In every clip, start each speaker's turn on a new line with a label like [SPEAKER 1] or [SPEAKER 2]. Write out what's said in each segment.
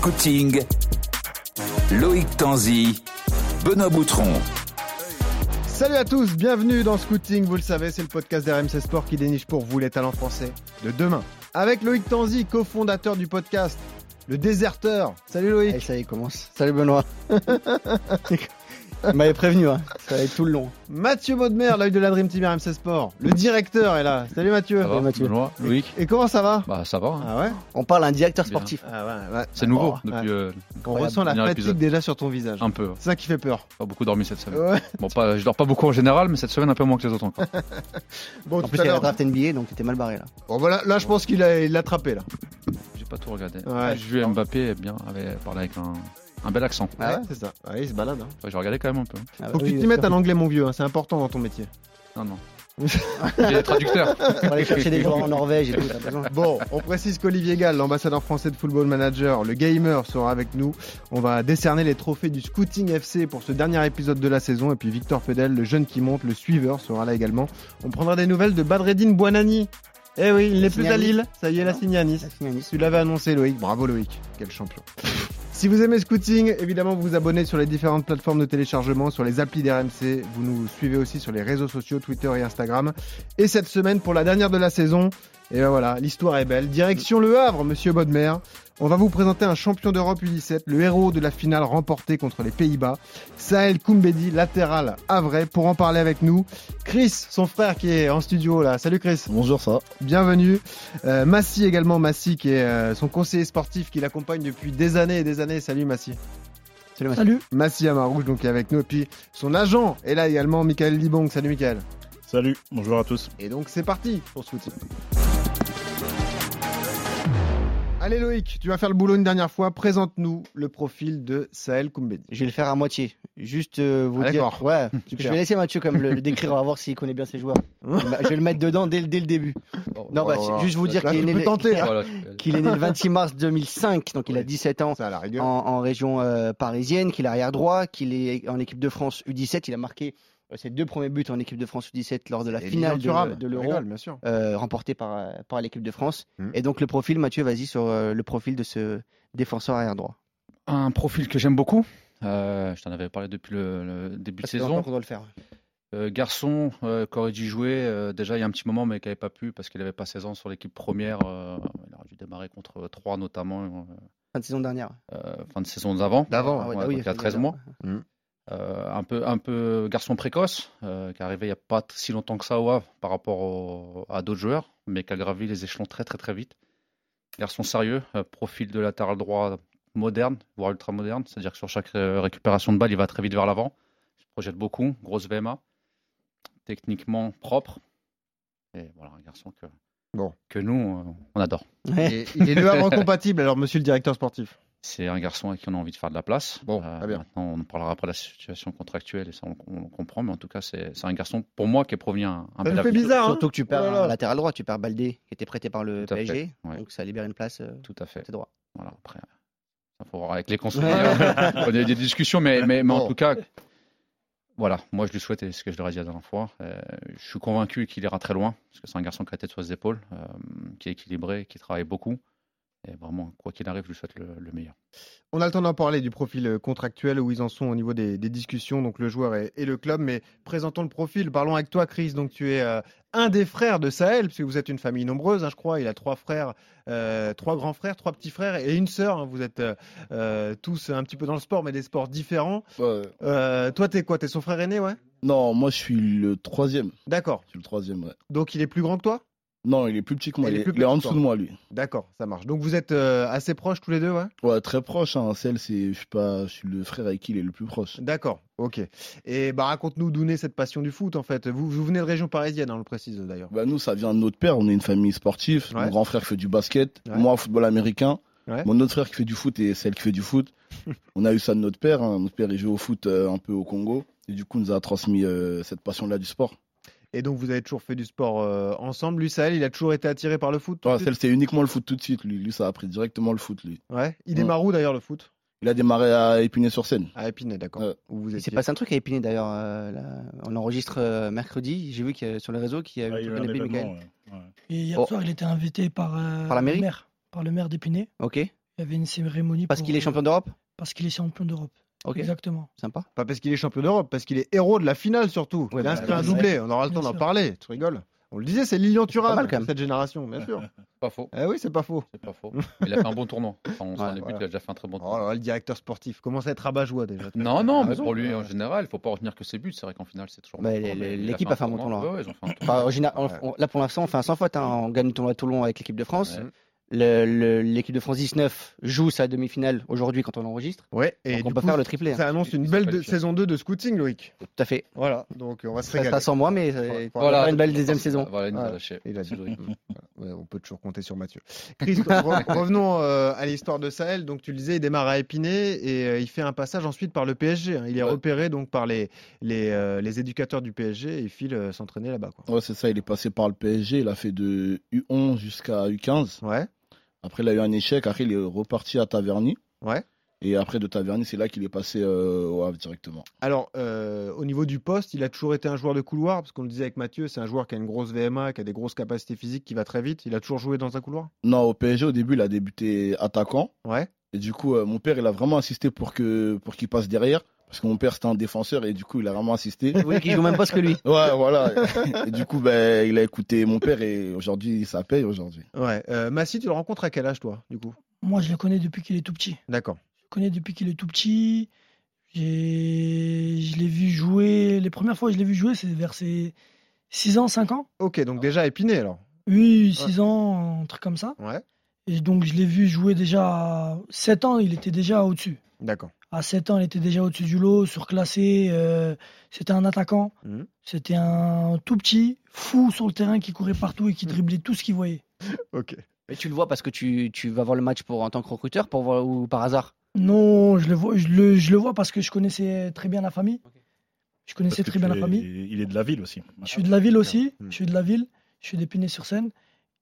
[SPEAKER 1] Coaching, Loïc Tanzi, Benoît Boutron.
[SPEAKER 2] Salut à tous, bienvenue dans Scouting. Vous le savez, c'est le podcast d'RMC Sport qui déniche pour vous les talents français de demain. Avec Loïc Tanzi, cofondateur du podcast Le Déserteur. Salut Loïc.
[SPEAKER 3] Allez, ça y est, commence. Salut Benoît. Vous m'avez prévenu, hein. ça va être tout le long.
[SPEAKER 2] Mathieu Maudemer, l'œil de la Dream Team RMC Sport. Le directeur est là. Salut Mathieu.
[SPEAKER 4] Ça va,
[SPEAKER 3] Salut, Mathieu.
[SPEAKER 4] Benoît, Loïc
[SPEAKER 2] Et comment ça va
[SPEAKER 4] Bah ça va, hein.
[SPEAKER 2] Ah ouais
[SPEAKER 3] On parle à un directeur
[SPEAKER 4] Bien.
[SPEAKER 3] sportif.
[SPEAKER 2] Ah ouais, ouais.
[SPEAKER 4] c'est nouveau
[SPEAKER 2] Oh,
[SPEAKER 4] depuis
[SPEAKER 2] ouais.
[SPEAKER 4] euh,
[SPEAKER 2] On ressent la
[SPEAKER 4] dernier
[SPEAKER 2] fatigue
[SPEAKER 4] épisode. Ah.
[SPEAKER 2] déjà sur ton visage.
[SPEAKER 4] un peu.
[SPEAKER 2] C'est ça qui fait peur.
[SPEAKER 4] Pas beaucoup dormi cette semaine.
[SPEAKER 2] Ouais.
[SPEAKER 4] Bon, pas, je dors pas beaucoup en général, mais cette semaine un peu moins que les autres encore.
[SPEAKER 2] Bon,
[SPEAKER 3] En
[SPEAKER 2] tout
[SPEAKER 3] plus,
[SPEAKER 2] à
[SPEAKER 3] il y a
[SPEAKER 2] l'heure-
[SPEAKER 3] la draft NBA, donc t'étais mal barré là.
[SPEAKER 2] Bon, voilà, là, je pense qu'il a il l'a attrapé là.
[SPEAKER 4] J'ai pas tout regardé.
[SPEAKER 2] Ouais.
[SPEAKER 4] J'ai vu Mbappé eh bien avait parlé avec un, un bel accent.
[SPEAKER 3] Ah ouais
[SPEAKER 2] c'est ça. Ouais, il se balade. hein.
[SPEAKER 4] Ouais, J'ai regardé quand même un peu.
[SPEAKER 3] Ah bah
[SPEAKER 2] Faut que
[SPEAKER 3] oui,
[SPEAKER 2] tu t'y
[SPEAKER 3] bien
[SPEAKER 2] mettes à
[SPEAKER 3] sûr.
[SPEAKER 2] l'anglais, mon vieux. hein, C'est important dans ton métier.
[SPEAKER 4] Non non. Il est traducteur.
[SPEAKER 3] Pour aller chercher des joueurs en Norvège et tout, t'as besoin.
[SPEAKER 2] Bon, on précise qu'Olivier Gall, l'ambassadeur français de Football Manager, le gamer, sera avec nous. On va décerner les trophées du Scouting FC pour ce dernier épisode de la saison. Et puis Victor Fedel, le jeune qui monte, le suiveur, sera là également. On prendra des nouvelles de Badreddine Buonani. Eh oui, il n'est plus à
[SPEAKER 3] Signali.
[SPEAKER 2] Lille. Ça y est, la
[SPEAKER 3] Non.
[SPEAKER 2] signe à Nice.
[SPEAKER 3] La finale Nice.
[SPEAKER 2] Tu l'avais annoncé Loïc, bravo Loïc, quel champion. Si vous aimez Scouting, évidemment vous vous abonnez sur les différentes plateformes de téléchargement, sur les applis d'RMC, vous nous suivez aussi sur les réseaux sociaux, Twitter et Instagram. Et cette semaine, pour la dernière de la saison, et ben voilà, l'histoire est belle. Direction Le Havre, monsieur Bodmer. On va vous présenter un champion d'Europe U17, le héros de la finale remportée contre les Pays-Bas, Sahel Koumbedi, latéral havrais, pour en parler avec nous. Chris, son frère qui est en studio là. Salut Chris.
[SPEAKER 5] Bonjour, ça va
[SPEAKER 2] Bienvenue. Euh, Massy également, Massy qui est euh, son conseiller sportif qui l'accompagne depuis des années et des années. Salut Massy.
[SPEAKER 3] Salut, Mathieu.
[SPEAKER 5] Salut
[SPEAKER 2] Massy Amarouche donc qui est avec nous. Et puis son agent est là également, Michael Libong. Salut Michael.
[SPEAKER 5] Salut, bonjour à tous.
[SPEAKER 2] Et donc c'est parti pour ce outil. Allez Loïc, tu vas faire le boulot une dernière fois. Présente-nous le profil de Sahel Koumbedi.
[SPEAKER 3] Je vais le faire à moitié. Juste euh, vous
[SPEAKER 2] Ah,
[SPEAKER 3] dire.
[SPEAKER 2] d'accord.
[SPEAKER 3] Ouais,
[SPEAKER 2] Super.
[SPEAKER 3] je vais laisser Mathieu comme le, le décrire, on va voir s'il connaît bien ses joueurs. Bah, je vais le mettre dedans dès, le- dès le début.
[SPEAKER 2] Oh,
[SPEAKER 3] Non, bah,
[SPEAKER 2] voilà.
[SPEAKER 3] juste vous dire
[SPEAKER 2] Là,
[SPEAKER 3] qu'il est,
[SPEAKER 2] tu
[SPEAKER 3] né
[SPEAKER 2] peux
[SPEAKER 3] le-
[SPEAKER 2] tenter, là.
[SPEAKER 4] Voilà.
[SPEAKER 3] qu'il est né le 26 mars 2005, donc il a
[SPEAKER 2] Ouais.
[SPEAKER 3] 17 ans.
[SPEAKER 2] Ça à la
[SPEAKER 3] en,
[SPEAKER 2] rigueur.
[SPEAKER 3] en région euh, parisienne, qu'il est arrière droit, qu'il est en équipe de France U17. Il a marqué euh, ses deux premiers buts en équipe de France U17 lors de la
[SPEAKER 2] Et
[SPEAKER 3] finale
[SPEAKER 2] Lilian Thuram,
[SPEAKER 3] de, de
[SPEAKER 2] on
[SPEAKER 3] l'Euro,
[SPEAKER 2] rigole, bien sûr.
[SPEAKER 3] euh, remportée par, euh, par l'équipe de France.
[SPEAKER 4] Hmm.
[SPEAKER 2] Mhm.
[SPEAKER 3] Et donc le profil, Mathieu, vas-y sur euh, le profil de ce défenseur arrière droit.
[SPEAKER 4] Un profil que j'aime beaucoup. Euh, je t'en avais parlé depuis le, le début de
[SPEAKER 3] Ça fait
[SPEAKER 4] saison.
[SPEAKER 3] longtemps qu'on doit le faire.
[SPEAKER 4] Euh, garçon, euh, qu'aurait dû jouer euh, déjà il y a un petit moment, mais qui n'avait pas pu parce qu'il n'avait pas 16 ans sur l'équipe première. euh, il aurait dû démarrer contre 3 notamment,
[SPEAKER 3] Fin de saison dernière.
[SPEAKER 4] euh, fin de saison d'avant.
[SPEAKER 2] D'avant,
[SPEAKER 3] Ah ouais,
[SPEAKER 4] Oh, ouais,
[SPEAKER 3] bah oui,
[SPEAKER 4] donc il y a
[SPEAKER 3] ça,
[SPEAKER 4] 13
[SPEAKER 3] c'est
[SPEAKER 4] mois.
[SPEAKER 2] bien. Mhm.
[SPEAKER 4] Euh, un, peu, un peu garçon précoce, euh, qui est arrivé il n'y a pas t- si longtemps que ça au Havre par rapport au- à d'autres joueurs, mais qui a gravi les échelons très très très vite. Garçon sérieux, euh, profil de latéral droit moderne, voire ultra moderne, c'est-à-dire que sur chaque euh, récupération de balle, il va très vite vers l'avant. Il se projette beaucoup, grosse VMA, techniquement propre. Et voilà, un garçon que,
[SPEAKER 2] Bon.
[SPEAKER 4] que nous, euh, on adore.
[SPEAKER 3] Ouais.
[SPEAKER 2] Et il est le Havre compatible, alors monsieur le directeur sportif.
[SPEAKER 4] C'est un garçon à qui on a envie de faire de la place. Euh,
[SPEAKER 2] Bon, très bien.
[SPEAKER 4] Maintenant, on en parlera après de la situation contractuelle et ça, on, on le comprend. Mais en tout cas, c'est c'est un garçon, pour moi, qui est provenu un,
[SPEAKER 2] Ça
[SPEAKER 4] un bel
[SPEAKER 2] nous fait
[SPEAKER 4] avenir.
[SPEAKER 2] bizarre, hein
[SPEAKER 3] Surtout que tu perds
[SPEAKER 2] Oh là là.
[SPEAKER 3] un latéral droit, tu perds Baldé, qui était prêté par le
[SPEAKER 4] Tout à fait,
[SPEAKER 3] PSG.
[SPEAKER 4] ouais.
[SPEAKER 3] Donc ça libère une place euh,
[SPEAKER 4] Tout à fait.
[SPEAKER 3] côté droit.
[SPEAKER 4] Voilà, après, euh, ça faut voir avec les conseillers. on a eu des discussions, mais, mais, mais en
[SPEAKER 2] Bon.
[SPEAKER 4] tout cas, voilà, moi, je lui souhaite, et c'est ce que je leur ai dit la dernière fois, euh, je suis convaincu qu'il ira très loin, parce que c'est un garçon qui a la tête sur ses épaules, euh, qui est équilibré, qui travaille beaucoup. Et vraiment, quoi qu'il arrive, je lui souhaite le, le meilleur.
[SPEAKER 2] On a le temps d'en parler du profil euh, contractuel, où ils en sont au niveau des, des discussions, donc le joueur et, et le club. Mais présentons le profil. Parlons avec toi, Chris. Donc, tu es euh, un des frères de Sahel, puisque vous êtes une famille nombreuse, hein, je crois. Il a trois frères, euh, trois grands frères, trois petits frères et une sœur. hein. Vous êtes euh, euh, tous un petit peu dans le sport, mais des sports différents. Euh, toi, t'es quoi T'es son frère aîné, ouais
[SPEAKER 5] non, moi je suis le troisième.
[SPEAKER 2] D'accord.
[SPEAKER 5] Je suis le troisième, ouais.
[SPEAKER 2] Donc, il est plus grand que toi
[SPEAKER 5] Non, il est plus petit que moi.
[SPEAKER 2] Il
[SPEAKER 5] Il,
[SPEAKER 2] est
[SPEAKER 5] est,
[SPEAKER 2] plus
[SPEAKER 5] il est en
[SPEAKER 2] petit que
[SPEAKER 5] dessous de moi, lui.
[SPEAKER 2] D'accord, ça marche. Donc, vous êtes euh, assez proches tous les deux, ouais
[SPEAKER 5] Ouais, très proche. Hein. Celle, c'est, je suis pas, je suis le frère avec qui il est le plus proche.
[SPEAKER 2] D'accord, ok. Et bah, raconte-nous d'où naît cette passion du foot, en fait. Vous, vous venez de région parisienne, hein, on le précise d'ailleurs.
[SPEAKER 5] Bah, nous, ça vient de notre père. On est une famille sportive.
[SPEAKER 2] Ouais.
[SPEAKER 5] Mon grand frère qui fait du basket.
[SPEAKER 2] Ouais.
[SPEAKER 5] Moi, football américain.
[SPEAKER 2] Ouais.
[SPEAKER 5] Mon autre frère qui fait du foot et celle qui fait du foot. on a eu ça de notre père. hein. Notre père, il joue au foot euh, un peu au Congo. Et du coup, il nous a transmis euh, cette passion-là du sport.
[SPEAKER 2] Et donc, vous avez toujours fait du sport euh, ensemble. Lui, Sahel, il a toujours été attiré par le foot. tout de
[SPEAKER 5] Toi,
[SPEAKER 2] suite
[SPEAKER 5] celle, c'est uniquement le foot tout de suite. Lui, lui, ça a pris directement le foot, lui.
[SPEAKER 2] Ouais. Il est marou d'ailleurs, le foot.
[SPEAKER 5] Il a démarré à Épinay-sur-Seine.
[SPEAKER 2] À Épinay, d'accord.
[SPEAKER 5] Ouais.
[SPEAKER 2] Où vous
[SPEAKER 3] Il s'est
[SPEAKER 2] étiez.
[SPEAKER 3] passé un truc à Épinay d'ailleurs. euh, là. on enregistre euh, mercredi. J'ai vu qu'il y a- sur le réseau qu'il y a eu
[SPEAKER 6] Ouais,
[SPEAKER 3] un
[SPEAKER 6] il y a
[SPEAKER 3] truc
[SPEAKER 6] eu
[SPEAKER 3] à
[SPEAKER 6] un
[SPEAKER 3] Épinay,
[SPEAKER 6] événement,
[SPEAKER 3] Michael.
[SPEAKER 6] ouais, ouais. Et hier
[SPEAKER 3] Oh.
[SPEAKER 6] soir, il était invité par, euh,
[SPEAKER 3] Par la mairie
[SPEAKER 6] le maire, par le maire d'Épinay.
[SPEAKER 3] Ok.
[SPEAKER 6] Il y avait une cérémonie
[SPEAKER 3] Parce
[SPEAKER 6] pour- euh,
[SPEAKER 3] qu'il est champion d'Europe
[SPEAKER 6] parce qu'il est champion d'Europe.
[SPEAKER 3] Ok,
[SPEAKER 6] Exactement.
[SPEAKER 3] sympa.
[SPEAKER 2] Pas parce qu'il est champion d'Europe, parce qu'il est héros de la finale surtout.
[SPEAKER 3] Ouais,
[SPEAKER 2] il
[SPEAKER 3] bah,
[SPEAKER 2] a inscrit un
[SPEAKER 6] ouais.
[SPEAKER 2] doublé, on aura le
[SPEAKER 6] Bien
[SPEAKER 2] temps d'en
[SPEAKER 6] sûr.
[SPEAKER 2] parler, tu rigoles. On le disait, c'est Lilian
[SPEAKER 3] pas
[SPEAKER 2] Thuram
[SPEAKER 3] mal, quand
[SPEAKER 2] de
[SPEAKER 3] même.
[SPEAKER 2] cette génération, bien sûr.
[SPEAKER 4] Pas faux,
[SPEAKER 2] Eh oui, c'est pas faux.
[SPEAKER 4] c'est pas faux. Il a fait un bon tournoi. Enfin, on
[SPEAKER 3] Ouais,
[SPEAKER 4] s'en est but,
[SPEAKER 2] voilà.
[SPEAKER 4] il a déjà fait un très bon
[SPEAKER 2] Oh
[SPEAKER 4] tournoi.
[SPEAKER 2] là là, le directeur sportif commence à être rabat-joie déjà.
[SPEAKER 4] Non, non, mais
[SPEAKER 2] raison,
[SPEAKER 4] pour lui
[SPEAKER 2] ouais.
[SPEAKER 4] en général, il faut pas retenir que ses buts. C'est vrai qu'en finale, c'est toujours.
[SPEAKER 3] Bah,
[SPEAKER 4] important,
[SPEAKER 3] les-
[SPEAKER 4] mais il
[SPEAKER 3] l'équipe a fait un bon tournoi.
[SPEAKER 4] Ouais, ouais, ils ont fait un tournoi.
[SPEAKER 3] Enfin, en général, on- on- là, pour l'instant, on fait un sans faute. hein. On gagne le tournoi à Toulon avec l'équipe de France. Le- le- L'équipe de France 19 joue sa demi-finale aujourd'hui quand on enregistre.
[SPEAKER 2] Ouais, et
[SPEAKER 3] Donc on
[SPEAKER 2] du
[SPEAKER 3] peut
[SPEAKER 2] coup,
[SPEAKER 3] faire le triplé. hein.
[SPEAKER 2] ça annonce une
[SPEAKER 4] Ils
[SPEAKER 2] belle
[SPEAKER 4] sont
[SPEAKER 2] de-
[SPEAKER 4] qualifiés.
[SPEAKER 2] saison 2 de scouting, Loïc.
[SPEAKER 3] Tout à fait.
[SPEAKER 2] Voilà, donc on va se
[SPEAKER 3] Ça sera
[SPEAKER 2] régaler.
[SPEAKER 3] sans moi, mais
[SPEAKER 2] Ouais,
[SPEAKER 3] euh,
[SPEAKER 2] voilà.
[SPEAKER 3] on aura une belle deuxième saison.
[SPEAKER 4] Voilà, il nous a
[SPEAKER 2] Ouais.
[SPEAKER 4] lâché.
[SPEAKER 2] Il a dit.
[SPEAKER 4] C'est vrai.
[SPEAKER 2] Ouais, on peut toujours compter sur Mathieu. Chris, re- revenons euh, à l'histoire de Sahel. Donc, tu le disais, il démarre à Épinay et euh, il fait un passage ensuite par le PSG. hein. Il est
[SPEAKER 4] Ouais.
[SPEAKER 2] repéré donc par les, les, euh, les éducateurs du PSG et il file euh, s'entraîner là-bas. quoi.
[SPEAKER 5] Ouais, c'est ça, il est passé par le PSG, il a fait de U11 jusqu'à U15.
[SPEAKER 2] Ouais,
[SPEAKER 5] Après, il a eu un échec, après, il est reparti à Taverny.
[SPEAKER 2] ouais.
[SPEAKER 5] Et après, de Taverny, c'est là qu'il est passé euh, au Havre directement.
[SPEAKER 2] Alors, euh, au niveau du poste, il a toujours été un joueur de couloir parce qu'on le disait avec Mathieu, c'est un joueur qui a une grosse VMA, qui a des grosses capacités physiques, qui va très vite. Il a toujours joué dans un couloir
[SPEAKER 5] Non, au PSG, au début, il a débuté attaquant.
[SPEAKER 2] Ouais.
[SPEAKER 5] Et du coup, euh, mon père, il a vraiment insisté pour que pour qu'il passe derrière. Parce que mon père, c'était un défenseur et du coup, il a vraiment insisté.
[SPEAKER 3] Oui, qui joue même pas ce que lui.
[SPEAKER 5] Ouais, voilà. Et du coup, ben, il a écouté mon père et aujourd'hui, ça paye aujourd'hui.
[SPEAKER 2] Ouais. Euh, Massi, tu le rencontres à quel âge, toi, du coup
[SPEAKER 6] Moi, je le connais depuis qu'il est tout petit.
[SPEAKER 2] D'accord.
[SPEAKER 6] Je le connais depuis qu'il est tout petit. J'ai- Je l'ai vu jouer. Les premières fois que je l'ai vu jouer, c'est vers ses 6 ans, 5 ans.
[SPEAKER 2] Ok, donc déjà à Épinay alors.
[SPEAKER 6] Oui, 6 ans, un truc comme ça.
[SPEAKER 2] Ouais.
[SPEAKER 6] Et donc, je l'ai vu jouer déjà à 7 ans, il était déjà au-dessus.
[SPEAKER 2] D'accord.
[SPEAKER 6] À 7 ans, il était déjà au-dessus du lot, surclassé. euh, C'était un attaquant.
[SPEAKER 2] Mhm.
[SPEAKER 6] C'était un tout petit, fou sur le terrain qui courait partout et qui driblait tout ce qu'il voyait.
[SPEAKER 2] Ok.
[SPEAKER 3] Mais tu le vois parce que tu, tu vas voir le match pour, en tant que recruteur pour voir, ou par hasard.
[SPEAKER 6] Non, je le vois, je le, je le vois parce que je connaissais très bien la famille. Je connaissais
[SPEAKER 7] Parce que
[SPEAKER 6] très bien
[SPEAKER 7] tu
[SPEAKER 6] la
[SPEAKER 7] es-
[SPEAKER 6] famille.
[SPEAKER 7] Il est de la ville aussi.
[SPEAKER 6] Je suis de la ville aussi.
[SPEAKER 2] Hmm.
[SPEAKER 6] Je suis de la ville. Je suis d'Épinay-sur-Seine.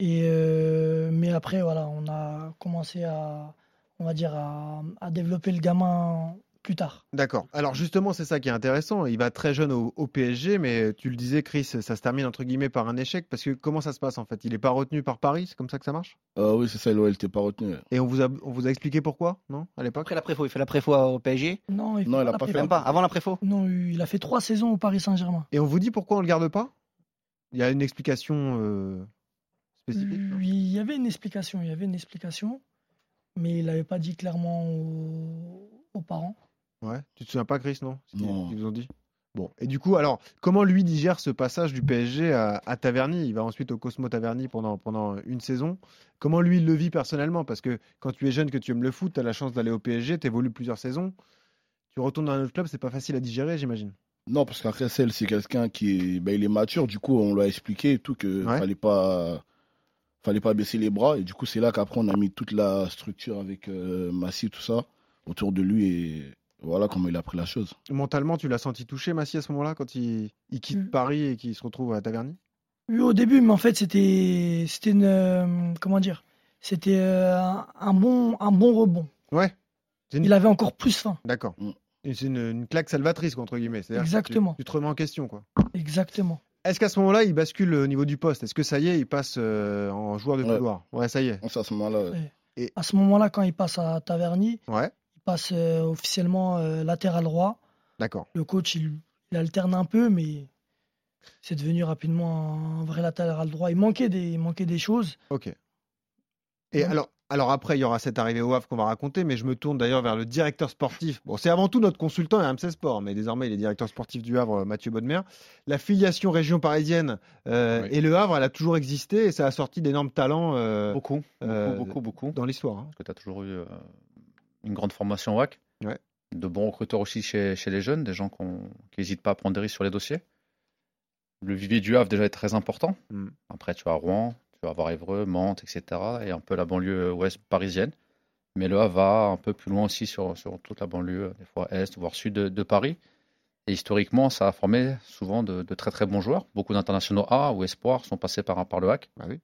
[SPEAKER 6] Et euh, mais après, voilà, on a commencé à, on va dire, à, à développer le gamin plus tard.
[SPEAKER 2] D'accord. Alors justement, c'est ça qui est intéressant. Il va très jeune au, au PSG, mais tu le disais, Chris, ça se termine entre guillemets par un échec parce que comment ça se passe en fait Il n'est pas retenu par Paris, c'est comme ça que ça marche
[SPEAKER 5] Euh, oui, c'est ça, l'OL, t'es pas retenu.
[SPEAKER 2] Et on vous a, on vous a expliqué pourquoi, non À l'époque
[SPEAKER 3] Après la préfo, il fait la préfo au PSG.
[SPEAKER 6] Non, il,
[SPEAKER 5] Non,
[SPEAKER 6] fait
[SPEAKER 5] il a
[SPEAKER 6] la
[SPEAKER 5] pas
[SPEAKER 6] prépa.
[SPEAKER 5] fait
[SPEAKER 3] Même pas, avant la préfo.
[SPEAKER 6] Non, il a fait trois saisons au Paris Saint-Germain.
[SPEAKER 2] Et on vous dit pourquoi on le garde pas Il y a une explication euh, spécifique
[SPEAKER 6] Oui, il y avait une explication. Il y avait une explication, mais il n'avait pas dit clairement aux- aux parents.
[SPEAKER 2] Ouais. Tu te souviens pas, Chris, non Ce qu'ils-
[SPEAKER 5] Non.
[SPEAKER 2] qu'ils vous ont dit. Bon. Et du coup, alors, comment lui digère ce passage du PSG à, à Taverny Il va ensuite au Cosmo Taverny pendant, pendant une saison. Comment lui, il le vit personnellement Parce que quand tu es jeune, que tu aimes le foot, tu as la chance d'aller au PSG, tu évolues plusieurs saisons. Tu retournes dans un autre club, c'est pas facile à digérer, j'imagine.
[SPEAKER 5] Non, parce qu'après, celle, c'est quelqu'un qui est, ben, il est mature. Du coup, on lui a expliqué et tout que
[SPEAKER 2] Ouais.
[SPEAKER 5] fallait pas, fallait pas baisser les bras. Et du coup, c'est là qu'après, on a mis toute la structure avec euh, Massi, tout ça, autour de lui. Et voilà comment il a pris la chose.
[SPEAKER 2] Mentalement, tu l'as senti touché, Massy, à ce moment-là, quand il, il quitte
[SPEAKER 6] Mm.
[SPEAKER 2] Paris et qu'il se retrouve à Taverny
[SPEAKER 6] Oui, au début, mais en fait, c'était, c'était une, euh, comment dire, c'était euh, un un bon, un bon rebond.
[SPEAKER 2] Ouais. C'est une-
[SPEAKER 6] Il avait encore plus faim.
[SPEAKER 2] D'accord.
[SPEAKER 5] Mm.
[SPEAKER 2] Et C'est une, une claque salvatrice, quoi, entre guillemets. C'est-à-dire que tu-
[SPEAKER 6] Exactement.
[SPEAKER 2] tu te remets en question, quoi.
[SPEAKER 6] Exactement.
[SPEAKER 2] Est-ce qu'à ce moment-là, il bascule euh, au niveau du poste Est-ce que ça y est, il passe euh, en joueur de
[SPEAKER 5] Ouais.
[SPEAKER 2] couloir Ouais, ça y est.
[SPEAKER 5] Donc, c'est à ce moment-là, euh,
[SPEAKER 6] À ce moment-là, quand il passe à Taverny,
[SPEAKER 2] Ouais,
[SPEAKER 6] il passe euh, officiellement euh, latéral droit.
[SPEAKER 2] d'accord.
[SPEAKER 6] Le coach, il, il alterne un peu, mais c'est devenu rapidement un vrai latéral droit. Il manquait des, il manquait des choses.
[SPEAKER 2] Ok. Et
[SPEAKER 6] Ouais.
[SPEAKER 2] alors, alors après, il y aura cette arrivée au Havre qu'on va raconter, mais je me tourne d'ailleurs vers le directeur sportif. Bon, c'est avant tout notre consultant RMC Sport, mais désormais, il est directeur sportif du Havre, euh, Mathieu Bodmer. La filiation région parisienne euh,
[SPEAKER 4] Oui.
[SPEAKER 2] et le Havre, elle a toujours existé et ça a sorti d'énormes talents euh,
[SPEAKER 4] Beaucoup,
[SPEAKER 2] euh,
[SPEAKER 4] beaucoup, beaucoup, beaucoup.
[SPEAKER 2] dans l'histoire. hein.
[SPEAKER 4] parce que tu as toujours eu euh, une grande formation en WAC.
[SPEAKER 2] Ouais.
[SPEAKER 4] De bons recruteurs aussi chez, chez les jeunes, des gens qu'on- qui n'hésitent pas à prendre des risques sur les dossiers. Le vivier du Havre déjà est très important.
[SPEAKER 2] Mm.
[SPEAKER 4] Après, tu as Rouen, tu vas avoir Évreux, Mantes, etc. Et un peu la banlieue euh, ouest parisienne. Mais le Havre va un peu plus loin aussi sur, sur toute la banlieue, euh, des fois est, voire sud de, de Paris. Et historiquement, ça a formé souvent de, de très très bons joueurs. Beaucoup d'internationaux A ou espoirs sont passés par, par le hack.
[SPEAKER 2] Ah oui.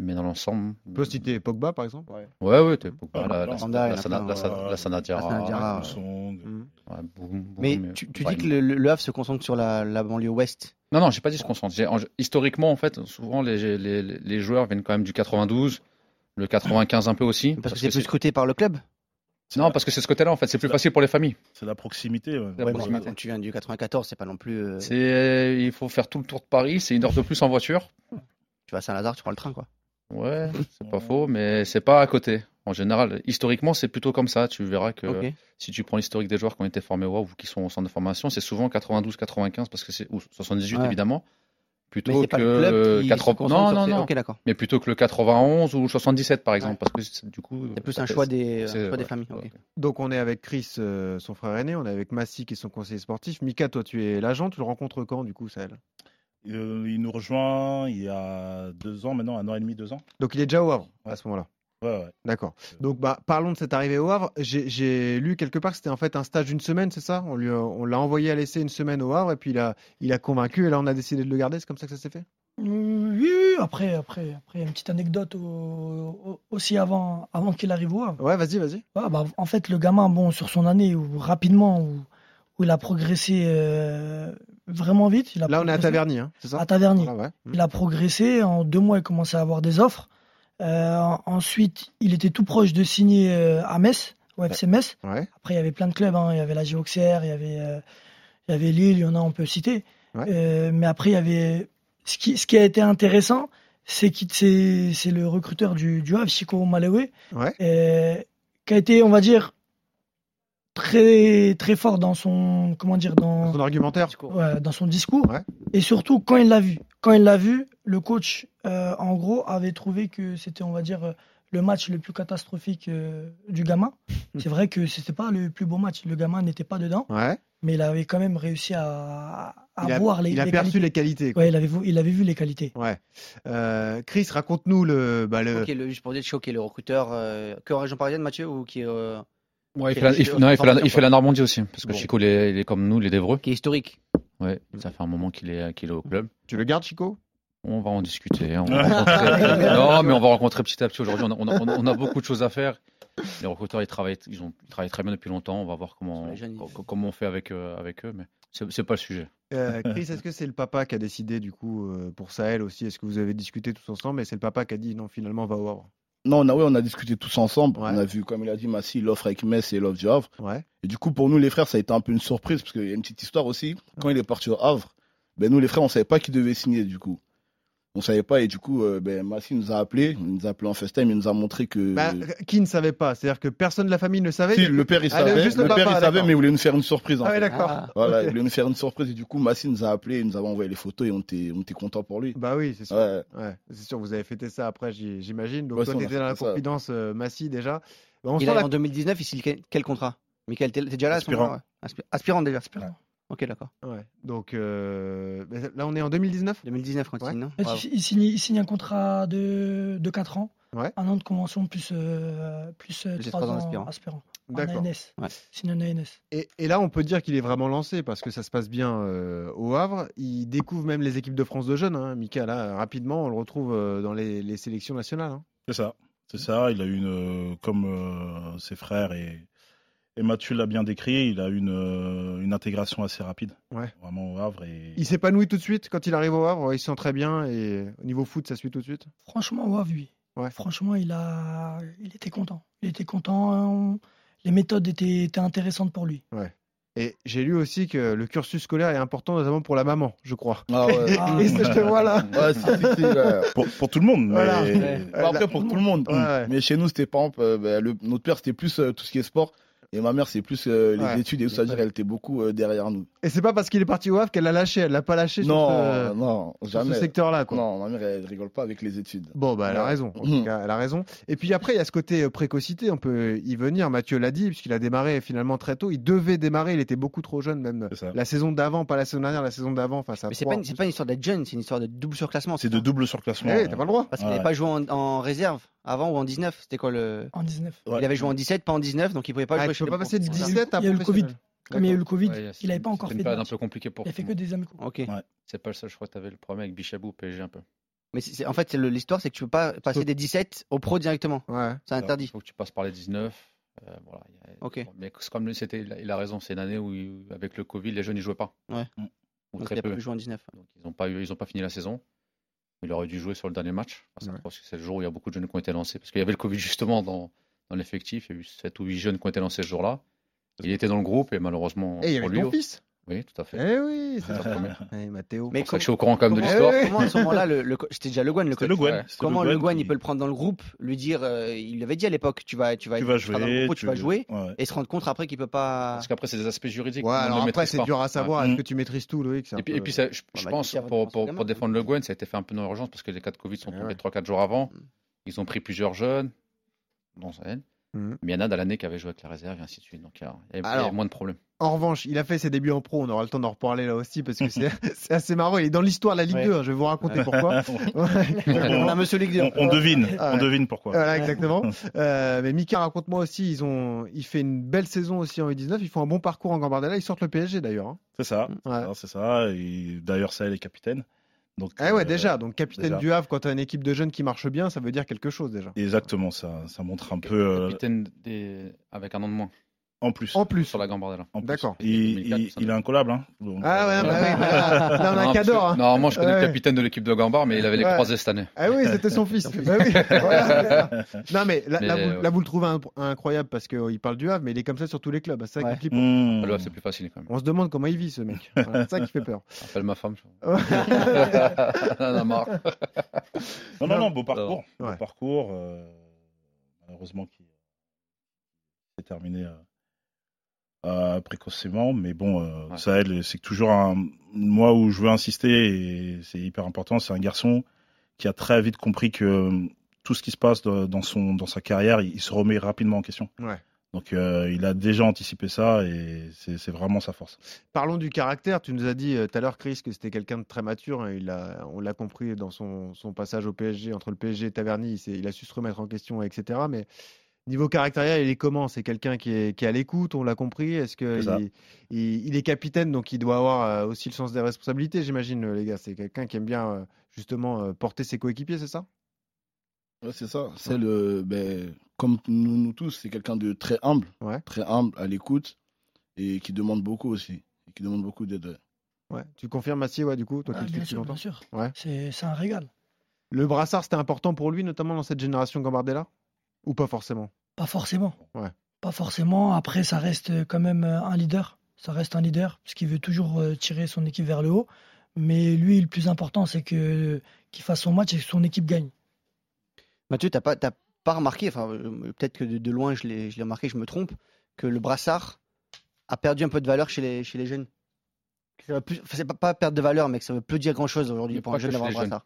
[SPEAKER 4] Mais dans l'ensemble,
[SPEAKER 2] On peut citer Pogba, par exemple.
[SPEAKER 4] Ouais, ouais, t'es
[SPEAKER 3] Bah,
[SPEAKER 7] Ah,
[SPEAKER 4] la, la,
[SPEAKER 7] non,
[SPEAKER 3] Sanda,
[SPEAKER 4] la,
[SPEAKER 3] il y en a
[SPEAKER 4] Sana-
[SPEAKER 3] plein,
[SPEAKER 4] la Sana-
[SPEAKER 7] ouais.
[SPEAKER 4] la Sana Diarra,
[SPEAKER 3] La Sana Diarra. Ah,
[SPEAKER 7] Le son, de-
[SPEAKER 2] Mm.
[SPEAKER 4] ouais, Boum, Boum,
[SPEAKER 3] Mais
[SPEAKER 4] mais-
[SPEAKER 3] tu, tu
[SPEAKER 4] Ouais,
[SPEAKER 3] dis que le, le- le Havre se concentre sur la, la banlieue ouest.
[SPEAKER 4] Non, non, j'ai pas dit ce qu'on sent. J'ai- en- Historiquement, en fait, souvent, les, les, les joueurs viennent quand même du 92, Le 95 un peu aussi.
[SPEAKER 3] Parce, que c'est plus scruté par le club.
[SPEAKER 4] Non, parce que c'est ce côté-là, en fait. C'est plus
[SPEAKER 7] Ça-
[SPEAKER 4] facile pour les familles.
[SPEAKER 7] C'est la proximité. ouais.
[SPEAKER 4] La
[SPEAKER 3] Ouais, mais
[SPEAKER 4] proximité.
[SPEAKER 3] quand tu viens du 94, c'est pas non plus. euh,
[SPEAKER 4] C'est... Il faut faire tout le tour de Paris. C'est une heure de plus en voiture.
[SPEAKER 3] tu vas à Saint-Lazare, tu prends le train, quoi.
[SPEAKER 4] Ouais, c'est pas faux, mais c'est pas à côté. En général, historiquement, c'est plutôt comme ça. Tu verras que
[SPEAKER 3] Ok.
[SPEAKER 4] si tu prends l'historique des joueurs qui ont été formés au WoW ou qui sont au centre de formation, c'est souvent 92, 95, parce que c'est ou 78
[SPEAKER 3] Ouais.
[SPEAKER 4] évidemment,
[SPEAKER 3] Mais
[SPEAKER 4] plutôt
[SPEAKER 3] c'est
[SPEAKER 4] que
[SPEAKER 3] pas le club
[SPEAKER 4] le
[SPEAKER 3] qui
[SPEAKER 4] 80
[SPEAKER 3] se concentre
[SPEAKER 4] euh, non
[SPEAKER 3] sur
[SPEAKER 4] non
[SPEAKER 3] ces-
[SPEAKER 4] non,
[SPEAKER 3] Ok, d'accord.
[SPEAKER 4] mais plutôt que le 91 ou le 77 par exemple, parce que c'est- du coup
[SPEAKER 3] C'est plus
[SPEAKER 4] ça
[SPEAKER 3] un
[SPEAKER 4] fait-
[SPEAKER 3] choix des, un
[SPEAKER 4] c'est-
[SPEAKER 3] choix des
[SPEAKER 4] ouais, Euh,
[SPEAKER 3] familles. ok.
[SPEAKER 4] ouais.
[SPEAKER 2] Donc on est avec Chris, euh, son frère aîné, on est avec Massy qui est son conseiller sportif. Mika, toi tu es l'agent, tu le rencontres quand du coup, Sahel
[SPEAKER 7] Euh, il nous rejoint il y a deux ans maintenant, un an et demi, deux ans.
[SPEAKER 2] Donc il est déjà au Havre à
[SPEAKER 7] Ouais.
[SPEAKER 2] ce moment-là.
[SPEAKER 7] Ouais, ouais.
[SPEAKER 2] D'accord. Donc bah, parlons de cette arrivée au Havre. J'ai- J'ai lu quelque part que c'était en fait un stage d'une semaine, c'est ça On lui a- on l'a envoyé à l'essai une semaine au Havre et puis il a, il a convaincu et là on a décidé de le garder, c'est comme ça que ça s'est fait
[SPEAKER 6] Oui, oui, après, après, après, une petite anecdote au- au- aussi avant, avant qu'il arrive au Havre.
[SPEAKER 2] Ouais, vas-y, vas-y.
[SPEAKER 6] Ouais, bah, en fait, le gamin, bon, sur son année, où, rapidement, où, où il a progressé euh, vraiment vite. Il a
[SPEAKER 2] Là on est à
[SPEAKER 6] progressé-
[SPEAKER 2] Taverny, hein, c'est ça
[SPEAKER 6] Ah, À Taverny.
[SPEAKER 2] Voilà, ouais. Mm.
[SPEAKER 6] Il a progressé. En deux mois, il commençait à avoir des offres. Euh, en- ensuite, il était tout proche de signer euh, à Metz, au FC Metz.
[SPEAKER 2] Ouais.
[SPEAKER 6] Après, il y avait plein de clubs. hein. Il y avait la Géoxer, il y avait, euh, il y avait Lille, il y en a, on peut citer.
[SPEAKER 2] Ouais.
[SPEAKER 6] Euh, mais après, il y avait. Ce qui, ce qui a été intéressant, c'est qu'il- c'est c'est le recruteur du, du Havre, Chico Malewe,
[SPEAKER 2] Ouais.
[SPEAKER 6] euh, qui a été, on va dire, très, très fort dans son. Comment dire dans,
[SPEAKER 2] Son argumentaire
[SPEAKER 6] Ouais, dans son discours.
[SPEAKER 2] Ouais.
[SPEAKER 6] Et surtout, quand il l'a vu, quand il l'a vu, le coach, euh, en gros, avait trouvé que c'était, on va dire, euh, le match le plus catastrophique euh, du gamin.
[SPEAKER 2] Hmm.
[SPEAKER 6] C'est vrai que c'était pas le plus beau match. Le gamin n'était pas dedans,
[SPEAKER 2] Ouais.
[SPEAKER 6] mais il avait quand même réussi à, à
[SPEAKER 2] il a,
[SPEAKER 6] voir les,
[SPEAKER 2] il a
[SPEAKER 6] les
[SPEAKER 2] perçu
[SPEAKER 6] qualités.
[SPEAKER 2] les qualités. quoi.
[SPEAKER 6] Ouais, il avait, vu- il avait vu les qualités.
[SPEAKER 2] Ouais. Euh, Chris, raconte-nous le, bah, le,
[SPEAKER 3] Ok, le- juste pour dire, choqué, le recruteur euh, que en région parisienne, Mathieu, ou qui est, euh,
[SPEAKER 4] Ouais, il
[SPEAKER 3] Qui
[SPEAKER 4] fait la-
[SPEAKER 3] reste
[SPEAKER 4] il
[SPEAKER 3] au
[SPEAKER 4] fait-
[SPEAKER 3] centre
[SPEAKER 4] non,
[SPEAKER 3] de
[SPEAKER 4] il fait la- il
[SPEAKER 3] formation.
[SPEAKER 4] fait la Normandie aussi, hein, parce que
[SPEAKER 3] Bon. Mm.
[SPEAKER 4] Chico il est, il est comme nous, il est d'Evreux.
[SPEAKER 3] qui est historique
[SPEAKER 4] Ouais, ça fait un moment qu'il est qu'il est au club.
[SPEAKER 2] Tu le gardes, Chico
[SPEAKER 4] On va en discuter. hein, on va rencontrer- non, mais on va rencontrer petit à petit aujourd'hui. On a, on a- on a- on a beaucoup de choses à faire. Les recruteurs, ils travaillent, ils ont ils travaillent très bien depuis longtemps. On va voir comment,
[SPEAKER 3] Les jeunes, ils-
[SPEAKER 4] co- comment on fait avec, euh, avec eux, mais c'est c'est pas le sujet.
[SPEAKER 2] Euh, Chris, est-ce que c'est le papa qui a décidé du coup euh, pour Sahel aussi Est-ce que vous avez discuté tous ensemble et c'est le papa qui a dit non finalement va au Havre
[SPEAKER 5] Non, on a, ouais, on a discuté tous ensemble.
[SPEAKER 2] Ouais.
[SPEAKER 5] On a vu, comme il a dit, Massi, l'offre avec Metz et l'offre du Havre.
[SPEAKER 2] Ouais.
[SPEAKER 5] Et du coup, pour nous, les frères, ça a été un peu une surprise, parce qu'il y a une petite histoire aussi. Quand il est parti au Havre, ben, nous, les frères, on savait pas qui devait signer, du coup. On savait pas, et du coup, euh, ben, Massi nous a appelés, il nous a appelés en FaceTime, il nous a montré que.
[SPEAKER 2] Bah, qui ne savait pas C'est-à-dire que personne de la famille ne savait.
[SPEAKER 5] Euh, Si, le père, il
[SPEAKER 2] Ah, le-
[SPEAKER 5] savait,
[SPEAKER 2] juste
[SPEAKER 5] le,
[SPEAKER 2] le
[SPEAKER 5] père,
[SPEAKER 2] papa,
[SPEAKER 5] il savait,
[SPEAKER 2] d'accord.
[SPEAKER 5] mais il voulait nous faire une surprise, en
[SPEAKER 2] Ah ouais,
[SPEAKER 5] fait.
[SPEAKER 2] d'accord.
[SPEAKER 3] Ah.
[SPEAKER 5] Voilà, il
[SPEAKER 2] Ok.
[SPEAKER 5] voulait nous faire une surprise, et du coup, Massi nous a appelés, il nous avait envoyé les photos, et on était, on était contents pour lui.
[SPEAKER 2] Bah oui, c'est sûr.
[SPEAKER 5] Ouais.
[SPEAKER 2] Ouais, c'est sûr. Vous avez fêté ça après, j'y- j'imagine. Donc
[SPEAKER 5] Ouais,
[SPEAKER 2] toi,
[SPEAKER 5] ça, on a
[SPEAKER 2] t'étais dans la
[SPEAKER 5] fêté ça.
[SPEAKER 2] confidence euh, Massy déjà. Bah, on
[SPEAKER 3] Il
[SPEAKER 2] sent
[SPEAKER 3] arrive
[SPEAKER 2] la-
[SPEAKER 3] en 2019, il signe quel, quel contrat Michael, t'es t'es déjà là à ce
[SPEAKER 7] Aspirant.
[SPEAKER 3] moment-là, ouais. Aspi- Aspirant déjà. Ok, d'accord.
[SPEAKER 2] Ouais. Donc euh, bah, là, on est en 2019.
[SPEAKER 3] 2019, quand
[SPEAKER 2] Ouais.
[SPEAKER 3] il signe, non
[SPEAKER 6] En fait,
[SPEAKER 3] Bravo.
[SPEAKER 6] il, il signe, il signe un contrat de, de 4 ans,
[SPEAKER 2] Ouais.
[SPEAKER 6] un an de convention plus, euh, plus
[SPEAKER 3] Plus
[SPEAKER 6] 3
[SPEAKER 3] trois ans
[SPEAKER 6] ans
[SPEAKER 3] aspirant.
[SPEAKER 6] aspirant.
[SPEAKER 2] D'accord.
[SPEAKER 6] En ANS.
[SPEAKER 3] Ouais.
[SPEAKER 6] Signe un ANS.
[SPEAKER 2] Et, et là, on peut dire qu'il est vraiment lancé parce que ça se passe bien euh, au Havre. Il découvre même les équipes de France de jeunes. Hein. Mika, là, rapidement, on le retrouve euh, dans les, les sélections nationales. hein.
[SPEAKER 7] C'est ça. C'est ça. Il a eu une, euh, comme euh, ses frères et, et Mathieu l'a bien décrit, il a eu une, euh, une intégration assez rapide.
[SPEAKER 2] Ouais.
[SPEAKER 7] Vraiment au Havre. Et...
[SPEAKER 2] Il s'épanouit tout de suite quand il arrive au Havre, il se sent très bien et au niveau foot, ça suit tout de suite.
[SPEAKER 6] Franchement, ouais, lui.
[SPEAKER 2] Ouais.
[SPEAKER 6] Franchement, il, a... il était content. Il était content. hein. Les méthodes étaient, étaient intéressantes pour lui.
[SPEAKER 2] Et j'ai lu aussi que le cursus scolaire est important notamment pour la maman, je crois.
[SPEAKER 5] Ah ouais.
[SPEAKER 6] Ah,
[SPEAKER 2] Et ça, je te vois là.
[SPEAKER 5] Ouais, si, si, si, ouais.
[SPEAKER 7] Pour, pour tout le monde.
[SPEAKER 2] Voilà.
[SPEAKER 7] mais-
[SPEAKER 5] Ouais. Bah,
[SPEAKER 2] Ouais,
[SPEAKER 5] après,
[SPEAKER 2] la-
[SPEAKER 5] pour tout le monde.
[SPEAKER 2] Ouais,
[SPEAKER 5] Mm.
[SPEAKER 2] ouais.
[SPEAKER 5] Mais chez nous, c'était par exemple, euh, bah, le- notre père, c'était plus euh, tout ce qui est sport. Et ma mère, c'est plus euh, les
[SPEAKER 2] Ouais.
[SPEAKER 5] études et tout. ça veut dire elle était beaucoup euh, derrière nous.
[SPEAKER 2] Et c'est pas parce qu'il est parti au Havre qu'elle l'a lâché, elle l'a pas lâché sur
[SPEAKER 5] Non,
[SPEAKER 2] ce-
[SPEAKER 5] non,
[SPEAKER 2] euh, sur ce,
[SPEAKER 5] jamais.
[SPEAKER 2] secteur-là. Quoi.
[SPEAKER 5] non, ma mère, elle rigole pas avec les études.
[SPEAKER 2] Bon, bah, elle a
[SPEAKER 5] Ouais.
[SPEAKER 2] raison. En
[SPEAKER 5] Mhm.
[SPEAKER 2] tout cas, elle a raison. Et puis après, il y a ce côté euh, précocité, on peut y venir. Mathieu l'a dit, puisqu'il a démarré finalement très tôt. Il devait démarrer, il était beaucoup trop jeune, même
[SPEAKER 7] C'est ça.
[SPEAKER 2] la saison d'avant, pas la saison dernière, la saison d'avant face à
[SPEAKER 3] Mais c'est
[SPEAKER 2] Troyes.
[SPEAKER 3] pas, une- c'est pas une histoire d'être jeune, c'est une histoire de double surclassement.
[SPEAKER 7] C'est
[SPEAKER 3] ça
[SPEAKER 7] de double surclassement. hein.
[SPEAKER 2] Eh, t'as pas le droit.
[SPEAKER 3] Parce qu'il n'avait
[SPEAKER 7] Ouais.
[SPEAKER 3] pas joué en, en réserve avant ou en 19. C'était quoi le.
[SPEAKER 6] En 19.
[SPEAKER 7] Ouais.
[SPEAKER 3] Il avait joué en 17, pas en 19, donc il pouvait pas
[SPEAKER 2] Ah,
[SPEAKER 3] jouer
[SPEAKER 2] tu
[SPEAKER 3] chez
[SPEAKER 2] peux
[SPEAKER 3] le
[SPEAKER 2] pas
[SPEAKER 3] pro.
[SPEAKER 2] passer de
[SPEAKER 3] C'est ça.
[SPEAKER 2] 17 à
[SPEAKER 6] Il y a eu le
[SPEAKER 2] professionnel.
[SPEAKER 6] Covid. Comme il y a eu le Covid,
[SPEAKER 4] Ouais,
[SPEAKER 6] il n'avait pas encore
[SPEAKER 4] c'était une
[SPEAKER 6] fait de
[SPEAKER 4] période un
[SPEAKER 6] match.
[SPEAKER 4] peu compliquée pour.
[SPEAKER 6] Il a fait que des amicaux.
[SPEAKER 3] Ok.
[SPEAKER 4] C'est pas le seul. Je crois que t'avais le problème avec Bichabou au PSG un peu.
[SPEAKER 3] Mais c'est- c'est- en fait, c'est le- l'histoire, c'est que tu peux pas passer des 17 au pro directement.
[SPEAKER 2] Ouais.
[SPEAKER 3] C'est
[SPEAKER 4] Il
[SPEAKER 3] interdit.
[SPEAKER 4] faut que tu passes par les 19. euh, voilà, il y a-
[SPEAKER 3] Ok.
[SPEAKER 4] bon, Mais c'est comme lui, c'était, il a- il a raison. C'est une année où, il- avec le Covid, les jeunes ils jouaient pas.
[SPEAKER 3] Ouais.
[SPEAKER 4] Ou
[SPEAKER 3] Donc
[SPEAKER 4] très
[SPEAKER 3] il a
[SPEAKER 4] peu.
[SPEAKER 3] plus joué en 19.
[SPEAKER 4] Donc, ils n'ont pas eu, ils ont pas fini la saison. Il aurait dû jouer sur le dernier match. Parce que
[SPEAKER 2] Ouais.
[SPEAKER 4] je pense que c'est le jour où il y a beaucoup de jeunes qui ont été lancés. Parce qu'il y avait le Covid justement dans, dans l'effectif. Il y a eu 7 ou 8 jeunes qui ont été lancés ce jour-là. Il était dans le groupe et malheureusement
[SPEAKER 2] Et il y
[SPEAKER 4] pour
[SPEAKER 2] avait
[SPEAKER 4] lui.
[SPEAKER 2] ton fils.
[SPEAKER 4] Oui, tout à fait.
[SPEAKER 2] Eh oui, c'est
[SPEAKER 4] C'est
[SPEAKER 2] ça.
[SPEAKER 4] la première.
[SPEAKER 2] Eh, Mathéo.
[SPEAKER 4] C'est
[SPEAKER 3] Mais
[SPEAKER 4] pour
[SPEAKER 3] comment,
[SPEAKER 4] ça que je suis au courant quand même de
[SPEAKER 2] comment-
[SPEAKER 4] l'histoire.
[SPEAKER 2] Eh oui.
[SPEAKER 3] comment à ce moment-là, le, le co- c'était déjà Le Gouane, le
[SPEAKER 7] C'était
[SPEAKER 3] coach.
[SPEAKER 7] Le Guen. c'était
[SPEAKER 3] Comment Le Gouane,
[SPEAKER 7] qui-
[SPEAKER 3] il peut le prendre dans le groupe, lui dire, euh, il l'avait dit à l'époque, tu vas, tu vas,
[SPEAKER 7] Tu vas
[SPEAKER 3] seras dans le
[SPEAKER 7] jouer.
[SPEAKER 3] groupe, tu vas jouer,
[SPEAKER 7] ouais.
[SPEAKER 3] et se rendre compte après qu'il peut pas.
[SPEAKER 4] Parce qu'après, c'est des aspects juridiques.
[SPEAKER 2] Ouais,
[SPEAKER 4] qu'on ne
[SPEAKER 2] alors après,
[SPEAKER 4] maîtrise
[SPEAKER 2] c'est
[SPEAKER 4] pas. Mm.
[SPEAKER 2] dur à savoir. Est-ce
[SPEAKER 7] Ouais.
[SPEAKER 2] que tu maîtrises tout, Loïc c'est un
[SPEAKER 4] Et puis,
[SPEAKER 2] peu-
[SPEAKER 4] et puis ça, je, je
[SPEAKER 3] bah,
[SPEAKER 4] pense,
[SPEAKER 3] qui a votre
[SPEAKER 4] pour,
[SPEAKER 3] défense, quand
[SPEAKER 4] pour- pour
[SPEAKER 3] même,
[SPEAKER 4] défendre
[SPEAKER 3] hein.
[SPEAKER 4] Le Guen, ça a été fait un peu dans l'urgence parce que les cas de Covid sont
[SPEAKER 2] Ouais,
[SPEAKER 4] tombés
[SPEAKER 2] ouais.
[SPEAKER 4] 3-4 jours avant.
[SPEAKER 3] Mm.
[SPEAKER 4] Ils ont pris plusieurs jeunes. Non, ça aide.
[SPEAKER 2] Mm.
[SPEAKER 4] Mais il y en a dans l'année qui avaient joué avec la réserve et ainsi de suite. Donc il y a, il y a- il y a
[SPEAKER 2] Alors.
[SPEAKER 4] moins de problèmes.
[SPEAKER 2] En revanche, il a fait ses débuts en pro. On aura le temps d'en reparler là aussi parce que c'est c'est assez marrant. Il est dans l'histoire de la Ligue
[SPEAKER 3] Ouais.
[SPEAKER 2] 2. hein, Je vais vous raconter pourquoi. Ouais.
[SPEAKER 7] On-
[SPEAKER 3] On a Monsieur Ligue 2.
[SPEAKER 7] on, on devine,
[SPEAKER 2] Ah
[SPEAKER 7] on
[SPEAKER 2] ouais.
[SPEAKER 7] devine pourquoi.
[SPEAKER 2] Voilà, exactement. Euh, mais Mika, raconte-moi aussi, ils ont, il fait une belle saison aussi en U19. Ils font un bon parcours en Gambardella. Ils sortent le PSG d'ailleurs. hein.
[SPEAKER 7] C'est ça,
[SPEAKER 2] Ouais.
[SPEAKER 4] Ah.
[SPEAKER 7] Alors, c'est ça. Et D'ailleurs, ça, elle est capitaine. Donc,
[SPEAKER 2] Ah ouais,
[SPEAKER 7] euh,
[SPEAKER 2] déjà. Donc capitaine
[SPEAKER 7] déjà.
[SPEAKER 2] du Havre, quand t'as une équipe de jeunes qui marche bien, ça veut dire quelque chose déjà.
[SPEAKER 7] euh, Exactement, ça, ça montre un peu euh,
[SPEAKER 4] Capitaine des- avec un an de moins
[SPEAKER 7] en plus.
[SPEAKER 2] En plus.
[SPEAKER 4] sur la Gambardella.
[SPEAKER 7] en plus.
[SPEAKER 2] D'accord.
[SPEAKER 7] Il, il-
[SPEAKER 4] 2004, ça.
[SPEAKER 7] il est incollable. Hein. Donc,
[SPEAKER 2] Ah ouais,
[SPEAKER 7] euh,
[SPEAKER 2] bah oui, bah là, là, on a un
[SPEAKER 4] Non, parce que-
[SPEAKER 2] cador. hein.
[SPEAKER 4] Normalement, je connais
[SPEAKER 2] Ouais.
[SPEAKER 4] le capitaine de l'équipe de Gambard, mais il avait les
[SPEAKER 2] Ouais.
[SPEAKER 4] croisés cette année.
[SPEAKER 2] Ah oui, c'était son fils. Bah oui, voilà, c'est ça. non mais, là,
[SPEAKER 4] Mais,
[SPEAKER 2] là, vous,
[SPEAKER 4] ouais.
[SPEAKER 2] là, vous le trouvez imp- incroyable parce qu'il parle du Havre, mais il est comme ça sur tous les clubs. C'est ça qui
[SPEAKER 3] Ouais.
[SPEAKER 2] flippe.
[SPEAKER 7] hmm.
[SPEAKER 4] Ah, Le c'est plus facile quand même.
[SPEAKER 2] On se demande comment il vit ce mec. Voilà, c'est ça qui fait peur.
[SPEAKER 4] Appelle ma femme.
[SPEAKER 2] Ouais.
[SPEAKER 4] Elle en a marre.
[SPEAKER 7] Non, non, non, beau parcours.
[SPEAKER 2] Ouais.
[SPEAKER 7] Beau parcours. euh, malheureusement, qui s'est terminé euh, euh, précocement. Mais bon, euh,
[SPEAKER 4] Ouais.
[SPEAKER 7] ça aide. C'est que toujours un. Moi, où je veux insister, et c'est hyper important, c'est un garçon qui a très vite compris que euh, tout ce qui se passe dans- dans, son, dans sa carrière, il, il se remet rapidement en question.
[SPEAKER 2] Ouais.
[SPEAKER 7] Donc, euh, il a déjà anticipé ça et c'est c'est vraiment sa force.
[SPEAKER 2] Parlons du caractère. Tu nous as dit euh, tout à l'heure, Chris, que c'était quelqu'un de très mature. hein. Il a, on l'a compris dans son, son passage au PSG, entre le PSG et Taverny. Il, s'est- il a su se remettre en question, etc. Mais niveau caractériel, il est comment C'est quelqu'un qui est, qui est à l'écoute, on l'a compris. Est-ce que
[SPEAKER 7] C'est ça.
[SPEAKER 2] il, il- il est capitaine, donc il doit avoir euh, aussi le sens des responsabilités, j'imagine, euh, les gars. C'est quelqu'un qui aime bien euh, justement euh, porter ses coéquipiers, c'est ça
[SPEAKER 5] Ouais, c'est ça. C'est le, ben, comme nous, nous tous, c'est quelqu'un de très humble,
[SPEAKER 2] Ouais.
[SPEAKER 5] très humble, à l'écoute et qui demande beaucoup aussi, et qui demande beaucoup d'aide.
[SPEAKER 2] Ouais. Tu confirmes, Massier, ouais, du coup, toi qui
[SPEAKER 6] Ah,
[SPEAKER 2] le suis
[SPEAKER 6] bien
[SPEAKER 2] depuis
[SPEAKER 6] sûr,
[SPEAKER 2] longtemps.
[SPEAKER 6] bien sûr.
[SPEAKER 2] Ouais.
[SPEAKER 6] C'est c'est un régal.
[SPEAKER 2] Le brassard, c'était important pour lui, notamment dans cette génération Gambardella, ou pas forcément
[SPEAKER 6] Pas forcément.
[SPEAKER 2] Ouais.
[SPEAKER 6] Pas forcément. Après, ça reste quand même euh, un leader. Ça reste un leader, parce qu'il veut toujours euh, tirer son équipe vers le haut. Mais lui, le plus important, c'est que qu'il fasse son match et que son équipe gagne.
[SPEAKER 3] Mathieu, t'as pas, t'as pas remarqué, enfin euh, peut-être que de, de loin je l'ai, je l'ai remarqué, je me trompe, que le brassard a perdu un peu de valeur chez les, chez les jeunes. Que ça va plus- enfin, c'est pas, pas perdre de valeur, mais que ça veut plus dire grand-chose aujourd'hui
[SPEAKER 4] Mais
[SPEAKER 3] pour
[SPEAKER 4] pas
[SPEAKER 3] un jeune
[SPEAKER 4] que chez
[SPEAKER 3] d'avoir un
[SPEAKER 4] les jeunes.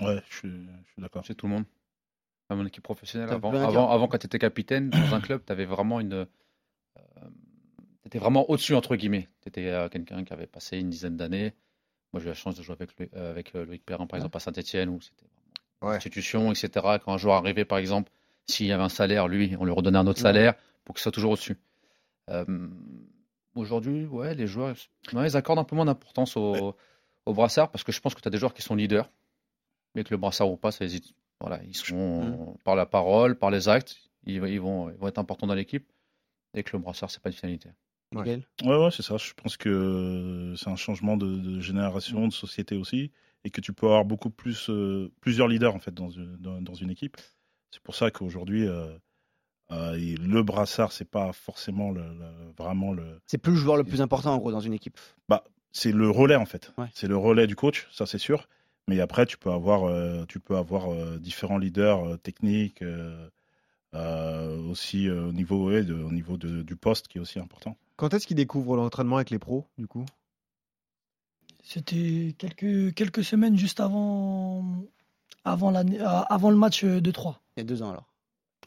[SPEAKER 3] brassard.
[SPEAKER 7] Ouais, je suis, je suis d'accord.
[SPEAKER 4] Chez tout le monde. À mon équipe professionnelle,
[SPEAKER 3] Ça
[SPEAKER 4] avant,
[SPEAKER 3] veut rien dire.
[SPEAKER 4] avant, avant, quand tu étais capitaine dans un club, tu avais vraiment une. tu étais vraiment au-dessus, entre guillemets. Tu étais quelqu'un qui avait passé une dizaine d'années. Moi, j'ai eu la chance de jouer avec, lui- euh, avec euh, Loïc Perrin, par exemple, à Saint-Etienne, où c'était vraiment
[SPEAKER 2] Ouais.
[SPEAKER 4] une institution, etc. Quand un joueur arrivait, par exemple, s'il y avait un salaire, lui, on lui redonnait un autre salaire pour qu'il soit toujours au-dessus. Euh, Aujourd'hui, ouais, les joueurs, ouais, ils accordent un peu moins d'importance au, au brassard parce que je pense que tu as des joueurs qui sont leaders, mais que le brassard ou pas, ça hésite. Voilà, ils sont
[SPEAKER 2] Mmh.
[SPEAKER 4] par la parole, par les actes, ils, ils vont, ils vont être importants dans l'équipe et que le brassard, c'est pas une finalité.
[SPEAKER 2] Ouais.
[SPEAKER 3] Miguel
[SPEAKER 7] Ouais, ouais, c'est ça. Je pense que euh, c'est un changement de, de génération, de société aussi, et que tu peux avoir beaucoup plus, euh, plusieurs leaders en fait dans, une- dans, dans une équipe. C'est pour ça qu'aujourd'hui, euh, euh, et le brassard, c'est pas forcément le, le- vraiment le,
[SPEAKER 3] C'est plus le joueur le plus important en gros dans une équipe.
[SPEAKER 7] c'est le relais en fait.
[SPEAKER 3] Ouais.
[SPEAKER 7] C'est le relais du coach, ça c'est sûr. Mais après, tu peux avoir, euh, tu peux avoir euh, différents leaders euh, techniques, euh, euh, aussi euh, au niveau, ouais, de- au niveau de- du poste qui est aussi important.
[SPEAKER 2] Quand est-ce qu'il découvre l'entraînement avec les pros, du coup
[SPEAKER 6] C'était quelques, quelques semaines juste avant, avant, l'année- euh, avant le match euh, de 3.
[SPEAKER 3] Il y a deux ans alors.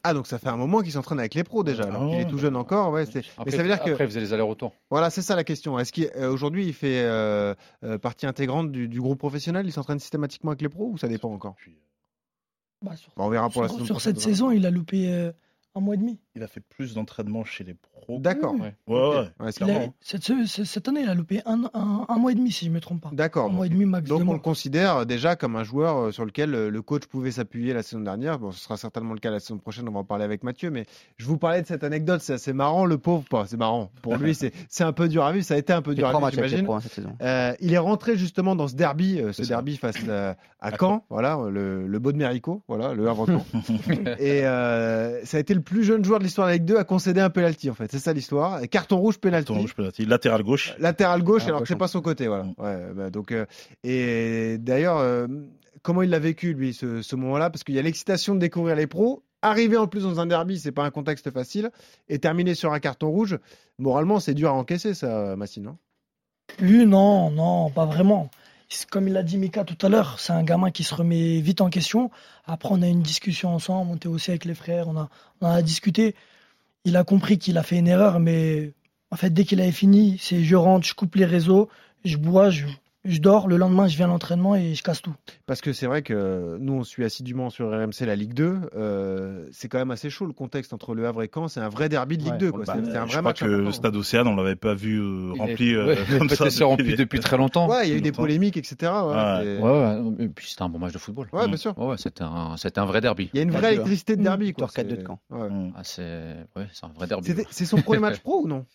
[SPEAKER 2] Ah, donc ça fait un moment qu'il s'entraîne avec les pros déjà, alors
[SPEAKER 7] Ah
[SPEAKER 2] qu'il
[SPEAKER 7] ouais,
[SPEAKER 2] est tout jeune encore.
[SPEAKER 6] Ah,
[SPEAKER 2] Ouais, c'est-
[SPEAKER 4] Après,
[SPEAKER 2] Mais ça veut dire que.
[SPEAKER 4] après, ils faisaient les allers-retours.
[SPEAKER 2] Voilà, c'est ça la question. Est-ce qu'aujourd'hui, il fait euh, euh, partie intégrante du, du groupe professionnel Il s'entraîne systématiquement avec les pros ou ça dépend encore
[SPEAKER 7] Puis, euh,
[SPEAKER 6] Bah, sur
[SPEAKER 2] Bon, On verra pour la
[SPEAKER 6] sur,
[SPEAKER 2] saison
[SPEAKER 6] sur
[SPEAKER 2] prochaine.
[SPEAKER 6] cette saison, il a loupé euh, un mois et demi.
[SPEAKER 7] il a fait plus d'entraînement chez les pros.
[SPEAKER 2] D'accord.
[SPEAKER 6] Oui.
[SPEAKER 7] Ouais, ouais.
[SPEAKER 2] Ouais,
[SPEAKER 6] Il a-
[SPEAKER 2] clairement.
[SPEAKER 6] cette, ce- ce- cette année, il a loupé un, un- un mois et demi, si je ne me trompe pas. Un
[SPEAKER 2] D'accord.
[SPEAKER 6] mois et demi max.
[SPEAKER 2] Donc
[SPEAKER 6] deux
[SPEAKER 2] on
[SPEAKER 6] mois.
[SPEAKER 2] le considère déjà comme un joueur euh, sur lequel euh, le coach pouvait s'appuyer la saison dernière. Bon, ce sera certainement le cas la saison prochaine, on va en parler avec Mathieu, mais je vous parlais de cette anecdote, c'est assez marrant, le pauvre, pas, c'est marrant. Pour lui, c'est c'est un peu dur à vivre, ça a été un peu
[SPEAKER 3] J'ai
[SPEAKER 2] dur à
[SPEAKER 3] trois
[SPEAKER 2] vivre,
[SPEAKER 3] matchs avec les
[SPEAKER 2] j'imagine.
[SPEAKER 3] pros hein, cette saison.
[SPEAKER 2] Euh, il est rentré justement dans ce derby, euh, ce
[SPEAKER 7] C'est ça.
[SPEAKER 2] derby face euh, à
[SPEAKER 7] À
[SPEAKER 2] Caen, voilà, le, le beau de Mérico, voilà, le Havre Caen. et euh, ça a été le plus jeune joueur de l'histoire de la Ligue 2 à concéder un penalty en fait, c'est ça l'histoire. Et Carton rouge, penalty.
[SPEAKER 7] Tourne gauche, penalty. Latéral gauche.
[SPEAKER 2] Latéral gauche,
[SPEAKER 3] Ah,
[SPEAKER 2] alors que c'est
[SPEAKER 3] cochon.
[SPEAKER 2] pas son côté, voilà.
[SPEAKER 7] Mm.
[SPEAKER 2] Ouais, bah, donc, euh, et d'ailleurs, euh, comment il l'a vécu, lui, ce, ce moment-là Parce qu'il y a l'excitation de découvrir les pros. Arriver en plus dans un derby, c'est pas un contexte facile. Et terminer sur un carton rouge, moralement, c'est dur à encaisser, ça, Massine. hein. non
[SPEAKER 6] Lui, non, non, pas vraiment. C'est- Comme il l'a dit Mika tout à l'heure, c'est un gamin qui se remet vite en question. Après, on a eu une discussion ensemble, on était aussi avec les frères, on, a, on en a discuté. Il a compris qu'il a fait une erreur, mais en fait, dès qu'il avait fini, c'est je rentre, je coupe les réseaux, je bois, je, je dors, le lendemain, je viens à l'entraînement et je casse tout.
[SPEAKER 2] Parce que c'est vrai que nous, on suit assidûment sur RMC la Ligue 2. euh, c'est quand même assez chaud le contexte entre Le Havre et Caen. C'est un vrai derby de Ligue
[SPEAKER 3] Ouais.
[SPEAKER 2] 2. quoi.
[SPEAKER 7] Bah,
[SPEAKER 2] C'est- c'est un
[SPEAKER 7] je
[SPEAKER 2] vrai
[SPEAKER 7] crois
[SPEAKER 2] match.
[SPEAKER 7] que
[SPEAKER 2] important.
[SPEAKER 7] le stade Océane, on l'avait pas vu euh,
[SPEAKER 4] Il est-
[SPEAKER 7] rempli euh,
[SPEAKER 4] ouais,
[SPEAKER 7] comme
[SPEAKER 4] peut-être
[SPEAKER 7] ça.
[SPEAKER 4] c'est rempli depuis très longtemps.
[SPEAKER 2] Ouais, il y a eu des
[SPEAKER 7] longtemps.
[SPEAKER 2] polémiques, etc. Ouais,
[SPEAKER 7] Ouais.
[SPEAKER 2] c'est-
[SPEAKER 4] Ouais, ouais, non, mais- et puis c'était un bon match de football.
[SPEAKER 2] ouais, bien sûr.
[SPEAKER 4] Ouais, ouais, c'était un, c'était un vrai derby.
[SPEAKER 2] Il y a une
[SPEAKER 3] Quatre
[SPEAKER 2] vraie
[SPEAKER 3] deux, hein.
[SPEAKER 2] électricité de derby. quoi.
[SPEAKER 3] Victoire 4-2 de
[SPEAKER 2] C'est-
[SPEAKER 3] Caen.
[SPEAKER 2] ouais.
[SPEAKER 7] Mm.
[SPEAKER 4] Ah, c'est ouais, c'est un vrai derby.
[SPEAKER 2] C'était- C'est son premier match pro ou non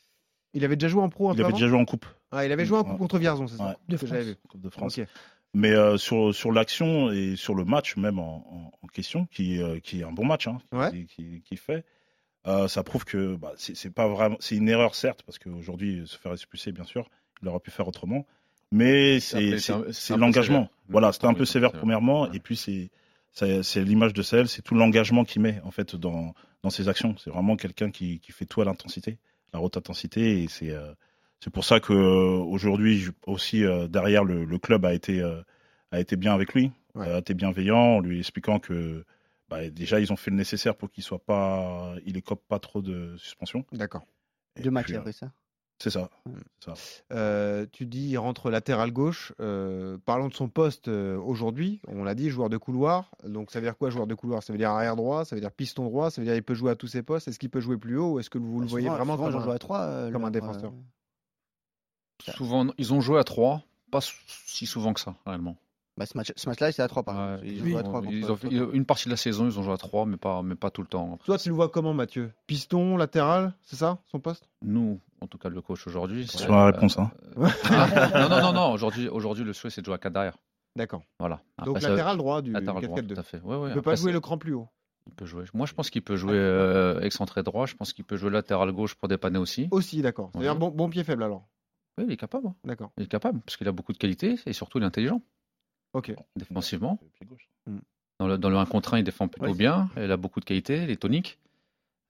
[SPEAKER 2] Il avait déjà joué en pro un
[SPEAKER 7] Il
[SPEAKER 2] peu
[SPEAKER 7] avait
[SPEAKER 2] avant
[SPEAKER 7] déjà joué en coupe,
[SPEAKER 2] Ah, il avait joué en coupe
[SPEAKER 7] Ouais.
[SPEAKER 2] contre Vierzon, c'est ça
[SPEAKER 7] Ouais.
[SPEAKER 6] De
[SPEAKER 2] que j'avais
[SPEAKER 6] France.
[SPEAKER 2] vu.
[SPEAKER 7] Coupe de France.
[SPEAKER 2] Ok.
[SPEAKER 7] Mais euh, sur, sur l'action et sur le match même en, en- en question, qui, euh, qui est un bon match, hein,
[SPEAKER 2] Ouais.
[SPEAKER 7] qui, qui- qui fait, euh, ça prouve que bah, c'est c'est pas vraiment, c'est une erreur certes parce qu'aujourd'hui se faire expulser, bien sûr, il aurait pu faire autrement, mais
[SPEAKER 4] un peu-
[SPEAKER 7] c'est
[SPEAKER 4] c'est un-
[SPEAKER 7] c'est-
[SPEAKER 4] c'est
[SPEAKER 7] c'est
[SPEAKER 4] un peu
[SPEAKER 7] l'engagement.
[SPEAKER 4] sévère.
[SPEAKER 7] Voilà, c'était un
[SPEAKER 4] Oui,
[SPEAKER 7] peu sévère
[SPEAKER 4] c'est vrai.
[SPEAKER 7] premièrement,
[SPEAKER 4] Ouais.
[SPEAKER 7] et puis c'est ça- c'est l'image de Sahel, c'est tout l'engagement qu'il met en fait dans, dans ses actions. C'est vraiment quelqu'un qui, qui fait tout à l'intensité, la haute intensité, et c'est euh, c'est pour ça que euh, aujourd'hui je- aussi euh, derrière le, le club a été euh, a été bien avec lui, euh,
[SPEAKER 2] Ouais.
[SPEAKER 7] a été bienveillant, en lui expliquant que bah, déjà ils ont fait le nécessaire pour qu'il soit pas, il écope pas trop de suspension.
[SPEAKER 2] D'accord.
[SPEAKER 7] Et
[SPEAKER 3] Deux matchs
[SPEAKER 7] puis,
[SPEAKER 3] après ça.
[SPEAKER 7] C'est ça.
[SPEAKER 2] Euh, tu dis, il rentre latéral gauche. Euh, parlons de son poste euh, aujourd'hui. On l'a dit, joueur de couloir. Donc ça veut dire quoi, joueur de couloir Ça veut dire arrière droit, ça veut dire piston droit, ça veut dire il peut jouer à tous ses postes. Est-ce qu'il peut jouer plus haut ou est-ce que vous le voyez
[SPEAKER 3] Bah, Souvent-
[SPEAKER 2] vraiment
[SPEAKER 3] souvent,
[SPEAKER 2] comme
[SPEAKER 3] j'en
[SPEAKER 2] un-
[SPEAKER 3] joue à 3.
[SPEAKER 2] comme un défenseur.
[SPEAKER 4] Souvent, ils ont joué à 3, pas si souvent que ça, réellement.
[SPEAKER 3] Bah, ce match- ce match-là, c'est à 3 par
[SPEAKER 4] Ouais,
[SPEAKER 3] contre. Ils
[SPEAKER 4] ils
[SPEAKER 3] jouent à
[SPEAKER 4] ont-
[SPEAKER 3] 3.
[SPEAKER 4] ils ont fait- Une partie de la saison, ils ont joué à 3, mais pas, mais pas tout le temps.
[SPEAKER 2] Toi, tu le vois comment, Mathieu Piston, latéral, c'est ça, son poste
[SPEAKER 4] Nous, en tout cas, le coach aujourd'hui.
[SPEAKER 7] C'est
[SPEAKER 4] c'est-
[SPEAKER 7] la réponse. hein.
[SPEAKER 4] Ah, non, non, non, non. Aujourd'hui, aujourd'hui, le souhait, c'est de jouer à 4 derrière.
[SPEAKER 2] D'accord.
[SPEAKER 4] Voilà.
[SPEAKER 2] Donc
[SPEAKER 4] Après, Ah, bah, ça-
[SPEAKER 2] latéral droit du
[SPEAKER 4] latéral droit,
[SPEAKER 2] 4-4-2.
[SPEAKER 4] tout à fait. Ouais, ouais,
[SPEAKER 2] Il peut
[SPEAKER 4] après,
[SPEAKER 2] pas jouer
[SPEAKER 4] c'est-
[SPEAKER 2] le cran plus haut.
[SPEAKER 4] il peut jouer. Moi, je pense
[SPEAKER 3] Ah,
[SPEAKER 4] qu'il peut jouer euh, excentré droit. Je pense qu'il peut jouer latéral gauche pour dépanner aussi.
[SPEAKER 2] Aussi, d'accord. C'est-à-dire
[SPEAKER 4] Ouais.
[SPEAKER 2] bon, bon pied faible alors.
[SPEAKER 4] Oui, il est capable. hein.
[SPEAKER 2] D'accord.
[SPEAKER 4] Il est capable parce qu'il a beaucoup de qualités et surtout, il est intelligent.
[SPEAKER 2] Ok.
[SPEAKER 4] Défensivement.
[SPEAKER 7] Le pied gauche.
[SPEAKER 4] Dans le, dans le 1 contre 1, il défend plutôt
[SPEAKER 3] Ouais, c'est-
[SPEAKER 4] bien. Il a beaucoup de qualités, il est tonique.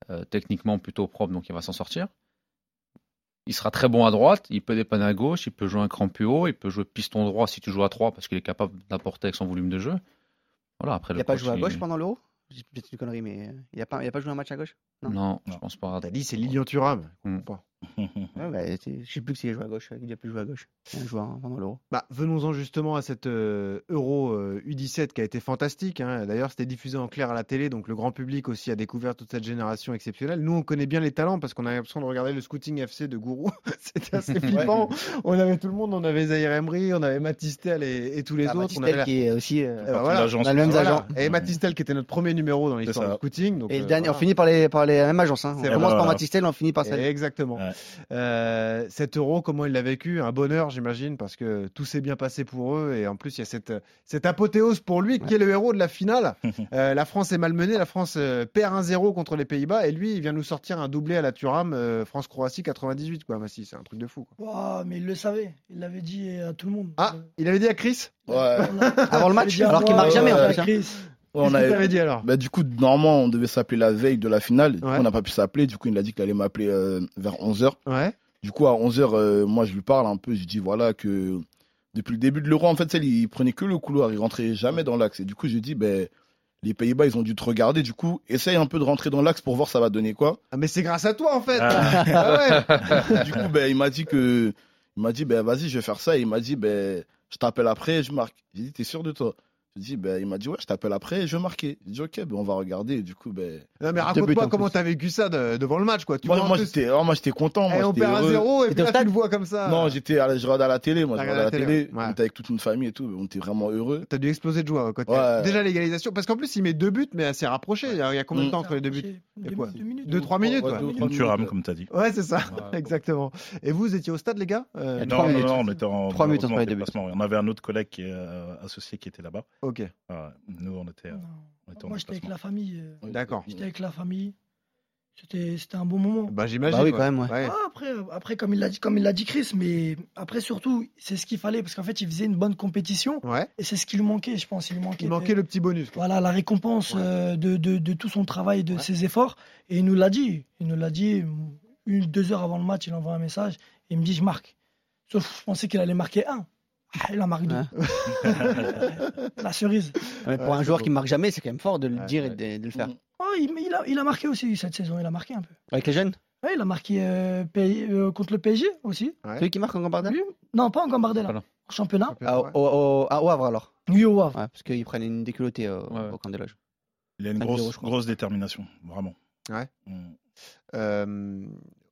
[SPEAKER 4] Euh, techniquement plutôt propre, donc il va s'en sortir. Il sera très bon à droite, il peut dépanner à gauche, il peut jouer un cran plus haut, il peut jouer piston droit si tu joues à 3 parce qu'il est capable d'apporter avec son volume de jeu. Voilà, après
[SPEAKER 3] Il
[SPEAKER 4] le
[SPEAKER 3] n'a pas
[SPEAKER 4] coach,
[SPEAKER 3] joué à
[SPEAKER 4] il-
[SPEAKER 3] gauche pendant l'euro Je dis peut-être une connerie, mais euh, il n'a pas, il a pas joué un match à gauche
[SPEAKER 4] Non,
[SPEAKER 3] Non.
[SPEAKER 4] je
[SPEAKER 7] Non.
[SPEAKER 4] pense pas.
[SPEAKER 2] T'as dit, c'est Lilian Thuram. Je comprends
[SPEAKER 4] Mm.
[SPEAKER 2] pas.
[SPEAKER 7] Hum,
[SPEAKER 3] ouais, bah, c'est- Je ne sais plus que s'il a joué à gauche. Il a plus joué à gauche. Il a joué hein, pendant l'euro.
[SPEAKER 2] Bah, venons-en justement à cette euh, Euro euh, U17 qui a été fantastique. hein. D'ailleurs, c'était diffusé en clair à la télé, donc le grand public aussi a découvert toute cette génération exceptionnelle. Nous, on connaît bien les talents parce qu'on a l'impression de regarder le scouting FC de Gourou. c'était assez flippant. On avait tout le monde, on avait Zahir Emery, on avait Matistel et, et tous les
[SPEAKER 3] Ah,
[SPEAKER 2] autres.
[SPEAKER 3] Baptiste,
[SPEAKER 2] on avait
[SPEAKER 3] elle,
[SPEAKER 2] la-
[SPEAKER 3] qui est aussi. euh,
[SPEAKER 2] Eh ben voilà.
[SPEAKER 7] L'agence.
[SPEAKER 3] On a le même
[SPEAKER 2] Voilà.
[SPEAKER 3] agent.
[SPEAKER 2] Et Matistel qui était notre premier numéro dans l'histoire
[SPEAKER 7] ça.
[SPEAKER 2] du scouting. donc,
[SPEAKER 3] Et le
[SPEAKER 2] euh,
[SPEAKER 3] dernier, on
[SPEAKER 2] voilà.
[SPEAKER 3] finit par les, par les mêmes agences. hein. On
[SPEAKER 2] C'est
[SPEAKER 3] commence
[SPEAKER 7] vrai.
[SPEAKER 3] par Matistel, on finit par celle.
[SPEAKER 2] Exactement.
[SPEAKER 7] Ouais.
[SPEAKER 2] Euh, cet euro, comment il l'a vécu Un bonheur, j'imagine, parce que tout s'est bien passé pour eux. Et en plus, il y a cette, cette apothéose pour lui qui est le héros de la finale. Euh, la France est malmenée, la France euh, perd 1-0 contre les Pays-Bas. Et lui, il vient nous sortir un doublé à la Turam, euh, France-Croatie 98. Quoi. Bah, si, c'est un truc de fou. quoi.
[SPEAKER 6] Ouah, mais il le savait, il l'avait dit à tout le monde.
[SPEAKER 2] Ah, il avait dit à Chris
[SPEAKER 5] Ouais.
[SPEAKER 6] On l'a-
[SPEAKER 3] euh, Avant le match,
[SPEAKER 6] Il a dit à
[SPEAKER 3] alors qu'il
[SPEAKER 6] moi,
[SPEAKER 3] marque
[SPEAKER 5] ouais,
[SPEAKER 3] jamais en
[SPEAKER 5] ouais.
[SPEAKER 3] plus. hein.
[SPEAKER 6] Chris,
[SPEAKER 5] Ouais, on
[SPEAKER 2] Qu'est-ce que
[SPEAKER 5] avait-
[SPEAKER 2] t'avais dit alors
[SPEAKER 5] Bah, du coup, normalement, on devait s'appeler la veille de la finale. Du coup,
[SPEAKER 2] Ouais.
[SPEAKER 5] on n'a pas pu s'appeler. Du coup, il a dit qu'il allait m'appeler euh, vers 11h.
[SPEAKER 2] Ouais,
[SPEAKER 5] Du coup, à 11h, moi, je lui parle un peu. Je dis, voilà, que depuis le début de l'Euro, en fait, celle, il prenait que le couloir. Il rentrait jamais dans l'axe. Et du coup, je lui dis, ben, les Pays-Bas, ils ont dû te regarder. Du coup, essaye un peu de rentrer dans l'axe pour voir ça va donner quoi.
[SPEAKER 2] Ah, mais c'est grâce à toi en fait.
[SPEAKER 7] Ah.
[SPEAKER 2] Ah ouais.
[SPEAKER 5] du coup, ben, il m'a dit que. Il m'a dit, ben, vas-y, je vais faire ça. Et il m'a dit, ben, je t'appelle après, je marque. J'ai dit, t'es sûr de toi Je dis, ben, il m'a dit, ouais, je t'appelle après, je vais marquer. J'ai dit, ok, ben, on va regarder. Et du coup, ben,
[SPEAKER 2] Non, mais
[SPEAKER 3] buts
[SPEAKER 2] raconte-moi
[SPEAKER 3] en
[SPEAKER 2] comment
[SPEAKER 3] plus.
[SPEAKER 2] t'as vécu ça de- devant le match, quoi. Tu
[SPEAKER 5] moi,
[SPEAKER 2] vois, en
[SPEAKER 5] moi,
[SPEAKER 2] plus,
[SPEAKER 5] j'étais, oh, moi, j'étais content.
[SPEAKER 2] eh,
[SPEAKER 5] Moi,
[SPEAKER 2] on
[SPEAKER 5] j'étais
[SPEAKER 2] perd à
[SPEAKER 5] heureux.
[SPEAKER 2] zéro, et puis
[SPEAKER 3] T'étais au
[SPEAKER 2] là, tu
[SPEAKER 3] stade
[SPEAKER 2] le vois comme ça.
[SPEAKER 5] Non, j'étais, à la- je regardais à la télé, moi,
[SPEAKER 2] T'as
[SPEAKER 5] je regardais à la
[SPEAKER 2] regardé
[SPEAKER 5] télé.
[SPEAKER 2] ouais.
[SPEAKER 5] On était avec toute une famille et tout, ben, on était vraiment heureux.
[SPEAKER 2] T'as dû exploser de joie hein, quand t'as-
[SPEAKER 5] Ouais.
[SPEAKER 2] Déjà l'égalisation, parce qu'en plus il met deux buts, mais assez rapproché. Il y a il y a combien de
[SPEAKER 5] Mm.
[SPEAKER 2] temps entre les deux buts
[SPEAKER 6] Deux
[SPEAKER 2] Et quoi
[SPEAKER 6] minutes, deux minutes.
[SPEAKER 2] Deux, trois minutes,
[SPEAKER 5] Ouais,
[SPEAKER 2] ouais.
[SPEAKER 5] deux,
[SPEAKER 7] Quand
[SPEAKER 5] trois
[SPEAKER 7] tu rames,
[SPEAKER 5] minutes.
[SPEAKER 7] comme t'as dit.
[SPEAKER 3] Mmh.
[SPEAKER 2] Ouais, c'est ça,
[SPEAKER 4] Ouais.
[SPEAKER 2] exactement. Et vous étiez au stade, les gars Euh,
[SPEAKER 3] Il y a trois
[SPEAKER 7] Non, non,
[SPEAKER 3] minutes.
[SPEAKER 7] non, on était en
[SPEAKER 3] Trois minutes, on se
[SPEAKER 7] heureusement,
[SPEAKER 3] parlait de
[SPEAKER 7] déplacement, oui. On avait un autre collègue qui est euh, associé qui était là-bas.
[SPEAKER 2] Ok,
[SPEAKER 7] Ah ouais, Nous, on était, euh,
[SPEAKER 6] Non.
[SPEAKER 7] on était en
[SPEAKER 6] Moi, j'étais avec
[SPEAKER 7] déplacement.
[SPEAKER 6] la famille. euh,
[SPEAKER 2] d'accord.
[SPEAKER 6] J'étais avec la famille. C'était c'était un bon moment.
[SPEAKER 2] Bah j'imagine.
[SPEAKER 3] Bah oui,
[SPEAKER 2] ouais.
[SPEAKER 3] quand même, ouais.
[SPEAKER 2] Ouais.
[SPEAKER 6] Ah, après, après, comme il l'a dit, comme il l'a dit Chris, mais après surtout, c'est ce qu'il fallait parce qu'en fait, il faisait une bonne compétition
[SPEAKER 2] Ouais.
[SPEAKER 6] et c'est ce qui lui manquait, je pense. Il lui manquait.
[SPEAKER 2] Il
[SPEAKER 6] de-
[SPEAKER 2] manquait le petit bonus. quoi.
[SPEAKER 6] Voilà, la récompense euh, de, de- de tout son travail, de ses efforts. Et il nous l'a dit. Il nous l'a dit une, deux heures avant le match, il envoie un message et il me dit Je marque. Sauf que je pensais qu'il allait marquer un. Ah, il en marque deux. la cerise.
[SPEAKER 3] Ouais, Pour
[SPEAKER 2] Ouais,
[SPEAKER 3] un
[SPEAKER 2] c'est
[SPEAKER 3] joueur
[SPEAKER 2] beau.
[SPEAKER 3] qui marque jamais, c'est quand même fort de le
[SPEAKER 2] Ouais,
[SPEAKER 3] dire et
[SPEAKER 2] ouais.
[SPEAKER 3] de, de le faire.
[SPEAKER 6] Oh, il, mais il a, il a marqué aussi cette saison, il a marqué un peu.
[SPEAKER 3] Avec les jeunes
[SPEAKER 6] Ouais, il a marqué euh, P- euh, contre le PSG aussi.
[SPEAKER 2] Ouais.
[SPEAKER 3] Celui qui marque en Gambardella
[SPEAKER 6] Lui Non, pas en Gambardella,
[SPEAKER 4] Voilà.
[SPEAKER 6] en championnat.
[SPEAKER 3] Ah, au, au- au- à- au Havre alors.
[SPEAKER 6] Oui, au Havre.
[SPEAKER 3] Ouais, parce qu'ils prennent une déculottée euh,
[SPEAKER 4] Ouais, ouais.
[SPEAKER 3] au camp des loges.
[SPEAKER 7] Il a une
[SPEAKER 3] 5-0,
[SPEAKER 7] grosse,
[SPEAKER 3] je crois.
[SPEAKER 7] grosse détermination, vraiment.
[SPEAKER 2] Ouais.
[SPEAKER 7] Mm.
[SPEAKER 2] Euh,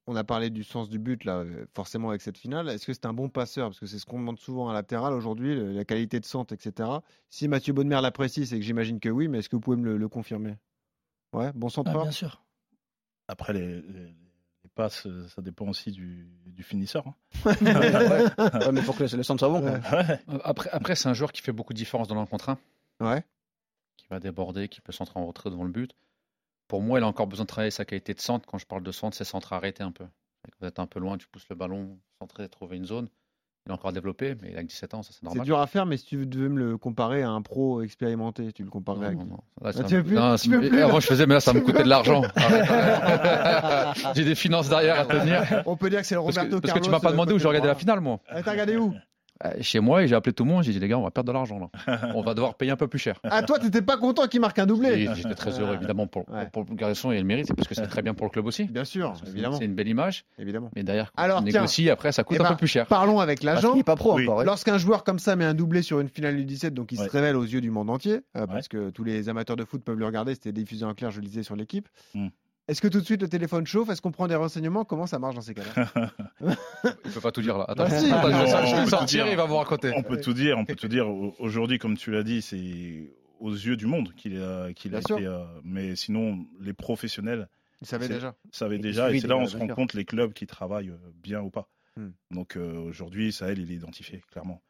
[SPEAKER 2] on a parlé du sens du but, là, euh, forcément, avec cette finale. Est-ce que c'est un bon passeur Parce que c'est ce qu'on demande souvent à latéral aujourd'hui, le- la qualité de centre, etc. Si Mathieu Bonnemer l'apprécie, c'est que j'imagine que oui, mais est-ce que vous pouvez me le, le confirmer Ouais, bon
[SPEAKER 6] Ah,
[SPEAKER 2] centre hein?
[SPEAKER 6] bien sûr.
[SPEAKER 7] Après, les, les- les passes, euh, ça dépend aussi du, du finisseur. hein.
[SPEAKER 3] Ouais, mais pour que le, le centre soit bon. quand même.
[SPEAKER 4] Euh, Après, après c'est un joueur qui fait beaucoup de différence dans l'un contre un,
[SPEAKER 2] Ouais,
[SPEAKER 4] qui va déborder, qui peut centrer en retrait devant le but. Pour moi, il a encore besoin de travailler sa qualité de centre. Quand je parle de centre, c'est centre arrêté un peu. C'est-à-dire que Vous êtes un peu loin, tu pousses le ballon, centrer, trouver une zone. Il a encore développé, mais il a que 17 ans, ça c'est
[SPEAKER 2] c'est
[SPEAKER 4] normal.
[SPEAKER 2] dur à faire, mais si tu devais me le comparer à un pro expérimenté, tu le
[SPEAKER 4] Non,
[SPEAKER 2] comparerais avec.
[SPEAKER 4] non, non. Là,
[SPEAKER 2] Ah,
[SPEAKER 4] ça
[SPEAKER 2] tu veux
[SPEAKER 4] me-
[SPEAKER 2] plus
[SPEAKER 4] non,
[SPEAKER 2] Tu
[SPEAKER 4] ça me-
[SPEAKER 2] veux plus
[SPEAKER 4] Avant, je faisais, mais là, ça
[SPEAKER 2] Tu
[SPEAKER 4] me coûtait
[SPEAKER 2] veux
[SPEAKER 4] de l'argent. Arrête, arrête. J'ai des finances derrière à tenir.
[SPEAKER 2] On peut dire que c'est le
[SPEAKER 4] Parce
[SPEAKER 2] Roberto
[SPEAKER 4] que, parce que
[SPEAKER 2] Carlos.
[SPEAKER 4] tu m'as pas
[SPEAKER 2] euh,
[SPEAKER 4] demandé où
[SPEAKER 2] côté
[SPEAKER 4] je regardais
[SPEAKER 2] droit.
[SPEAKER 4] la finale, moi.
[SPEAKER 2] Ah, T'as regardé où
[SPEAKER 4] Euh, Chez moi, et j'ai appelé tout le monde, j'ai dit, les gars, on va perdre de l'argent, là. On va devoir payer un peu plus cher.
[SPEAKER 2] Ah, toi, t'étais pas content qu'il marque un
[SPEAKER 4] Et
[SPEAKER 2] doublé
[SPEAKER 4] J'étais très heureux, évidemment, pour,
[SPEAKER 2] Ouais.
[SPEAKER 4] pour le garçon et le mérite, parce que c'est très bien pour le club aussi.
[SPEAKER 2] Bien sûr,
[SPEAKER 4] Parce que c'est-
[SPEAKER 2] évidemment.
[SPEAKER 4] C'est une belle image,
[SPEAKER 2] évidemment.
[SPEAKER 4] mais derrière, quand
[SPEAKER 2] Alors,
[SPEAKER 4] on
[SPEAKER 2] tiens.
[SPEAKER 4] négocie, après, ça coûte
[SPEAKER 2] Eh
[SPEAKER 4] un
[SPEAKER 2] ben,
[SPEAKER 4] peu plus cher.
[SPEAKER 2] Parlons avec
[SPEAKER 3] Parce qu'il
[SPEAKER 2] l'agent.
[SPEAKER 3] n'est pas pro
[SPEAKER 7] Oui.
[SPEAKER 3] encore. hein. ouais.
[SPEAKER 2] Lorsqu'un joueur comme ça met un doublé sur une finale U17, donc il
[SPEAKER 7] Ouais.
[SPEAKER 2] se révèle aux yeux du monde entier, euh, parce
[SPEAKER 7] Ouais.
[SPEAKER 2] que tous les amateurs de foot peuvent le regarder, c'était diffusé en clair, je le disais sur l'équipe.
[SPEAKER 7] Hmm.
[SPEAKER 2] Est-ce que tout de suite le téléphone chauffe Est-ce qu'on prend des renseignements Comment ça marche dans ces cas-là
[SPEAKER 4] Je peux pas tout dire, là. Attends,
[SPEAKER 2] Bah, si.
[SPEAKER 4] attends, je vais-
[SPEAKER 7] Non,
[SPEAKER 4] ça, je
[SPEAKER 7] on
[SPEAKER 4] vais
[SPEAKER 7] peut
[SPEAKER 4] sortir,
[SPEAKER 7] tout dire.
[SPEAKER 4] il va vous raconter.
[SPEAKER 7] On peut tout dire, on peut tout dire. Au- Aujourd'hui, comme tu l'as dit, c'est aux yeux du monde qu'il a, qu'il a
[SPEAKER 2] Bien sûr.
[SPEAKER 7] été. euh, mais sinon, les professionnels
[SPEAKER 2] Il savait
[SPEAKER 7] C'est-
[SPEAKER 2] déjà.
[SPEAKER 7] savaient
[SPEAKER 3] Et qui
[SPEAKER 7] déjà,
[SPEAKER 3] suivent
[SPEAKER 7] et c'est là
[SPEAKER 3] les-
[SPEAKER 7] on se
[SPEAKER 3] bien
[SPEAKER 7] rend
[SPEAKER 3] sûr.
[SPEAKER 7] compte les clubs qui travaillent euh, bien ou pas.
[SPEAKER 2] Hmm.
[SPEAKER 7] Donc euh, aujourd'hui, Sahel, il est identifié, clairement.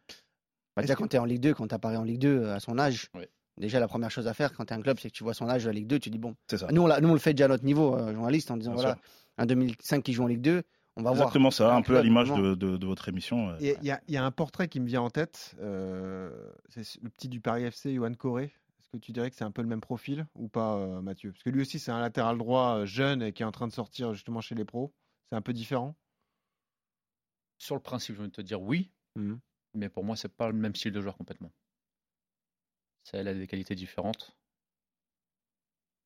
[SPEAKER 3] Bah, déjà,
[SPEAKER 2] Est-ce
[SPEAKER 3] quand tu es en Ligue 2, quand tu apparais en Ligue 2 euh, à son âge,
[SPEAKER 4] Ouais.
[SPEAKER 3] déjà la première chose à faire quand tu es un club, c'est que tu vois son âge à la Ligue 2, tu dis bon.
[SPEAKER 7] C'est ça.
[SPEAKER 3] Nous on, l'a- nous, on le fait déjà à notre niveau, euh, journaliste, en disant
[SPEAKER 7] Bien
[SPEAKER 3] voilà, un 2005 qui joue en Ligue 2, on va voir.
[SPEAKER 7] Exactement ça,
[SPEAKER 3] Un
[SPEAKER 7] un peu à
[SPEAKER 3] club,
[SPEAKER 7] l'image
[SPEAKER 3] vraiment.
[SPEAKER 7] de, de- de votre émission. euh.
[SPEAKER 2] Il y, a- il y a- il y a un portrait qui me vient en tête. euh, c'est le petit du Paris FC, Johan Coré. Est-ce que tu dirais que c'est un peu le même profil ou pas, euh, Mathieu Parce que lui aussi, c'est un latéral droit euh, jeune et qui est en train de sortir justement chez les pros. C'est un peu différent.
[SPEAKER 4] Sur le principe, je vais te dire oui,
[SPEAKER 2] Mhm.
[SPEAKER 4] mais pour moi, c'est pas le même style de joueur complètement. Ça, elle a des qualités différentes.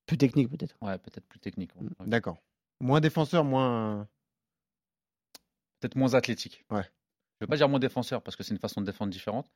[SPEAKER 3] Plus technique peut-être.
[SPEAKER 4] Ouais, peut-être plus technique. ouais.
[SPEAKER 2] D'accord. Moins défenseur, moins.
[SPEAKER 4] Peut-être moins athlétique.
[SPEAKER 2] Ouais.
[SPEAKER 4] Je veux pas dire moins défenseur, parce que c'est une façon de défendre différente.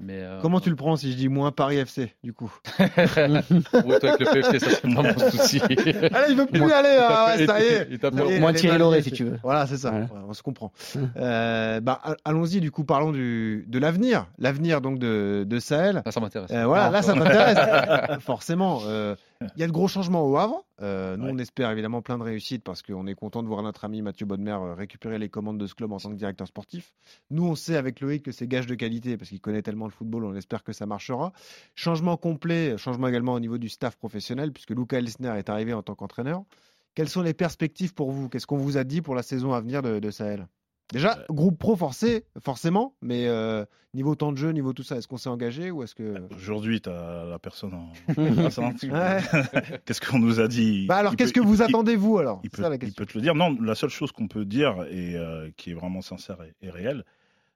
[SPEAKER 4] Mais euh,
[SPEAKER 2] Comment tu le prends si je dis moins Paris FC, du coup
[SPEAKER 4] Ouais, toi avec le PFC, ça c'est pas mon souci.
[SPEAKER 2] Allez, il veut plus
[SPEAKER 4] Moins-
[SPEAKER 2] y aller, ah ouais,
[SPEAKER 4] Il
[SPEAKER 2] ça
[SPEAKER 4] tape-
[SPEAKER 2] y est.
[SPEAKER 4] il tape-
[SPEAKER 2] Ça y est,
[SPEAKER 3] Moins
[SPEAKER 2] elle est
[SPEAKER 3] Thierry
[SPEAKER 2] mal
[SPEAKER 3] Lauré
[SPEAKER 2] laissée.
[SPEAKER 3] si tu veux.
[SPEAKER 2] Voilà, c'est ça.
[SPEAKER 3] Voilà.
[SPEAKER 2] Ouais, on se comprend.
[SPEAKER 3] Hein.
[SPEAKER 2] Euh, bah, a- allons-y du coup, parlons du, de l'avenir, l'avenir donc de, de Sahel.
[SPEAKER 4] Ça, ça m'intéresse.
[SPEAKER 2] Euh, voilà,
[SPEAKER 3] Ah,
[SPEAKER 2] là ça m'intéresse. Forcément, euh, il y a de gros changements au Havre. Euh, nous,
[SPEAKER 7] Ouais.
[SPEAKER 2] on espère évidemment plein de réussites parce qu'on est content de voir notre ami Mathieu Bodmer euh, récupérer les commandes de ce club en tant que directeur sportif. Nous, on sait avec Loïc que c'est gage de qualité parce qu'il connaît tellement le football, on espère que ça marchera. Changement complet, changement également au niveau du staff professionnel puisque Luca Elsner est arrivé en tant qu'entraîneur. Quelles sont les perspectives pour vous Qu'est-ce qu'on vous a dit pour la saison à venir de, de Sahel Déjà,
[SPEAKER 7] Euh,
[SPEAKER 2] groupe pro forcé, forcément, mais euh, niveau temps de jeu, niveau tout ça, est-ce qu'on s'est engagé ou est-ce que...
[SPEAKER 7] Aujourd'hui, tu as la personne en face, hein.
[SPEAKER 2] euh, Ouais.
[SPEAKER 7] Qu'est-ce qu'on nous a dit
[SPEAKER 2] Bah alors,
[SPEAKER 7] Il
[SPEAKER 2] qu'est-ce que
[SPEAKER 7] peut-
[SPEAKER 2] vous
[SPEAKER 7] il-
[SPEAKER 2] attendez, vous, alors
[SPEAKER 7] il
[SPEAKER 2] C'est
[SPEAKER 7] peut,
[SPEAKER 2] ça la
[SPEAKER 7] il
[SPEAKER 2] question.
[SPEAKER 7] peut te le dire. Non, la seule chose qu'on peut dire et euh, qui est vraiment sincère et, et réelle,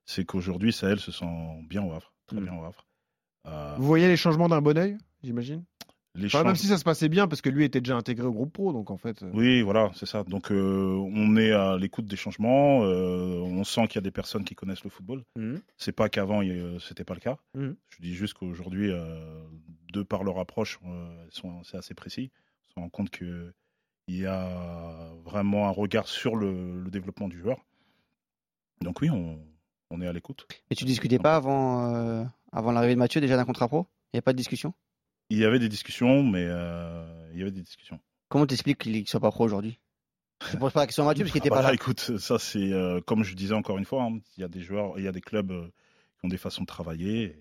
[SPEAKER 7] c'est qu'aujourd'hui, Sahel se sent bien au Havre, très
[SPEAKER 2] Mm.
[SPEAKER 7] bien au Havre. Euh,
[SPEAKER 2] Vous voyez les changements d'un bon oeil, j'imagine Enfin,
[SPEAKER 7] l'échange.
[SPEAKER 2] même si ça se passait bien, parce que lui était déjà intégré au groupe pro, donc en fait. euh,
[SPEAKER 7] Oui, voilà, c'est ça. Donc euh, on est à l'écoute des changements. euh, on sent qu'il y a des personnes qui connaissent le football.
[SPEAKER 3] Mhm.
[SPEAKER 7] C'est pas qu'avant il y a- euh, c'était pas le cas.
[SPEAKER 3] Mhm.
[SPEAKER 7] Je dis juste qu'aujourd'hui, euh, de par leur approche, euh, elles sont c'est assez précis. On se rend compte que il y a vraiment un regard sur le, le développement du joueur. Donc oui, on, on est à l'écoute.
[SPEAKER 3] Mais tu discutais pas avant, euh, avant l'arrivée de Mathieu déjà d'un contrat pro Il n'y a pas de discussion
[SPEAKER 7] Il y avait des discussions, mais euh, il y avait des discussions.
[SPEAKER 3] Comment t'expliques qu'il ne soit pas pro aujourd'hui Je pose pas la question à Mathieu parce qu'il
[SPEAKER 7] Ah
[SPEAKER 3] n'était
[SPEAKER 7] bah
[SPEAKER 3] pas
[SPEAKER 7] là,
[SPEAKER 3] là.
[SPEAKER 7] Écoute, ça c'est euh, comme je disais encore une fois, hein, il y a des joueurs, il y a des clubs euh, qui ont des façons de travailler.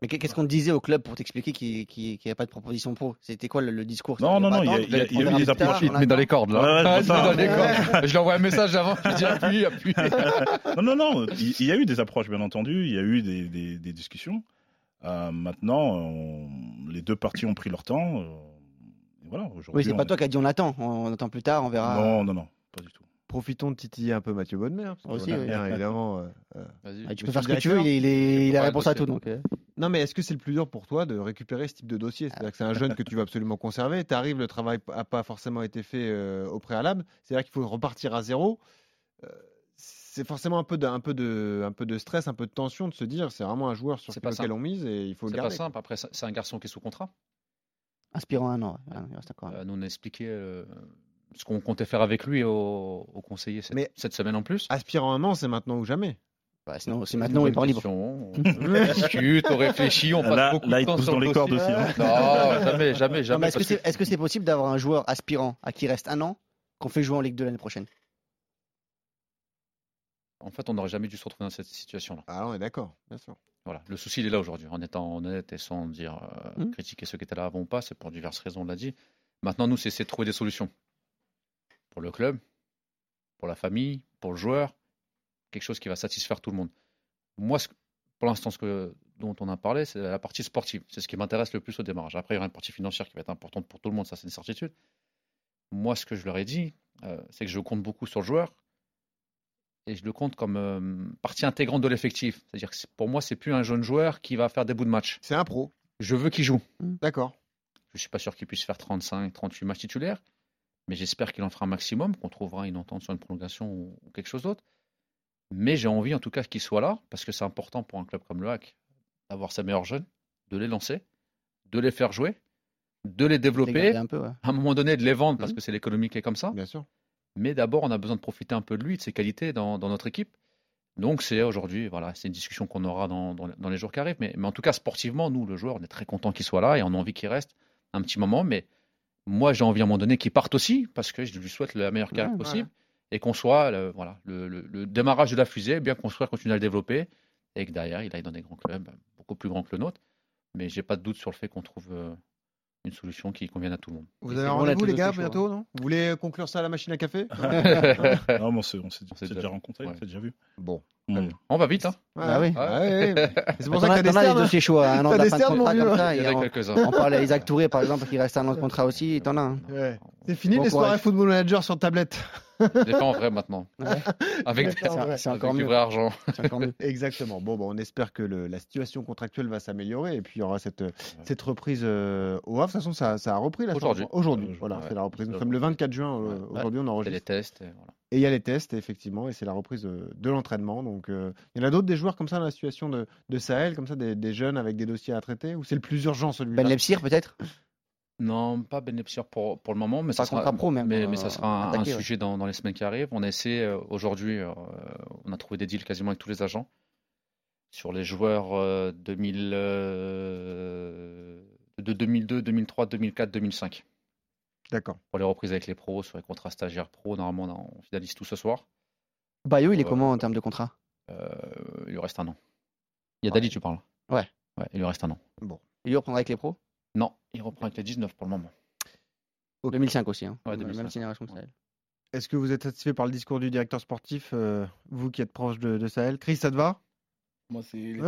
[SPEAKER 3] Mais qu'est- qu'est-ce qu'on te disait au club pour t'expliquer qu'il n'y avait pas de proposition pro C'était quoi le, le discours
[SPEAKER 7] Non,
[SPEAKER 3] C'était,
[SPEAKER 7] non,
[SPEAKER 3] bah,
[SPEAKER 7] non, il y a-
[SPEAKER 3] attends,
[SPEAKER 7] il y a-
[SPEAKER 3] on
[SPEAKER 7] il y a eu
[SPEAKER 3] verra
[SPEAKER 7] des
[SPEAKER 3] plus tard,
[SPEAKER 7] approches,
[SPEAKER 3] on
[SPEAKER 7] il
[SPEAKER 4] mais dans les
[SPEAKER 3] attend.
[SPEAKER 4] cordes,
[SPEAKER 7] Ouais,
[SPEAKER 4] là.
[SPEAKER 7] ouais,
[SPEAKER 4] Ah,
[SPEAKER 7] c'est ça.
[SPEAKER 4] dans les cordes. Je lui envoie un message avant, je lui dis appuie, appuie.
[SPEAKER 7] Non, non, non, il il y a eu des approches bien entendu, il y a eu des, des- des discussions. Euh, maintenant, on- les deux parties ont pris leur temps. euh, et voilà, aujourd'hui.
[SPEAKER 3] Oui, c'est
[SPEAKER 7] on
[SPEAKER 3] pas
[SPEAKER 7] est-
[SPEAKER 3] toi qui as dit on attend, on attend plus tard, on verra.
[SPEAKER 7] Non, non, non, pas du tout.
[SPEAKER 2] Profitons de titiller un peu Mathieu Bonnemer. parce qu'on
[SPEAKER 3] Aussi,
[SPEAKER 2] aime
[SPEAKER 3] oui.
[SPEAKER 2] bien, évidemment. euh, euh.
[SPEAKER 4] Vas-y.
[SPEAKER 3] Ah, tu peux
[SPEAKER 2] Monsieur
[SPEAKER 3] faire ce que
[SPEAKER 2] le
[SPEAKER 3] tu veux, il, est- il est- il a
[SPEAKER 4] Ouais,
[SPEAKER 3] réponse à
[SPEAKER 4] monsieur.
[SPEAKER 3] tout. Donc, euh.
[SPEAKER 2] Non, mais est-ce que c'est le plus dur pour toi de récupérer ce type de dossier C'est-à-dire que c'est un jeune que tu veux absolument conserver. Tu arrives, le travail n'a pas forcément été fait euh, au préalable. C'est-à-dire qu'il faut repartir à zéro. Euh, c'est forcément un peu, de, un, peu de, un peu de stress, un peu de tension de se dire c'est vraiment un joueur sur
[SPEAKER 4] C'est pas
[SPEAKER 2] lequel
[SPEAKER 4] simple.
[SPEAKER 2] on mise et il faut le
[SPEAKER 4] C'est pas
[SPEAKER 2] garder.
[SPEAKER 4] simple. Après, c'est c'est un garçon qui est sous contrat.
[SPEAKER 3] Inspirant un an. ouais. Ah non, il reste encore un an.
[SPEAKER 4] Euh, nous, on a expliqué euh, ce qu'on comptait faire avec lui au, au conseiller cette,
[SPEAKER 2] Mais-
[SPEAKER 4] cette semaine en plus.
[SPEAKER 2] Aspirant un an, c'est maintenant ou jamais.
[SPEAKER 7] Euh,
[SPEAKER 3] Bah, sinon, Ah, c'est maintenant, il est pas libre.
[SPEAKER 4] On discute, on réfléchit, on
[SPEAKER 7] Là-
[SPEAKER 4] passe beaucoup
[SPEAKER 7] là,
[SPEAKER 4] de
[SPEAKER 7] il
[SPEAKER 4] temps
[SPEAKER 7] pousse
[SPEAKER 4] sur
[SPEAKER 7] dans
[SPEAKER 4] le
[SPEAKER 7] les cordes
[SPEAKER 4] dossier.
[SPEAKER 7] aussi,
[SPEAKER 4] Non, jamais, jamais,
[SPEAKER 3] Non, mais
[SPEAKER 4] jamais.
[SPEAKER 3] Est-ce que
[SPEAKER 4] parce
[SPEAKER 3] c'est
[SPEAKER 4] que-
[SPEAKER 3] est-ce que c'est possible d'avoir un joueur aspirant à qui reste un an qu'on fait jouer en Ligue 2 l'année prochaine
[SPEAKER 4] En fait, on n'aurait jamais dû se retrouver dans cette situation-là.
[SPEAKER 2] Ah, on est d'accord, bien sûr.
[SPEAKER 4] Voilà. Le souci, il est là aujourd'hui. En étant honnête et sans dire euh,
[SPEAKER 3] Mhm.
[SPEAKER 4] critiquer ceux qui étaient là avant ou pas, c'est pour diverses raisons, on l'a dit. Maintenant, nous, c'est essayer de trouver des solutions. Pour le club, pour la famille, pour le joueur, quelque chose qui va satisfaire tout le monde. Moi, ce- pour l'instant, ce que, dont on a parlé, c'est la partie sportive. C'est ce qui m'intéresse le plus au démarrage. Après, il y aura une partie financière qui va être importante pour tout le monde, ça, c'est une certitude. Moi, ce que je leur ai dit, euh, c'est que je compte beaucoup sur le joueur, et je le compte comme euh, partie intégrante de l'effectif. C'est-à-dire que c'est- pour moi, c'est plus un jeune joueur qui va faire des bouts de match.
[SPEAKER 2] C'est un pro,
[SPEAKER 4] Je veux qu'il joue.
[SPEAKER 2] d'accord.
[SPEAKER 4] Je ne suis pas sûr qu'il puisse faire 35, 38 matchs titulaires, mais j'espère qu'il en fera un maximum, qu'on trouvera une entente sur une prolongation ou, ou quelque chose d'autre. Mais j'ai envie, en tout cas, qu'il soit là, parce que c'est important pour un club comme le HAC d'avoir ses meilleurs jeunes, de les lancer, de les faire jouer, de les développer,
[SPEAKER 3] Dégrader un peu, ouais.
[SPEAKER 4] à un moment donné, de les vendre, parce
[SPEAKER 2] Mhm.
[SPEAKER 4] que c'est l'économie qui est comme ça.
[SPEAKER 2] Bien sûr.
[SPEAKER 4] Mais d'abord, on a besoin de profiter un peu de lui, de ses qualités dans, dans notre équipe. Donc, c'est aujourd'hui, voilà, c'est une discussion qu'on aura dans, dans- dans les jours qui arrivent. Mais, mais en tout cas, sportivement, nous, le joueur, on est très content qu'il soit là et on a envie qu'il reste un petit moment. Mais moi, j'ai envie à un moment donné qu'il parte aussi parce que je lui souhaite la meilleure carrière
[SPEAKER 3] Ouais,
[SPEAKER 4] possible et qu'on soit le, voilà, le, le- le démarrage de la fusée, bien construire, continuer à le développer et que derrière, il aille dans des grands clubs, beaucoup plus grands que le nôtre. Mais j'ai pas de doute sur le fait qu'on trouve euh, une solution qui convienne à tout le monde.
[SPEAKER 2] Vous
[SPEAKER 3] Et
[SPEAKER 2] avez
[SPEAKER 3] c'est
[SPEAKER 2] un
[SPEAKER 3] bon, la
[SPEAKER 2] rendez-vous, les
[SPEAKER 3] télé
[SPEAKER 2] gars,
[SPEAKER 3] aussi, je
[SPEAKER 2] bientôt, non Vous voulez conclure ça à la machine à café
[SPEAKER 7] Non, mais on s'est- on s'est
[SPEAKER 4] On s'est
[SPEAKER 7] déjà,
[SPEAKER 4] déjà-
[SPEAKER 7] déjà rencontrés,
[SPEAKER 4] ouais.
[SPEAKER 7] on s'est déjà vu.
[SPEAKER 2] Bon.
[SPEAKER 4] on va vite, hein
[SPEAKER 3] Bah oui.
[SPEAKER 2] ouais, ouais. Ah C'est pour
[SPEAKER 3] T'en
[SPEAKER 2] ça
[SPEAKER 3] as-
[SPEAKER 2] que t'as des
[SPEAKER 3] t'en
[SPEAKER 2] stars.
[SPEAKER 3] as des
[SPEAKER 2] hein.
[SPEAKER 3] dossiers chauds, hein, un an
[SPEAKER 2] T'as
[SPEAKER 3] de la
[SPEAKER 2] des
[SPEAKER 3] fin de
[SPEAKER 2] stars, mon
[SPEAKER 3] contrat
[SPEAKER 2] vieux,
[SPEAKER 3] comme
[SPEAKER 2] ouais.
[SPEAKER 3] ça.
[SPEAKER 4] Il
[SPEAKER 3] et
[SPEAKER 4] y en
[SPEAKER 3] on-
[SPEAKER 4] a quelques-uns.
[SPEAKER 3] On parle à Isaac Touré, par exemple, qui reste un an de contrat aussi. et T'en as un.
[SPEAKER 2] Ouais. C'est fini
[SPEAKER 3] Bon
[SPEAKER 2] les
[SPEAKER 3] courage.
[SPEAKER 2] soirées football manager sur tablette.
[SPEAKER 4] Des pas en vrai maintenant.
[SPEAKER 3] Ouais.
[SPEAKER 4] Avec,
[SPEAKER 2] C'est encore
[SPEAKER 4] avec
[SPEAKER 3] mieux.
[SPEAKER 4] du vrai argent.
[SPEAKER 3] C'est encore mieux.
[SPEAKER 2] Exactement. Bon, bah, on espère que le- la situation contractuelle va s'améliorer et puis il y aura cette, cette reprise euh, au Havre. De toute façon, ça, ça a repris la
[SPEAKER 4] Aujourd'hui.
[SPEAKER 2] Aujourd'hui,
[SPEAKER 7] Euh,
[SPEAKER 2] voilà,
[SPEAKER 4] ouais.
[SPEAKER 2] c'est la reprise. Nous
[SPEAKER 4] Ouais.
[SPEAKER 2] sommes le 24 juin. euh,
[SPEAKER 4] Ouais.
[SPEAKER 2] Aujourd'hui, on
[SPEAKER 4] C'est les
[SPEAKER 2] enregistre.
[SPEAKER 4] tests. et voilà.
[SPEAKER 2] Et il y a les tests, effectivement, et c'est la reprise euh, de l'entraînement. Donc, euh, il y en a d'autres des joueurs comme ça dans la situation de, de Sahel, comme ça, des, des jeunes avec des dossiers à traiter. Ou c'est le plus urgent celui-là
[SPEAKER 3] Ben Lepsir, peut-être
[SPEAKER 4] Non, pas bénéficiaire pour, pour le moment, mais
[SPEAKER 3] Pas
[SPEAKER 4] ça sera,
[SPEAKER 3] contrat pro, même,
[SPEAKER 4] mais,
[SPEAKER 3] euh,
[SPEAKER 4] mais ça sera un, un
[SPEAKER 3] attaqué, ouais.
[SPEAKER 4] sujet dans, dans les semaines qui arrivent. On a essayé euh, aujourd'hui, euh, on a trouvé des deals quasiment avec tous les agents sur les joueurs euh, 2000, euh, de 2002, 2003, 2004, 2005
[SPEAKER 2] D'accord.
[SPEAKER 4] pour les reprises avec les pros sur les contrats stagiaires pro. Normalement, on a- on finalise tout ce soir.
[SPEAKER 3] Bayo, il est
[SPEAKER 4] Ouais.
[SPEAKER 3] comment en termes de contrat
[SPEAKER 4] Euh, il lui reste un an. Il y a Dali, tu parles
[SPEAKER 3] Ouais.
[SPEAKER 4] Ouais, il lui reste un an.
[SPEAKER 3] Il reprendra avec les pros
[SPEAKER 4] Non, il reprend avec les 19 pour le moment.
[SPEAKER 2] Ok.
[SPEAKER 3] 2005 aussi. Hein.
[SPEAKER 4] Ouais,
[SPEAKER 3] La
[SPEAKER 4] 2005.
[SPEAKER 3] Même génération que Sahel.
[SPEAKER 2] Est-ce que vous êtes satisfait par le discours du directeur sportif, euh, vous qui êtes proche de, de Sahel Chris, ça te va
[SPEAKER 5] Moi, c'est.
[SPEAKER 4] Il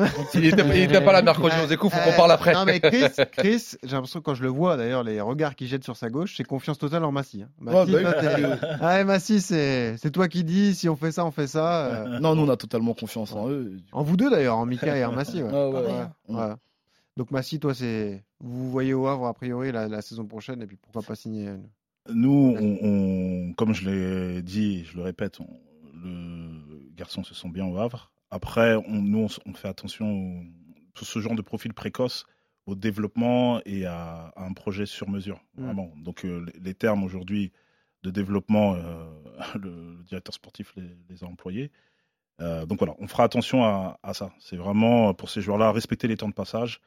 [SPEAKER 4] était, il était pas là mercredi, on se découvre, faut qu'on parle après.
[SPEAKER 2] Non, mais Chris, Chris j'ai l'impression que quand je le vois, d'ailleurs, les regards qu'il jette sur sa gauche, c'est confiance totale en Massy. hein. Massy,
[SPEAKER 5] Ouais, bah
[SPEAKER 2] toi, t'es- Ah, ouais, Massy, c'est c'est toi qui dis, si on fait ça, on fait ça. euh,
[SPEAKER 5] Non, nous, on a totalement confiance en eux.
[SPEAKER 2] hein, En vous deux, d'ailleurs, en Mika et en Massy. ouais.
[SPEAKER 4] Mm.
[SPEAKER 5] Ah ouais.
[SPEAKER 2] Ouais, ouais. Donc Massi, toi, c'est vous voyez au Havre a priori la, la saison prochaine et puis pourquoi pas signer une-
[SPEAKER 7] Nous, on, on- comme je l'ai dit, je le répète, on- le garçon se sent bien au Havre. Après, on- nous, on, s- on fait attention au- tout ce genre de profil précoce au développement et à, à un projet sur mesure,
[SPEAKER 2] Mm.
[SPEAKER 7] vraiment. Donc, euh, les- les termes aujourd'hui de développement, euh, le, le directeur sportif les, les a employés. Euh, donc voilà, on fera attention à, à ça. C'est vraiment, pour ces joueurs-là, respecter les temps de passage,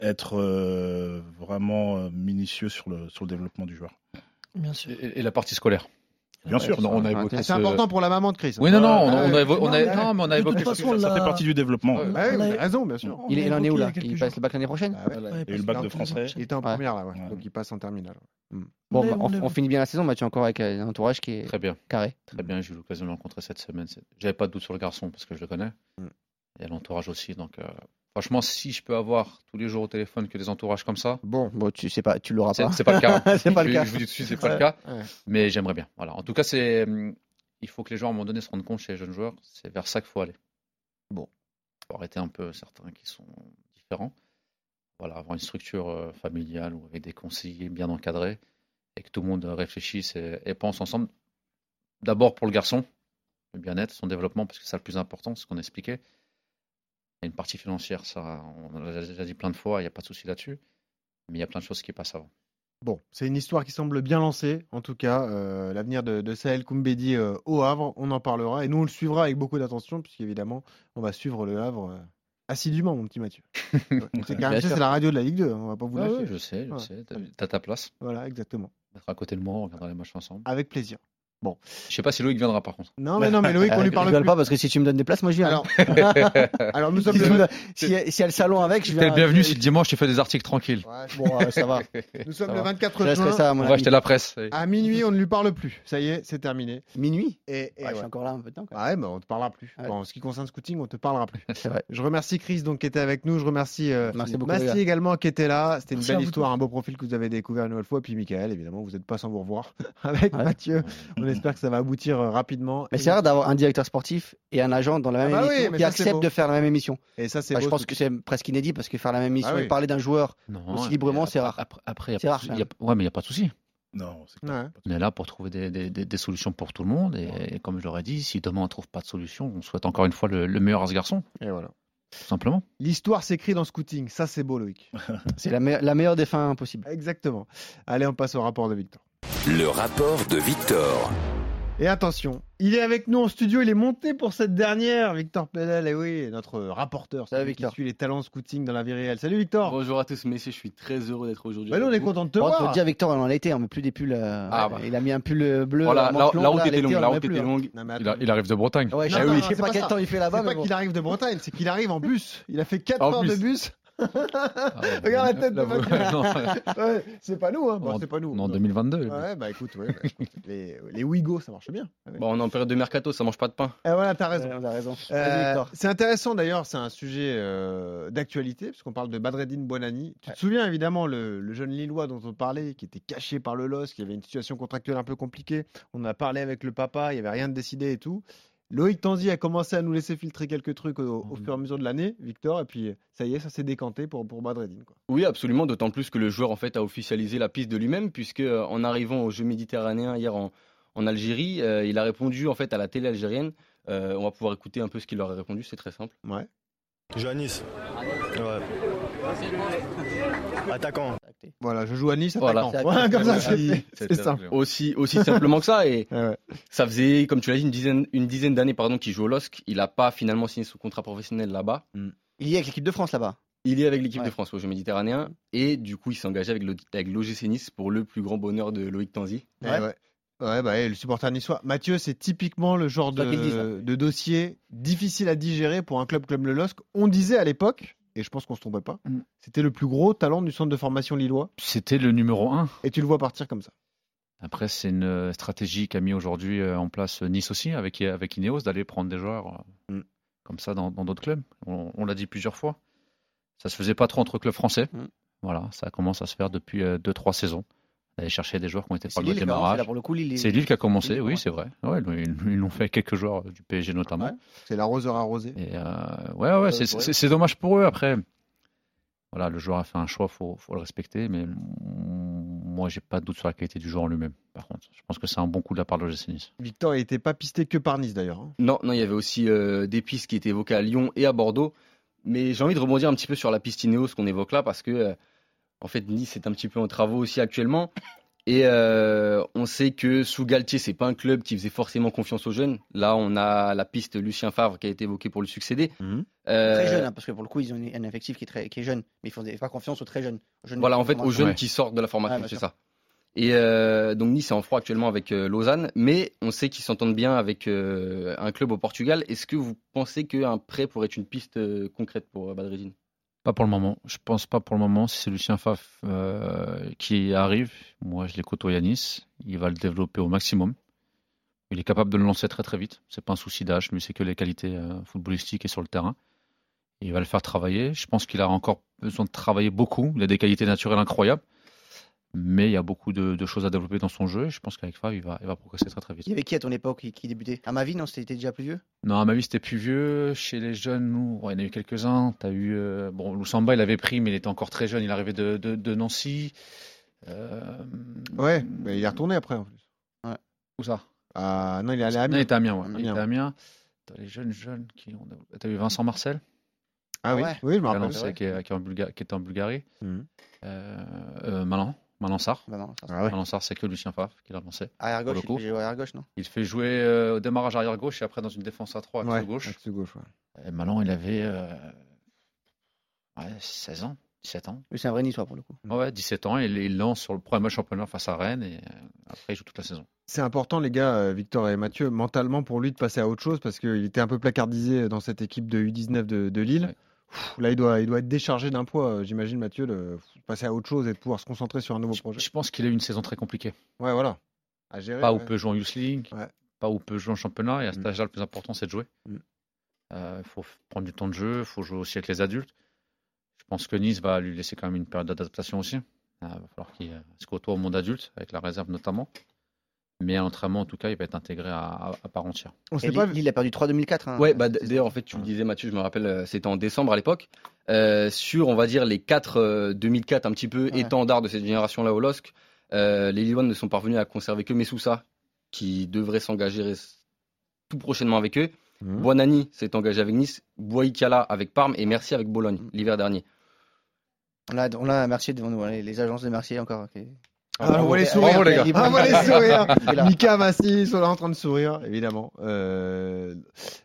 [SPEAKER 7] être euh, vraiment euh, minutieux sur le, sur le développement du joueur.
[SPEAKER 6] Bien sûr.
[SPEAKER 4] Et, et la partie scolaire.
[SPEAKER 7] Bien sûr.
[SPEAKER 8] On a, on a
[SPEAKER 2] Ah,
[SPEAKER 8] évoqué
[SPEAKER 2] c'est
[SPEAKER 8] ce-
[SPEAKER 2] important pour la maman de Chris.
[SPEAKER 4] Oui, non, non, on,
[SPEAKER 2] Ah,
[SPEAKER 4] on a,
[SPEAKER 2] ouais.
[SPEAKER 4] évo- on a-
[SPEAKER 6] Non, mais-
[SPEAKER 4] non, mais on a
[SPEAKER 6] de
[SPEAKER 4] évoqué
[SPEAKER 6] toute
[SPEAKER 4] ce
[SPEAKER 6] façon,
[SPEAKER 4] sujet.
[SPEAKER 7] Ça
[SPEAKER 6] la-
[SPEAKER 7] fait partie du développement.
[SPEAKER 4] Ouais.
[SPEAKER 2] Bah oui,
[SPEAKER 6] on a-
[SPEAKER 2] vous avez raison, bien sûr.
[SPEAKER 6] on
[SPEAKER 3] Il,
[SPEAKER 6] a
[SPEAKER 3] il en est où là
[SPEAKER 6] évoqué il y a
[SPEAKER 3] Il
[SPEAKER 6] quelques
[SPEAKER 3] passe
[SPEAKER 6] jours.
[SPEAKER 3] le bac l'année prochaine
[SPEAKER 2] Bah ouais.
[SPEAKER 6] Ouais,
[SPEAKER 7] Et le
[SPEAKER 6] parce qu'il
[SPEAKER 7] bac de
[SPEAKER 6] a un peu
[SPEAKER 7] français.
[SPEAKER 2] Il était en
[SPEAKER 3] Ouais.
[SPEAKER 2] première là, ouais.
[SPEAKER 7] Ouais.
[SPEAKER 2] donc il passe en terminale.
[SPEAKER 3] Bon,
[SPEAKER 6] On
[SPEAKER 3] bah,
[SPEAKER 6] l'a- on
[SPEAKER 3] on,
[SPEAKER 6] l'a
[SPEAKER 3] on
[SPEAKER 6] vu.
[SPEAKER 3] finit bien la saison, Mathieu, encore avec euh, un entourage qui est
[SPEAKER 4] Très bien.
[SPEAKER 3] carré.
[SPEAKER 4] Très bien, j'ai eu l'occasion de le rencontrer cette semaine. C'est- J'avais pas de doute sur le garçon parce que je le connais.
[SPEAKER 2] Mm.
[SPEAKER 4] Et l'entourage aussi. Donc, euh, franchement, si je peux avoir tous les jours au téléphone que des entourages comme ça,
[SPEAKER 3] Bon, bon, tu sais pas, tu l'auras
[SPEAKER 4] c'est
[SPEAKER 3] pas.
[SPEAKER 4] c'est pas le cas. hein.
[SPEAKER 3] C'est pas le
[SPEAKER 4] Je-
[SPEAKER 3] cas.
[SPEAKER 4] Je vous dis tout de suite, c'est pas le cas.
[SPEAKER 2] ouais.
[SPEAKER 4] Mais j'aimerais bien. Voilà. En tout cas, c'est, hum, il faut que les joueurs à un moment donné se rendent compte chez les jeunes joueurs, c'est vers ça qu'il faut aller. Bon, faut arrêter un peu certains qui sont différents. Voilà, avoir une structure euh, familiale ou avec des conseillers bien encadrés et que tout le monde euh, réfléchisse et, et pense ensemble. D'abord pour le garçon, le bien-être, son développement, parce que c'est ça le plus important, ce qu'on expliquait. Il y a une partie financière, ça, on l'a déjà dit plein de fois, il n'y a pas de souci là-dessus. Mais il y a plein de choses qui passent avant.
[SPEAKER 2] Bon, c'est une histoire qui semble bien lancée, en tout cas, euh, l'avenir de, de Sahel Koumbedi euh, au Havre, on en parlera et nous on le suivra avec beaucoup d'attention, puisqu'évidemment, on va suivre le Havre euh, assidûment, mon petit Mathieu. Ouais, c'est quand même-
[SPEAKER 3] Bien sûr.
[SPEAKER 2] c'est la radio de la Ligue 2, hein, on va pas vous
[SPEAKER 4] Ah
[SPEAKER 2] lâcher.
[SPEAKER 4] ouais, je sais, je
[SPEAKER 2] Ouais.
[SPEAKER 4] sais. T'as- T'as ta place.
[SPEAKER 2] Voilà, exactement.
[SPEAKER 4] Être à côté de moi, on regardera les matchs ensemble.
[SPEAKER 2] Avec plaisir.
[SPEAKER 4] Je sais pas si Loïc viendra par contre.
[SPEAKER 2] Non, mais non, mais Loïc, on lui parle
[SPEAKER 3] Euh, je
[SPEAKER 2] plus.
[SPEAKER 3] pas parce que si tu me donnes des places, moi je viens.
[SPEAKER 2] Alors, alors nous sommes
[SPEAKER 3] si tu
[SPEAKER 2] le
[SPEAKER 3] me donnes- s'il y, a- s'il y a le salon avec, je viens.
[SPEAKER 4] dimanche tu fais des articles tranquilles.
[SPEAKER 2] Ouais,
[SPEAKER 3] Bon, euh, ça va.
[SPEAKER 2] Nous sommes
[SPEAKER 3] Ça
[SPEAKER 2] le
[SPEAKER 3] va.
[SPEAKER 2] 24
[SPEAKER 3] Je laisserai
[SPEAKER 2] juin.
[SPEAKER 3] ça à
[SPEAKER 4] On
[SPEAKER 3] mon
[SPEAKER 4] va
[SPEAKER 3] ami.
[SPEAKER 4] acheter la presse.
[SPEAKER 2] À minuit, on ne lui parle plus. Ça y est, c'est terminé.
[SPEAKER 3] Minuit
[SPEAKER 2] Et, et
[SPEAKER 3] Ouais, Je
[SPEAKER 2] ouais.
[SPEAKER 3] suis encore là un peu de temps. quoi.
[SPEAKER 2] Ah ouais, mais on ne te parlera plus.
[SPEAKER 3] Ouais.
[SPEAKER 2] Bon, en ce qui concerne Scouting, on ne te parlera plus.
[SPEAKER 3] C'est vrai.
[SPEAKER 2] Je remercie Chris donc, qui était avec nous. Je remercie euh,
[SPEAKER 3] Merci beaucoup. les
[SPEAKER 2] Massi
[SPEAKER 3] gars.
[SPEAKER 2] également qui était là. C'était une
[SPEAKER 6] Merci à
[SPEAKER 2] belle
[SPEAKER 6] vous
[SPEAKER 2] histoire, un beau profil que vous avez découvert une nouvelle fois. Puis Michael, évidemment, vous n'êtes pas sans vous revoir avec
[SPEAKER 3] Ouais.
[SPEAKER 2] Mathieu. On espère que ça va aboutir euh, rapidement.
[SPEAKER 3] Mais
[SPEAKER 2] Et-
[SPEAKER 3] c'est rare d'avoir un directeur sportif et un agent dans la même
[SPEAKER 2] Ah bah oui,
[SPEAKER 3] émission
[SPEAKER 2] mais
[SPEAKER 3] qui
[SPEAKER 2] ça, c'est beau.
[SPEAKER 3] acceptent de faire la même émission.
[SPEAKER 2] Et ça, c'est
[SPEAKER 3] Bah,
[SPEAKER 2] beau.
[SPEAKER 3] je pense que c'est presque inédit parce que faire la même émission
[SPEAKER 2] Ah oui.
[SPEAKER 3] et parler d'un joueur.
[SPEAKER 4] Non,
[SPEAKER 3] Aussi
[SPEAKER 4] mais
[SPEAKER 3] librement,
[SPEAKER 4] après-
[SPEAKER 3] c'est rare.
[SPEAKER 4] Après, après, y a
[SPEAKER 3] C'est
[SPEAKER 4] pas de
[SPEAKER 3] rare,
[SPEAKER 4] souci-
[SPEAKER 3] quand
[SPEAKER 4] y a- ouais, mais il n'y a pas de souci.
[SPEAKER 7] Non, c'est
[SPEAKER 2] Ouais.
[SPEAKER 7] clair.
[SPEAKER 4] On est là pour trouver des, des- des- des solutions pour tout le monde. Et, et comme je l'aurais dit, si demain on trouve pas de solution, on souhaite encore une fois le, le meilleur à ce garçon,
[SPEAKER 2] Et voilà.
[SPEAKER 4] tout simplement.
[SPEAKER 2] L'histoire s'écrit dans Scouting. Ça, c'est beau, Loïc.
[SPEAKER 3] C'est la, me- la meilleure des fins possible.
[SPEAKER 2] Exactement. Allez, on passe au rapport de Victor.
[SPEAKER 1] Le rapport de Victor.
[SPEAKER 2] Et attention, il est avec nous en studio, il est monté pour cette dernière, Victor Plenel, et oui, notre rapporteur,
[SPEAKER 3] Salut,
[SPEAKER 2] celui
[SPEAKER 3] Victor.
[SPEAKER 2] qui suit les talents scouting dans la vie réelle. Salut Victor
[SPEAKER 8] Bonjour à tous, messieurs, je suis très heureux d'être aujourd'hui.
[SPEAKER 2] Bah, nous, on est
[SPEAKER 8] avec vous.
[SPEAKER 2] content de te
[SPEAKER 3] Par contre,
[SPEAKER 2] voir
[SPEAKER 3] faut dire Victor, on en a été, on met plus des pulls. euh,
[SPEAKER 8] Ah bah.
[SPEAKER 3] Il a mis un pull euh, bleu.
[SPEAKER 8] Voilà, la,
[SPEAKER 3] à manches
[SPEAKER 8] la
[SPEAKER 3] longues,
[SPEAKER 8] route
[SPEAKER 3] là,
[SPEAKER 8] était
[SPEAKER 3] l'été,
[SPEAKER 8] longue,
[SPEAKER 3] on
[SPEAKER 8] la
[SPEAKER 3] en met
[SPEAKER 8] route
[SPEAKER 3] plus,
[SPEAKER 8] était
[SPEAKER 3] hein.
[SPEAKER 8] longue.
[SPEAKER 2] Non, mais
[SPEAKER 8] Il a-
[SPEAKER 2] attends,
[SPEAKER 8] il arrive de Bretagne.
[SPEAKER 3] Ouais, je
[SPEAKER 2] Non,
[SPEAKER 3] sais
[SPEAKER 8] Eh
[SPEAKER 3] pas-
[SPEAKER 8] oui.
[SPEAKER 3] je sais
[SPEAKER 2] c'est
[SPEAKER 3] pas
[SPEAKER 2] pas
[SPEAKER 3] quel
[SPEAKER 2] ça.
[SPEAKER 3] temps il fait là-bas.
[SPEAKER 2] c'est
[SPEAKER 3] mais
[SPEAKER 2] pas
[SPEAKER 3] bon.
[SPEAKER 2] qu'il arrive de Bretagne, c'est qu'il arrive en bus. Il a fait 4
[SPEAKER 8] En
[SPEAKER 2] heures de
[SPEAKER 8] bus.
[SPEAKER 2] bus. Regarde la tête de
[SPEAKER 4] Là, vous- Ah, Non,
[SPEAKER 2] Ouais, c'est pas nous, hein. Bon,
[SPEAKER 4] En-
[SPEAKER 2] c'est pas nous.
[SPEAKER 4] on est en 2022.
[SPEAKER 2] Ouais, bah écoute, ouais, bah, écoute, les, les Ouigo, ça marche bien. Ouais.
[SPEAKER 8] Bon, on est en période de mercato, ça mange pas de pain.
[SPEAKER 2] Et voilà, t'as raison.
[SPEAKER 3] Ouais, on a raison. Vas-y,
[SPEAKER 2] Euh,
[SPEAKER 3] Victor.
[SPEAKER 2] c'est intéressant d'ailleurs, c'est un sujet euh, d'actualité, puisqu'on parle de Badreddine Bonani. Tu te souviens évidemment le, le jeune Lillois dont on parlait, qui était caché par le LOS, qui avait une situation contractuelle un peu compliquée. On a parlé avec le papa, il n'y avait rien de décidé et tout. Loïc Tanzi a commencé à nous laisser filtrer quelques trucs au, au fur et à mesure de l'année, Victor, et puis ça y est, ça s'est décanté pour, pour Badreddine. quoi.
[SPEAKER 8] Oui, absolument, d'autant plus que le joueur en fait a officialisé la piste de lui-même, puisque euh, en arrivant aux Jeux méditerranéens hier en, en Algérie, euh, il a répondu en fait à la télé algérienne. Euh, on va pouvoir écouter un peu ce qu'il leur a répondu, c'est très simple.
[SPEAKER 2] Ouais.
[SPEAKER 9] Joue à Nice. Ouais. Attaquant.
[SPEAKER 3] Euh,
[SPEAKER 2] Voilà, je joue à Nice,
[SPEAKER 8] Voilà.
[SPEAKER 2] attaquant. Voilà, comme ça, c'est- c'est
[SPEAKER 4] C'était
[SPEAKER 2] simple.
[SPEAKER 4] incroyable.
[SPEAKER 8] Aussi, aussi simplement que ça, et
[SPEAKER 2] Ah Ouais, ouais.
[SPEAKER 8] ça faisait, comme tu l'as dit, une dizaine, une dizaine d'années pardon qu'il joue au LOSC. Il n'a pas finalement signé son contrat professionnel là-bas.
[SPEAKER 3] Il y est avec l'équipe de France là-bas.
[SPEAKER 8] Il est avec l'équipe
[SPEAKER 3] Ouais.
[SPEAKER 8] de France aux Jeux méditerranéens et du coup il s'est engagé avec l'O- avec l'OGC Nice pour le plus grand bonheur de Loïc Tanzi.
[SPEAKER 2] Eh Ouais. Ouais, bah, eh, le supporter niçois. Mathieu, c'est typiquement le genre
[SPEAKER 3] C'est
[SPEAKER 2] de,
[SPEAKER 3] toi qui le dis, ça.
[SPEAKER 2] de dossier difficile à digérer pour un club comme le LOSC. On disait à l'époque, et je pense qu'on se trompait pas,
[SPEAKER 4] Mm.
[SPEAKER 2] c'était le plus gros talent du centre de formation lillois,
[SPEAKER 4] C'était le numéro 1.
[SPEAKER 2] et tu le vois partir comme ça.
[SPEAKER 4] Après, c'est une euh, stratégie qu'a mis aujourd'hui euh, en place euh, Nice aussi, avec, avec Ineos, d'aller prendre des joueurs euh,
[SPEAKER 2] Mm.
[SPEAKER 4] comme ça dans dans d'autres clubs. On, on l'a dit plusieurs fois. Ça se faisait pas trop entre clubs français.
[SPEAKER 3] Mm.
[SPEAKER 4] Voilà, ça commence à se faire depuis 2-3 saisons. D'aller chercher des joueurs qui ont été
[SPEAKER 3] C'est
[SPEAKER 4] par le
[SPEAKER 3] Lille, qui a commencé,
[SPEAKER 4] démarrage.
[SPEAKER 3] là pour le coup. Lille, il-
[SPEAKER 4] bah, C'est Lille qui a commencé,
[SPEAKER 3] Lille,
[SPEAKER 4] oui,
[SPEAKER 3] ouais.
[SPEAKER 4] c'est vrai. Ouais, ils l'ont- ils ils l'ont fait quelques joueurs euh, du PSG notamment.
[SPEAKER 2] C'est l'arroseur arrosé.
[SPEAKER 4] Et euh, ouais, ouais, c'est-
[SPEAKER 3] pour eux.
[SPEAKER 4] c'est c'est dommage pour eux. Après, Voilà, le joueur a fait un choix, faut, faut le respecter. Mais mm, moi, j'ai pas de doute sur la qualité du joueur en lui-même. Par contre, je pense que c'est un bon coup de la part de l'OGC Nice.
[SPEAKER 2] Victor, il n'était pas pisté que par Nice d'ailleurs. hein.
[SPEAKER 10] Non, non, il y avait aussi euh, des pistes qui étaient évoquées à Lyon et à Bordeaux. Mais j'ai envie de rebondir un petit peu sur la piste Ineos qu'on évoque là, parce que, euh, en fait, Nice est un petit peu en travaux aussi actuellement. Et euh, on sait que sous Galtier, c'est pas un club qui faisait forcément confiance aux jeunes. Là, on a la piste Lucien Favre qui a été évoquée pour lui succéder.
[SPEAKER 4] Mm.
[SPEAKER 2] Mhm.
[SPEAKER 10] Euh,
[SPEAKER 3] Très jeune, hein, parce que pour le coup, ils ont une- un effectif qui est, très, qui est jeune, mais ils font des- pas confiance aux très jeunes. Aux jeunes
[SPEAKER 10] Voilà,
[SPEAKER 3] de
[SPEAKER 10] en fait, aux
[SPEAKER 3] formation.
[SPEAKER 10] jeunes
[SPEAKER 4] Ouais.
[SPEAKER 10] qui sortent de la
[SPEAKER 3] Ouais,
[SPEAKER 10] formation,
[SPEAKER 3] bien
[SPEAKER 10] c'est
[SPEAKER 3] sûr.
[SPEAKER 10] ça. Et euh, donc Nice est en froid actuellement avec euh, Lausanne, mais on sait qu'ils s'entendent bien avec euh, un club au Portugal. Est-ce que vous pensez qu'un prêt pourrait être une piste euh, concrète pour euh, Badreddine
[SPEAKER 4] Pas pour le moment. Je pense pas pour le moment. Si c'est Lucien Faf euh, qui arrive, moi je l'ai côtoyé à Nice. Il va le développer au maximum. Il est capable de le lancer très très vite. C'est pas un souci d'âge. Lui, c'est que les qualités euh, footballistiques et sur le terrain. Il va le faire travailler. Je pense qu'il a encore besoin de travailler beaucoup. Il a des qualités naturelles incroyables. Mais il y a beaucoup de, de choses à développer dans son jeu. Et je pense qu'avec Faf, il va, il va progresser très très vite.
[SPEAKER 3] Il y avait qui à ton époque qui, qui débutait À ma vie, non, c'était déjà plus vieux
[SPEAKER 4] Non, à ma vie, c'était plus vieux. Chez les jeunes, nous, ouais, il y en a eu quelques-uns. T'as eu, euh, bon, Lusamba, il avait pris, mais il était encore très jeune. Il arrivait de, de, de Nancy. Euh,
[SPEAKER 2] Ouais, mais il est retourné après en plus.
[SPEAKER 4] Où ça
[SPEAKER 2] Ah non, il est allé à
[SPEAKER 4] Non,
[SPEAKER 2] Amiens.
[SPEAKER 4] Il était à Amiens, ouais. Il
[SPEAKER 2] Amiens.
[SPEAKER 4] était à Amiens. T'as les jeunes jeunes qui ont. T'as eu Vincent Marcel,
[SPEAKER 2] Ah oui,
[SPEAKER 3] Ouais.
[SPEAKER 2] oui, je me
[SPEAKER 4] qui a
[SPEAKER 2] rappelle.
[SPEAKER 4] annoncé qui, est, qui est en Bulga- qui était en Bulgarie.
[SPEAKER 2] Mhm.
[SPEAKER 4] Euh, euh, Malan, Malan Sarr.
[SPEAKER 3] Bah non, ça,
[SPEAKER 2] Ah ouais.
[SPEAKER 4] Malan Sarr, c'est que Lucien Favre qui l'a lancé.
[SPEAKER 3] arrière
[SPEAKER 4] Pour
[SPEAKER 3] gauche,
[SPEAKER 4] le coup.
[SPEAKER 3] il jouait arrière gauche, non
[SPEAKER 4] Il fait jouer euh, au démarrage arrière gauche et après dans une défense à 3 à
[SPEAKER 2] Ouais,
[SPEAKER 4] gauche.
[SPEAKER 2] axe gauche, ouais.
[SPEAKER 4] Et Malan, il avait euh, ouais, 16 ans, 17 ans.
[SPEAKER 3] Lui, c'est un vrai Niçois pour le
[SPEAKER 2] Mm.
[SPEAKER 3] coup.
[SPEAKER 4] Ouais, 17 ans, et il- il lance sur le premier match championnat face à Rennes, et euh, après il joue toute la saison.
[SPEAKER 2] C'est important, les gars, euh, Victor et Mathieu, mentalement pour lui de passer à autre chose parce qu'il était un peu placardisé dans cette équipe de U19 de, de Lille.
[SPEAKER 4] Ouais.
[SPEAKER 2] Pff, Là, il doit, il doit être déchargé d'un poids, euh, j'imagine, Mathieu, de pff, passer à autre chose et de pouvoir se concentrer sur un nouveau
[SPEAKER 4] Je,
[SPEAKER 2] projet.
[SPEAKER 4] je pense qu'il a eu une saison très compliquée.
[SPEAKER 2] Ouais, voilà. À gérer.
[SPEAKER 4] Pas où
[SPEAKER 2] ouais.
[SPEAKER 4] peut jouer en Youth League,
[SPEAKER 2] Ouais.
[SPEAKER 4] pas où peut jouer en championnat, et à cet
[SPEAKER 2] Mm.
[SPEAKER 4] âge-là, le plus important, c'est de jouer. Il
[SPEAKER 2] Mm.
[SPEAKER 4] faut f- prendre du temps de jeu, il faut jouer aussi avec les adultes. Je pense que Nice va lui laisser quand même une période d'adaptation aussi. Il va falloir qu'il euh, se côtoie au monde adulte, avec la réserve notamment. Mais à l'entraînement, en tout cas, il va être intégré à, à- à part entière.
[SPEAKER 2] On
[SPEAKER 3] Et
[SPEAKER 2] sait
[SPEAKER 3] Lille,
[SPEAKER 2] pas.
[SPEAKER 3] Lille a perdu 3-2004. hein,
[SPEAKER 10] Ouais, bah,
[SPEAKER 3] cette saison.
[SPEAKER 10] d'ailleurs, en fait, tu le disais, Mathieu, je me rappelle, euh, c'était en décembre à l'époque, euh, sur, on va dire, les euh, 4 2004, un petit peu
[SPEAKER 3] Ouais.
[SPEAKER 10] étendards de cette génération-là au LOSC, euh, les Lillois ne sont parvenus à conserver que Messoussa, qui devrait s'engager res- tout prochainement avec eux.
[SPEAKER 3] Hmm.
[SPEAKER 2] Mhm.
[SPEAKER 10] Buonani s'est engagé avec Nice, Boïkala avec Parme et Merci avec Bologne l'hiver dernier.
[SPEAKER 3] On a, on a un Mercier devant nous, hein, les, les agences de Mercier encore. qui-
[SPEAKER 2] Ah, on voit les
[SPEAKER 3] Bravo,
[SPEAKER 2] sourires,
[SPEAKER 3] bravo,
[SPEAKER 2] les gars.
[SPEAKER 3] Lille,
[SPEAKER 2] Ah, on voit
[SPEAKER 3] bravo.
[SPEAKER 2] les sourires.
[SPEAKER 3] Il est là.
[SPEAKER 2] Mika, Massi, ils sont là en train de sourire, évidemment. Euh,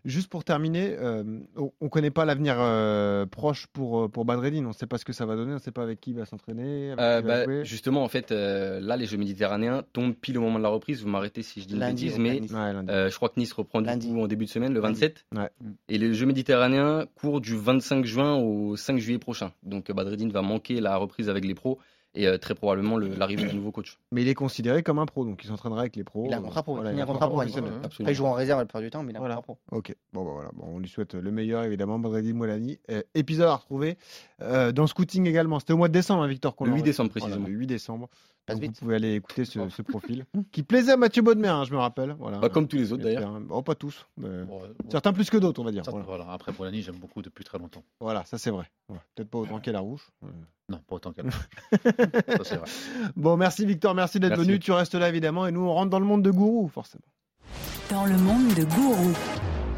[SPEAKER 2] juste pour terminer, euh, on ne connaît pas l'avenir euh, proche pour, euh, pour Badreddine. On ne sait pas ce que ça va donner, on ne sait pas avec qui il va s'entraîner. avec
[SPEAKER 10] Euh,
[SPEAKER 2] qui il va
[SPEAKER 10] bah,
[SPEAKER 2] jouer.
[SPEAKER 10] justement, en fait, euh, là, les Jeux méditerranéens tombent pile au moment de la reprise. Vous m'arrêtez si je dis une
[SPEAKER 3] Lundi,
[SPEAKER 10] bêtise,
[SPEAKER 3] on
[SPEAKER 10] mais
[SPEAKER 3] planifie.
[SPEAKER 2] Ouais, lundi.
[SPEAKER 10] Euh, je crois que Nice reprend
[SPEAKER 3] Lundi.
[SPEAKER 10] du coup en début de semaine, le
[SPEAKER 3] Lundi.
[SPEAKER 10] 27.
[SPEAKER 2] Ouais.
[SPEAKER 10] Et les Jeux méditerranéens courent du 25 juin au 5 juillet prochain. Donc euh, Badreddine va manquer la reprise avec les pros et euh, très probablement le- l'arrivée du nouveau coach.
[SPEAKER 2] Mais il est considéré comme un pro, donc il s'entraînera avec les pros. euh,
[SPEAKER 3] Il a un contrat pro,
[SPEAKER 2] Voilà,
[SPEAKER 3] il
[SPEAKER 2] il
[SPEAKER 3] a un contrat pro. il-
[SPEAKER 2] professionnel.
[SPEAKER 3] Après, il joue en réserve la plupart du temps, mais il a un
[SPEAKER 2] Voilà.
[SPEAKER 3] contrat pro.
[SPEAKER 2] Ok, bon, bah, voilà. Bon, on lui souhaite le meilleur, évidemment. Badreddine Moulani. Euh, épisode à retrouver euh, dans Scouting également. C'était au mois de décembre, hein, Victor, qu'on
[SPEAKER 10] Le
[SPEAKER 2] l'a
[SPEAKER 10] 8 décembre
[SPEAKER 2] Voilà,
[SPEAKER 10] précisément.
[SPEAKER 2] le 8 décembre.
[SPEAKER 3] Passe
[SPEAKER 2] Donc, vous
[SPEAKER 3] vite.
[SPEAKER 2] pouvez aller écouter ce,
[SPEAKER 10] Oh.
[SPEAKER 2] ce profil qui plaisait à Mathieu Baudemer, hein, je me rappelle. Voilà.
[SPEAKER 10] Bah, comme tous les autres d'ailleurs.
[SPEAKER 2] J'espère, hein. Oh, pas tous. mais
[SPEAKER 4] Bon, euh,
[SPEAKER 2] Certains plus que d'autres, on va dire.
[SPEAKER 4] ça-
[SPEAKER 2] Voilà,
[SPEAKER 4] voilà. Après, pour l'année, j'aime beaucoup depuis très longtemps.
[SPEAKER 2] Voilà, ça c'est vrai. Ouais. Peut-être pas autant qu'à la rouge.
[SPEAKER 4] Non, pas autant qu'elle. Ça, c'est vrai.
[SPEAKER 2] Bon, merci Victor, merci d'être
[SPEAKER 4] Merci.
[SPEAKER 2] venu. Tu restes là évidemment et nous on rentre dans le monde de Gourou, forcément.
[SPEAKER 11] Dans le monde de Gourou.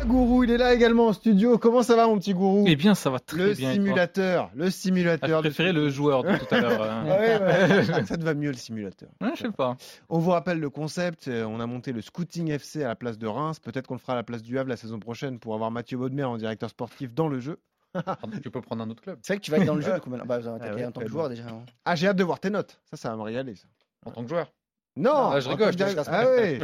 [SPEAKER 2] Gourou, il est là également en studio. Comment ça va mon petit Gourou
[SPEAKER 1] Eh bien, ça va très
[SPEAKER 2] Le
[SPEAKER 1] bien. et toi
[SPEAKER 2] simulateur, le
[SPEAKER 1] Ah, je
[SPEAKER 2] simulateur. de-
[SPEAKER 1] préférais le joueur de tout à l'heure. hein.
[SPEAKER 2] Ah ouais, ouais. ça te va mieux le simulateur.
[SPEAKER 1] Ouais, je sais pas.
[SPEAKER 2] On vous rappelle le concept, euh, on a monté le Scouting FC à la place de Reims, peut-être qu'on le fera à la place du Havre la saison prochaine pour avoir Mathieu Baudemer en directeur sportif dans le jeu.
[SPEAKER 4] Pardon, tu peux prendre un autre club.
[SPEAKER 3] C'est vrai que tu vas être dans le jeu, du coup, maintenant. Bah, vous
[SPEAKER 2] Ah
[SPEAKER 3] attaqué
[SPEAKER 2] ouais,
[SPEAKER 3] en tant
[SPEAKER 2] ouais,
[SPEAKER 3] que joueur déjà. hein.
[SPEAKER 2] Ah, j'ai hâte de voir tes notes. Ça, ça va me régaler. Ça.
[SPEAKER 4] En tant que joueur
[SPEAKER 2] Non
[SPEAKER 4] Ah, je rigole, je te
[SPEAKER 2] Ah,
[SPEAKER 4] laisse
[SPEAKER 2] ouais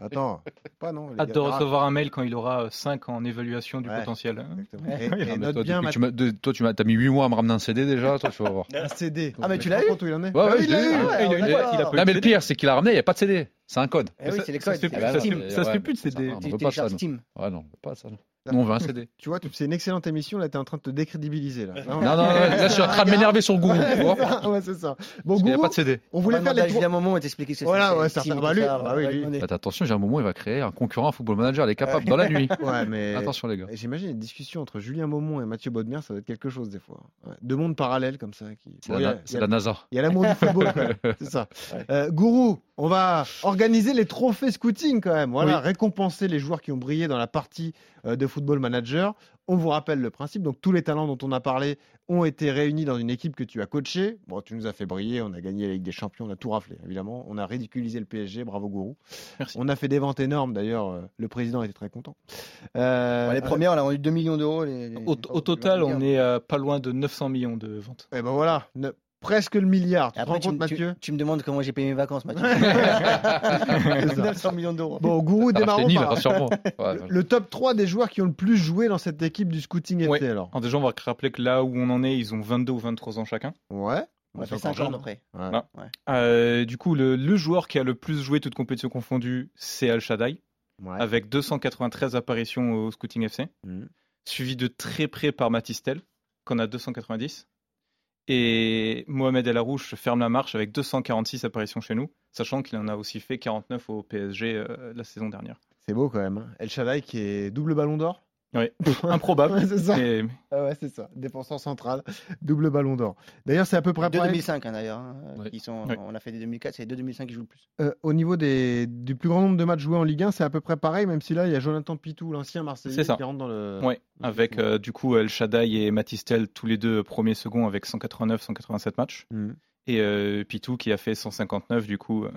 [SPEAKER 2] Attends, pas non. les
[SPEAKER 1] Hâte
[SPEAKER 2] gars.
[SPEAKER 1] de recevoir un mail quand il aura 5 en évaluation du
[SPEAKER 2] Ouais.
[SPEAKER 1] potentiel. hein.
[SPEAKER 2] Exactement.
[SPEAKER 1] Ouais.
[SPEAKER 2] Et-
[SPEAKER 4] Ah
[SPEAKER 1] Ouais,
[SPEAKER 2] et
[SPEAKER 1] non, mais
[SPEAKER 2] note
[SPEAKER 4] Toi,
[SPEAKER 2] bien
[SPEAKER 4] depuis
[SPEAKER 2] ma...
[SPEAKER 4] que tu m'as- de- toi, tu m'as, t'as mis 8 mois à me ramener un CD déjà, toi, tu vas voir.
[SPEAKER 2] un CD.
[SPEAKER 3] Ah, mais tu l'as eu
[SPEAKER 2] où il en est
[SPEAKER 4] Ouais, ouais,
[SPEAKER 2] oui,
[SPEAKER 4] je
[SPEAKER 2] il
[SPEAKER 4] l'ai
[SPEAKER 2] l'a
[SPEAKER 4] eu.
[SPEAKER 1] Ah, il
[SPEAKER 2] eu.
[SPEAKER 1] a eu
[SPEAKER 3] on
[SPEAKER 1] la-
[SPEAKER 3] d'accord.
[SPEAKER 1] il a pas eu
[SPEAKER 4] Non, mais
[SPEAKER 1] de-
[SPEAKER 4] le pire, c'est qu'il a ramené, il n'y a pas de CD. C'est un code. bah
[SPEAKER 3] Eh oui,
[SPEAKER 1] Ça-
[SPEAKER 3] c'est les
[SPEAKER 1] ça se
[SPEAKER 3] codes.
[SPEAKER 1] fait
[SPEAKER 3] c'est
[SPEAKER 1] plus,
[SPEAKER 3] la
[SPEAKER 1] ça se
[SPEAKER 3] Steam.
[SPEAKER 1] fait- ça se fait plus de
[SPEAKER 4] Ah,
[SPEAKER 1] CD.
[SPEAKER 4] on
[SPEAKER 3] Tu
[SPEAKER 4] veut pas ça,
[SPEAKER 3] télécharges
[SPEAKER 4] non.
[SPEAKER 3] Steam.
[SPEAKER 4] Ouais, non, on veut pas ça. non. Nous, on veut un CD.
[SPEAKER 2] Tu vois, tu- c'est une excellente émission. Là, t'es en train de te décrédibiliser. Là, Vraiment.
[SPEAKER 4] Non, non, ouais, là, je suis en train de m'énerver sur Gourou,
[SPEAKER 2] Ouais,
[SPEAKER 4] tu
[SPEAKER 2] c'est
[SPEAKER 4] vois.
[SPEAKER 2] ça, ouais, c'est ça. Bon,
[SPEAKER 4] Parce qu'il n'y a
[SPEAKER 2] Gourou,
[SPEAKER 4] pas de CD.
[SPEAKER 2] on voulait faire les trois.
[SPEAKER 3] un moment et t'expliquer ce que
[SPEAKER 2] Voilà,
[SPEAKER 3] c'est,
[SPEAKER 2] ouais,
[SPEAKER 3] c'est
[SPEAKER 2] ça,
[SPEAKER 3] Tim,
[SPEAKER 2] ça, bah, lui,
[SPEAKER 3] ça,
[SPEAKER 2] bah, oui,
[SPEAKER 3] ouais,
[SPEAKER 2] lui.
[SPEAKER 3] on est-
[SPEAKER 4] Faites attention, j'ai un moment, il va créer un concurrent à Football Manager. Il est capable dans la nuit.
[SPEAKER 2] Ouais, mais
[SPEAKER 4] Attention, les gars.
[SPEAKER 2] Et J'imagine les discussions entre Julien Maumont et Mathieu Bodmer, ça doit être quelque chose des fois. Ouais. Deux mondes parallèles comme ça. Qui...
[SPEAKER 4] C'est
[SPEAKER 2] Bon, il y
[SPEAKER 4] la,
[SPEAKER 2] a-
[SPEAKER 4] na-
[SPEAKER 2] il y
[SPEAKER 4] c'est
[SPEAKER 2] a-
[SPEAKER 4] la NASA.
[SPEAKER 2] il y a l'amour du football, quand même. c'est ça. Euh, Gourou, on va organiser les trophées scouting quand même. Voilà, récompenser les joueurs qui ont brillé dans la partie euh, de football manager. On vous rappelle le principe. Donc tous les talents dont on a parlé ont été réunis dans une équipe que tu as coachée. Bon, tu nous as fait briller. On a gagné la Ligue des Champions. On a tout raflé, évidemment. On a ridiculisé le PSG. Bravo Gourou.
[SPEAKER 10] Merci.
[SPEAKER 2] On a fait des ventes énormes. D'ailleurs, euh, le président était très content. Euh,
[SPEAKER 3] Ouais, les premières, on a vendu 2 millions d'euros. les- les-
[SPEAKER 10] Au, au total,
[SPEAKER 3] les- les-
[SPEAKER 10] on est euh, pas loin de 900 millions de ventes.
[SPEAKER 2] eh ben voilà, ne- presque le milliard. Tu
[SPEAKER 3] Et
[SPEAKER 2] te
[SPEAKER 3] Après,
[SPEAKER 2] rends
[SPEAKER 3] tu,
[SPEAKER 2] compte,
[SPEAKER 3] me- tu-
[SPEAKER 2] Mathieu
[SPEAKER 3] tu me demandes comment j'ai payé mes vacances, Mathieu.
[SPEAKER 2] C'est ça.
[SPEAKER 3] 900 millions d'euros.
[SPEAKER 2] Bon, Gourou,
[SPEAKER 4] T'as
[SPEAKER 2] démarrons
[SPEAKER 4] racheté nil,
[SPEAKER 2] par
[SPEAKER 4] rassure-moi. Ouais,
[SPEAKER 2] le, le top 3 des joueurs qui ont le plus joué dans cette équipe du scouting été
[SPEAKER 10] Ouais.
[SPEAKER 2] alors.
[SPEAKER 10] En déjà, on va rappeler que là où on en est, ils ont 22 ou 23 ans chacun.
[SPEAKER 2] Ouais.
[SPEAKER 3] On
[SPEAKER 2] Ouais,
[SPEAKER 3] a fait
[SPEAKER 2] c'est encore
[SPEAKER 3] 5 ans
[SPEAKER 2] jeune.
[SPEAKER 3] après.
[SPEAKER 2] Ouais.
[SPEAKER 10] Non. Euh, du coup, le, le joueur qui a le plus joué toutes compétitions confondues, c'est Al Shaddai,
[SPEAKER 2] Ouais.
[SPEAKER 10] avec 293 apparitions au Scouting FC,
[SPEAKER 2] Mhm.
[SPEAKER 10] suivi de très près par Matistel, qu'on a 290. Et Mohamed El Arouche ferme la marche avec 246 apparitions chez nous, sachant qu'il en a aussi fait 49 au PSG euh, la saison dernière.
[SPEAKER 2] C'est beau quand même. hein. El Shaddai qui est double ballon d'or.
[SPEAKER 10] Ouais.
[SPEAKER 2] Ouais,
[SPEAKER 10] Improbable.
[SPEAKER 2] c'est ça.
[SPEAKER 10] mais-
[SPEAKER 2] Ah ouais, c'est ça. Défenseur central, double ballon d'or. D'ailleurs, c'est à peu près
[SPEAKER 3] Deux
[SPEAKER 2] pareil.
[SPEAKER 3] 2005 hein, d'ailleurs. hein,
[SPEAKER 4] Ouais.
[SPEAKER 3] qui sont-
[SPEAKER 10] Ouais.
[SPEAKER 3] On a fait des 2004, c'est les deux 2005 qui jouent le plus.
[SPEAKER 2] Euh, au niveau des, du plus grand nombre de matchs joués en Ligue 1, c'est à peu près pareil, même si là, il y a Jonathan Pitou, l'ancien Marseillais,
[SPEAKER 10] C'est ça.
[SPEAKER 2] qui rentre dans le.
[SPEAKER 10] Ouais,
[SPEAKER 2] le
[SPEAKER 10] avec
[SPEAKER 2] classement.
[SPEAKER 10] euh, du coup El Shaddai et Matistel tous les deux premiers seconds avec 189-187 matchs.
[SPEAKER 2] Mhm.
[SPEAKER 10] Et euh, Pitou qui a fait 159 du coup euh,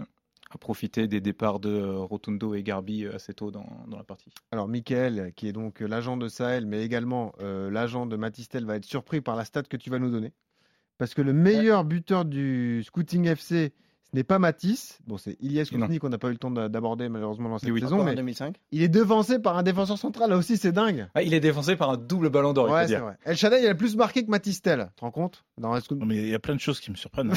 [SPEAKER 10] a profité des départs de euh, Rotundo et Garbi euh, assez tôt dans, dans la partie.
[SPEAKER 2] Alors, Michael, qui est donc euh, l'agent de Sahel, mais également euh, l'agent de Matistel, va être surpris par la stat que tu vas nous donner. Parce que le meilleur buteur du Scouting FC, ce n'est pas Matisse. Bon, c'est Ilyes
[SPEAKER 10] Non.
[SPEAKER 2] Koutnik qu'on n'a pas eu le temps d'a- d'aborder malheureusement dans cette
[SPEAKER 10] Oui,
[SPEAKER 2] saison.
[SPEAKER 3] Encore en
[SPEAKER 2] Mais
[SPEAKER 3] 2005.
[SPEAKER 2] il est devancé par un défenseur central. Là aussi, c'est dingue.
[SPEAKER 10] Ah, il est défoncé par un double ballon d'or,
[SPEAKER 2] ouais,
[SPEAKER 10] Oh, il faut
[SPEAKER 2] c'est
[SPEAKER 10] dire.
[SPEAKER 2] vrai. El Shaddai, il a plus marqué que Matistel. Tu te rends compte Dans le scout-
[SPEAKER 7] Non, mais il y a plein de choses qui me surprennent.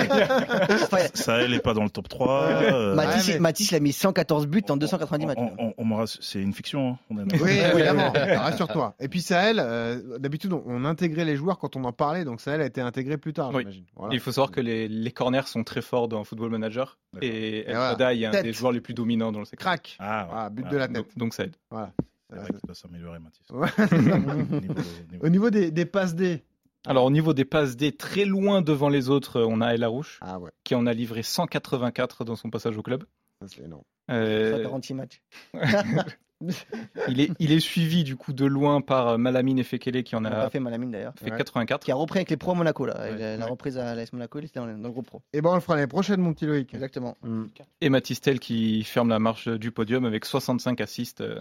[SPEAKER 3] Enfin,
[SPEAKER 7] ça, elle est pas dans le top 3. euh,
[SPEAKER 2] Ouais, mais-
[SPEAKER 3] Mathis, Mathis, il a mis 114 buts en
[SPEAKER 7] on-
[SPEAKER 3] 290 matchs.
[SPEAKER 7] on- on- on me rass- C'est une fiction. hein, on est d'accord.
[SPEAKER 2] Oui, évidemment, rassure-toi. Et puis Sahel, euh, d'habitude, on, on intégrait les joueurs quand on en parlait, donc Sahel a été intégré plus tard,
[SPEAKER 10] Oui.
[SPEAKER 2] j'imagine. Voilà.
[SPEAKER 10] Il faut savoir que les, les corners sont très forts dans Football Manager
[SPEAKER 7] D'accord.
[SPEAKER 10] et El
[SPEAKER 2] Et voilà,
[SPEAKER 10] Shaddai est un
[SPEAKER 2] tête.
[SPEAKER 10] des joueurs les plus dominants dans le secteur.
[SPEAKER 2] Crac
[SPEAKER 7] Ah, ouais.
[SPEAKER 2] Ah, but
[SPEAKER 7] Ah,
[SPEAKER 2] de la tête.
[SPEAKER 10] Donc, donc ça aide.
[SPEAKER 7] C'est vrai que ça doit s'améliorer, Mathis.
[SPEAKER 2] Ouais.
[SPEAKER 7] Niveau- niveau-
[SPEAKER 2] Au niveau des, des passes D.
[SPEAKER 10] Alors au niveau des passes D, très loin devant les autres, euh, on a El Arouche
[SPEAKER 2] Ah ouais,
[SPEAKER 10] qui en a livré 184 dans son passage au club.
[SPEAKER 2] ça c'est énorme.
[SPEAKER 10] Euh,
[SPEAKER 3] 146 matchs.
[SPEAKER 10] Il est, il est suivi du coup de loin par euh, Malamine et Fekele qui en
[SPEAKER 3] On a
[SPEAKER 10] a
[SPEAKER 3] pas fait Malamine d'ailleurs.
[SPEAKER 10] fait
[SPEAKER 2] Ouais.
[SPEAKER 10] 84.
[SPEAKER 3] Qui a repris avec les pros à Monaco là.
[SPEAKER 10] Ouais,
[SPEAKER 3] la, la
[SPEAKER 10] ouais.
[SPEAKER 3] reprise à l'AS Monaco, il était dans le, dans le groupe pro.
[SPEAKER 2] Et ben on le fera l'année prochaine, mon petit Loïc.
[SPEAKER 3] Exactement.
[SPEAKER 2] Mm.
[SPEAKER 10] Et Matistel qui ferme la marche du podium avec 65 assists. euh.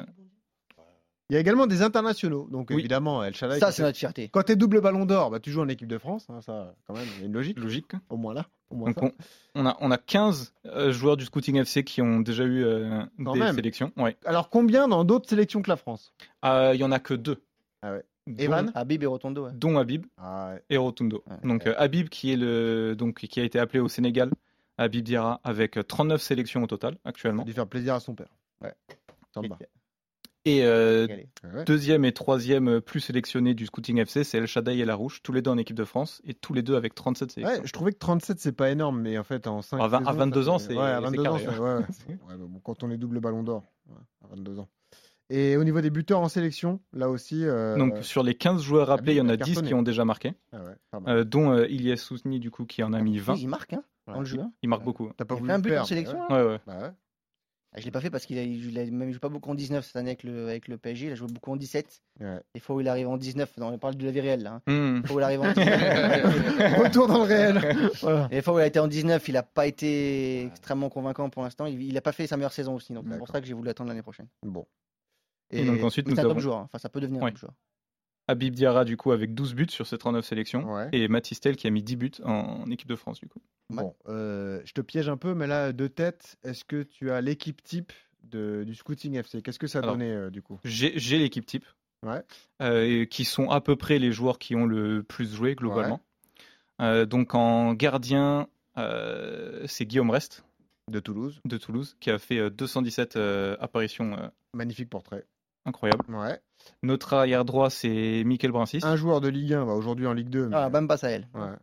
[SPEAKER 2] Il y a également des internationaux, donc
[SPEAKER 10] Oui.
[SPEAKER 2] évidemment, El Shaddai.
[SPEAKER 3] Ça,
[SPEAKER 2] quand
[SPEAKER 3] c'est
[SPEAKER 2] t'es-
[SPEAKER 3] notre fierté.
[SPEAKER 2] Quand t'es double ballon d'or, bah, tu joues en équipe de France, hein, ça, quand même, il y a une logique,
[SPEAKER 10] Logique.
[SPEAKER 2] au moins là. Au moins
[SPEAKER 10] Donc
[SPEAKER 2] ça.
[SPEAKER 10] on, on a, on a 15 euh, joueurs du Scouting FC qui ont déjà eu euh,
[SPEAKER 2] Quand
[SPEAKER 10] des
[SPEAKER 2] même.
[SPEAKER 10] sélections. Ouais.
[SPEAKER 2] Alors combien dans d'autres sélections que la France
[SPEAKER 10] Euh, Il y en a que deux.
[SPEAKER 2] Ah ouais.
[SPEAKER 10] Dont-
[SPEAKER 2] Evan
[SPEAKER 3] Habib et Rotondo. ouais.
[SPEAKER 10] Dont Habib
[SPEAKER 2] Ah, ouais.
[SPEAKER 10] et Rotundo.
[SPEAKER 3] Ouais.
[SPEAKER 10] donc euh, Habib qui, est le, donc, qui a été appelé au Sénégal, Habib Diarra, avec euh, 39 sélections au total
[SPEAKER 2] Il a
[SPEAKER 10] actuellement.
[SPEAKER 2] dû faire plaisir à son père. Ouais. Samba.
[SPEAKER 10] Et euh,
[SPEAKER 3] Sénégalais.
[SPEAKER 2] Ouais.
[SPEAKER 10] Deuxième et troisième euh, plus sélectionnés du Scouting FC, c'est El Shaddai et Larouche, tous les deux en équipe de France et tous les deux avec 37 sélections.
[SPEAKER 2] Ouais, je trouvais que 37 c'est pas énorme, mais en fait en 5
[SPEAKER 10] À Ah, vingt- à 22 ans, c'est-
[SPEAKER 2] ouais, à
[SPEAKER 10] c'est
[SPEAKER 2] 22 ans,
[SPEAKER 10] carré,
[SPEAKER 2] c'est-
[SPEAKER 10] ouais.
[SPEAKER 2] ouais, ouais. Ouais, mais bon, quand on est double ballon d'or, ouais, à 22 ans. Et au niveau des buteurs en sélection, là aussi, euh,
[SPEAKER 10] Donc sur les 15 joueurs rappelés, il y en a 10
[SPEAKER 2] cartonné.
[SPEAKER 10] qui ont déjà marqué,
[SPEAKER 2] ah ouais, pas mal.
[SPEAKER 10] euh, dont euh, Ilyes Sousni du coup qui
[SPEAKER 2] Ah,
[SPEAKER 10] en a mis 20.
[SPEAKER 3] Oui, Il marque hein, dans le jeu. hein.
[SPEAKER 10] Il marque beaucoup.
[SPEAKER 2] T'as pas
[SPEAKER 3] Il
[SPEAKER 2] voulu
[SPEAKER 3] fait un
[SPEAKER 2] le
[SPEAKER 3] but en
[SPEAKER 2] perdre,
[SPEAKER 3] sélection.
[SPEAKER 2] ouais.
[SPEAKER 3] hein.
[SPEAKER 10] Ouais, ouais.
[SPEAKER 2] Bah ouais.
[SPEAKER 3] Ah, je l'ai pas fait parce qu'il a, il a- même, il joue pas beaucoup en 19 cette année avec le, avec le PSG. Il a joué beaucoup en 17.
[SPEAKER 2] Ouais.
[SPEAKER 3] Il faut il arrive en 19. Non, on parle de la vie réelle là. hein.
[SPEAKER 10] Hmm.
[SPEAKER 3] Il faut il arrive en 19.
[SPEAKER 2] Bah Retour dans le réel. Voilà.
[SPEAKER 3] Et les fois où il a été en 19, il a pas été extrêmement convaincant pour l'instant. Il n'a pas fait sa meilleure saison aussi. Donc euh, c'est pour
[SPEAKER 2] D'accord.
[SPEAKER 3] ça que j'ai voulu attendre l'année prochaine.
[SPEAKER 2] Bon.
[SPEAKER 10] Et donc ensuite
[SPEAKER 3] Mais
[SPEAKER 10] nous
[SPEAKER 3] c'est un top
[SPEAKER 10] avons
[SPEAKER 3] joueur. hein. Enfin, ça peut devenir un
[SPEAKER 10] Ouais.
[SPEAKER 3] top joueur.
[SPEAKER 10] Habib Diarra du coup avec 12 buts sur ses 39 sélections
[SPEAKER 2] Ouais.
[SPEAKER 10] et Matistel qui a mis 10 buts en, en équipe de France du coup.
[SPEAKER 2] Bon, euh, je te piège un peu, mais là de tête, est-ce que tu as l'équipe type de- du scouting FC Qu'est-ce que ça
[SPEAKER 10] Alors.
[SPEAKER 2] donnait euh, du coup
[SPEAKER 10] J'ai j'ai l'équipe type,
[SPEAKER 2] Ouais.
[SPEAKER 10] Euh, et qui sont à peu près les joueurs qui ont le plus joué globalement. Euh, donc en gardien, euh, c'est Guillaume Rest
[SPEAKER 2] De Toulouse,
[SPEAKER 10] de Toulouse qui a fait euh, 217 euh, apparitions euh,
[SPEAKER 2] magnifique portrait.
[SPEAKER 10] incroyable. Notre arrière droit, c'est Michael Brincis.
[SPEAKER 2] Un joueur de Ligue 1, bah, aujourd'hui en Ligue 2. mais-
[SPEAKER 3] Ah, Bamba Sahel.
[SPEAKER 2] Ouais.
[SPEAKER 3] Bien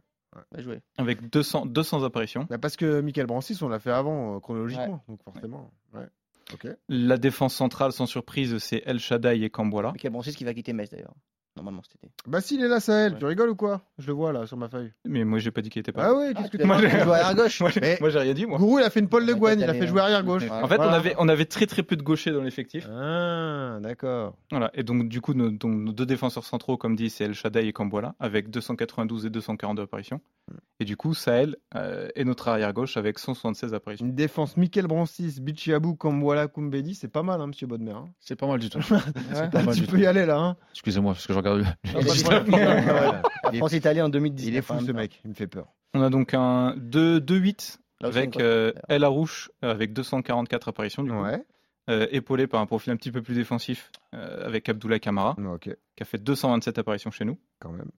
[SPEAKER 3] Bah, joué.
[SPEAKER 10] Avec 200, 200 apparitions.
[SPEAKER 2] Bah, parce que Michael Brancis, on l'a fait avant, euh, chronologiquement. Donc forcément. Ouais. Ok.
[SPEAKER 10] La défense centrale, sans surprise, c'est El Shaddai et Camboila.
[SPEAKER 3] Michael Brancis qui va quitter Metz d'ailleurs, normalement cet été.
[SPEAKER 10] Ah,
[SPEAKER 2] Bah si, il est là, Sahel. Tu rigoles ou quoi Je le vois là sur ma feuille.
[SPEAKER 10] Mais moi, j'ai pas dit qu'il était pas.
[SPEAKER 2] Ah ouais, qu'est-ce que tu
[SPEAKER 10] moi,
[SPEAKER 2] as
[SPEAKER 10] j'ai-
[SPEAKER 2] fait
[SPEAKER 3] jouer arrière gauche.
[SPEAKER 10] moi, j'ai-
[SPEAKER 2] Mais-
[SPEAKER 10] moi, j'ai rien dit, moi.
[SPEAKER 2] Gourou, il a fait une Paul Le Guen. Il a
[SPEAKER 3] allé,
[SPEAKER 2] fait jouer arrière gauche.
[SPEAKER 10] hein. En fait, on, avait, on avait très très peu de gauchers dans l'effectif.
[SPEAKER 2] Ah, d'accord.
[SPEAKER 10] Voilà. Et donc, du coup, nos, donc, nos deux défenseurs centraux, comme dit, c'est El Shaddai et Camboila, avec 292 et 242 apparitions.
[SPEAKER 3] Mm.
[SPEAKER 10] Et du coup, Sahel euh, est notre arrière-gauche avec 176 apparitions.
[SPEAKER 2] Une défense Michael Brancis, Bichiabou, Kamwala, Kumbedi, c'est pas mal, hein, monsieur Bodmer. hein.
[SPEAKER 4] C'est pas mal du tout.
[SPEAKER 2] Ouais,
[SPEAKER 4] pas mal
[SPEAKER 2] tu
[SPEAKER 4] du
[SPEAKER 2] peux y aller là. hein.
[SPEAKER 4] Excusez-moi, parce que je regarde.
[SPEAKER 3] Ah, pas de problème. La France-Italie en 2010.
[SPEAKER 2] Il est fou ce mec, il me fait peur.
[SPEAKER 10] On a donc un 2-8
[SPEAKER 3] Là aussi,
[SPEAKER 10] avec
[SPEAKER 3] on voit.
[SPEAKER 10] euh, El Arouche euh, avec 244 apparitions, du coup,
[SPEAKER 2] Ouais,
[SPEAKER 10] euh, épaulé par un profil un petit peu plus défensif euh, avec Abdoulaye Kamara,
[SPEAKER 3] Mm.
[SPEAKER 2] non, ok,
[SPEAKER 10] qui a fait 227 apparitions chez nous.
[SPEAKER 2] quand même.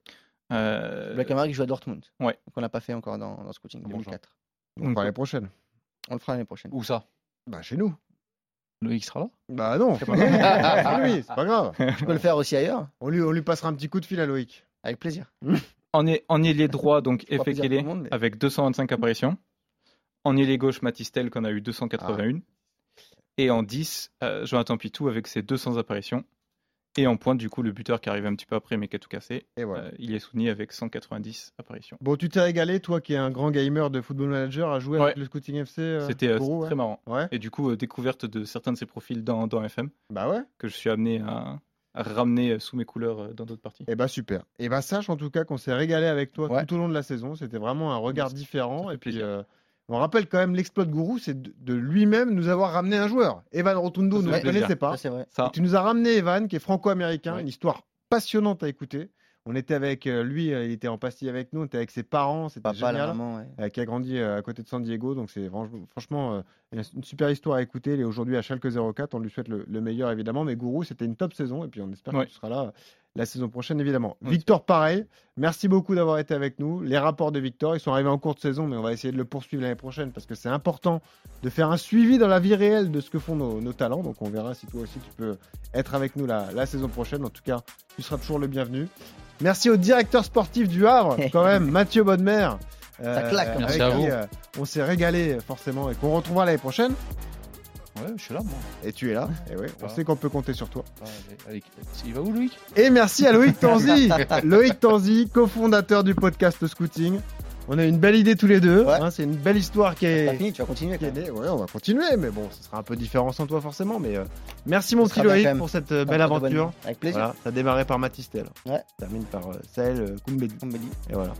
[SPEAKER 10] Euh,
[SPEAKER 3] Black Amara qui joue à Dortmund.
[SPEAKER 10] Ouais.
[SPEAKER 3] Qu'on n'a pas fait encore dans, dans ce coaching. 2004.
[SPEAKER 2] On
[SPEAKER 10] Donc,
[SPEAKER 2] fera les prochaines.
[SPEAKER 3] On le fera l'année prochaine.
[SPEAKER 4] Où ça
[SPEAKER 2] Bah, chez nous.
[SPEAKER 4] Loïc sera là
[SPEAKER 2] Bah, non, c'est pas grave. Lui, c'est pas grave.
[SPEAKER 3] Je peux le faire aussi ailleurs,
[SPEAKER 2] On lui, on lui passera un petit coup de fil à Loïc.
[SPEAKER 3] avec plaisir.
[SPEAKER 10] en, est, en ailier droit, donc
[SPEAKER 3] fera plaisir à
[SPEAKER 10] Efekele
[SPEAKER 3] tout le monde, mais-
[SPEAKER 10] avec 225 apparitions. En ailier gauche, Matistel qu'on a eu 281.
[SPEAKER 2] Ah.
[SPEAKER 10] Et en 10, euh, Jonathan Pitou avec ses 200 apparitions. Et en pointe, du coup, le buteur qui arrive un petit peu après, mais qui a tout cassé,
[SPEAKER 2] Et voilà.
[SPEAKER 10] euh, il est soutenu avec 190 apparitions.
[SPEAKER 2] Bon, tu t'es régalé, toi qui es un grand gamer de football manager, à jouer avec
[SPEAKER 10] Ouais.
[SPEAKER 2] le Scouting FC euh,
[SPEAKER 10] C'était euh,
[SPEAKER 2] Gourou, ouais.
[SPEAKER 10] très marrant.
[SPEAKER 2] Ouais,
[SPEAKER 10] Et du coup, euh, découverte de certains de ses profils dans, dans FM,
[SPEAKER 2] bah ouais.
[SPEAKER 10] que je suis amené à, à ramener euh, sous mes couleurs euh, dans d'autres parties.
[SPEAKER 2] Et bah, super. Et bah, sache en tout cas qu'on s'est régalé avec toi
[SPEAKER 10] Ouais.
[SPEAKER 2] tout au long de la saison. C'était vraiment un regard différent.
[SPEAKER 10] fait
[SPEAKER 2] Et puis,
[SPEAKER 10] plaisir.
[SPEAKER 2] euh, on rappelle quand même l'exploit de Gourou, c'est de, de lui-même nous avoir ramené un joueur. Evan Rotundo,
[SPEAKER 10] Ça
[SPEAKER 2] nous
[SPEAKER 10] fait
[SPEAKER 2] ne
[SPEAKER 10] plaisir.
[SPEAKER 2] connaissait pas.
[SPEAKER 3] Ça, c'est vrai.
[SPEAKER 10] Ça,
[SPEAKER 2] Tu nous as ramené Evan, qui est franco-américain,
[SPEAKER 10] Ouais.
[SPEAKER 2] une histoire passionnante à écouter. On était avec euh, lui, euh, il était en Pastille avec nous, on était avec ses parents, c'était
[SPEAKER 3] Papa, la
[SPEAKER 2] génial.
[SPEAKER 3] maman, ouais.
[SPEAKER 2] euh, qui a grandi euh, à côté de San Diego, donc c'est franch- franchement euh, une super histoire à écouter. Il est aujourd'hui à Schalke 04, on lui souhaite le, le meilleur évidemment. Mais Gourou, c'était une top saison et puis on espère
[SPEAKER 10] Ouais.
[SPEAKER 2] que tu seras là euh, la saison prochaine évidemment.
[SPEAKER 10] On
[SPEAKER 2] Victor, pareil, merci beaucoup d'avoir été avec nous. Les rapports de Victor, ils sont arrivés en cours de saison, mais on va essayer de le poursuivre l'année prochaine parce que c'est important de faire un suivi dans la vie réelle de ce que font nos, nos talents. Donc on verra si toi aussi tu peux être avec nous la, la saison prochaine. En tout cas, tu seras toujours le bienvenu. Merci au directeur sportif du Havre, quand même, Mathieu Bodmer. euh,
[SPEAKER 3] Ça claque, hein.
[SPEAKER 4] Merci
[SPEAKER 2] avec
[SPEAKER 4] à vous.
[SPEAKER 2] qui, euh, on s'est régalé forcément et qu'on retrouvera l'année prochaine.
[SPEAKER 4] Ouais, je suis là, moi.
[SPEAKER 2] Et tu es là. Et ouais, on
[SPEAKER 4] Ah.
[SPEAKER 2] sait qu'on peut compter sur toi.
[SPEAKER 4] Ah, allez, allez, il va où, Loïc
[SPEAKER 2] Et merci à Loïc Tanzi. Loïc Tanzi, cofondateur du podcast Scouting. On a une belle idée tous les deux.
[SPEAKER 3] Ouais.
[SPEAKER 2] hein, c'est une belle histoire qui
[SPEAKER 3] T'as
[SPEAKER 2] est,
[SPEAKER 3] fini, tu vas continuer.
[SPEAKER 2] qui
[SPEAKER 3] quoi.
[SPEAKER 2] est née. Ouais, on va continuer, mais bon, ce sera un peu différent sans toi forcément. Mais euh, merci mon
[SPEAKER 3] Ce
[SPEAKER 2] petit
[SPEAKER 3] sera bien quand
[SPEAKER 2] Loïc
[SPEAKER 3] même.
[SPEAKER 2] pour cette euh,
[SPEAKER 3] Pas
[SPEAKER 2] belle
[SPEAKER 3] de bonne
[SPEAKER 2] aventure.
[SPEAKER 3] nuit. Avec plaisir.
[SPEAKER 2] Voilà, ça a démarré par Matistel.
[SPEAKER 3] Ouais.
[SPEAKER 2] Ça termine par euh, Sahel euh, Koumbedi.
[SPEAKER 3] On me dit.
[SPEAKER 2] Et voilà.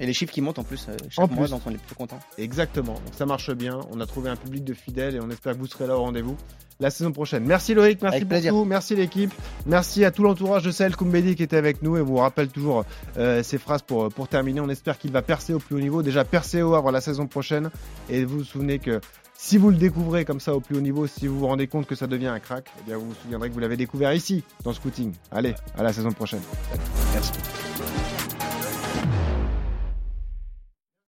[SPEAKER 3] Et les chiffres qui montent en plus euh, chaque
[SPEAKER 2] En
[SPEAKER 3] mois,
[SPEAKER 2] plus.
[SPEAKER 3] donc on est plutôt content.
[SPEAKER 2] Exactement. Donc ça marche bien. On a trouvé un public de fidèles et on espère que vous serez là au rendez-vous la saison prochaine. Merci Loïc, merci
[SPEAKER 3] Avec
[SPEAKER 2] pour
[SPEAKER 3] plaisir.
[SPEAKER 2] tout, merci l'équipe, merci à tout l'entourage de Sahel Koumbedi qui était avec nous et vous rappelle toujours euh, ces phrases pour, pour terminer. On espère qu'il va percer au plus haut niveau, déjà percer au Havre la saison prochaine et vous vous souvenez que si vous le découvrez comme ça au plus haut niveau, si vous vous rendez compte que ça devient un crack, eh bien vous vous souviendrez que vous l'avez découvert ici, dans Scouting. Allez, à la saison prochaine.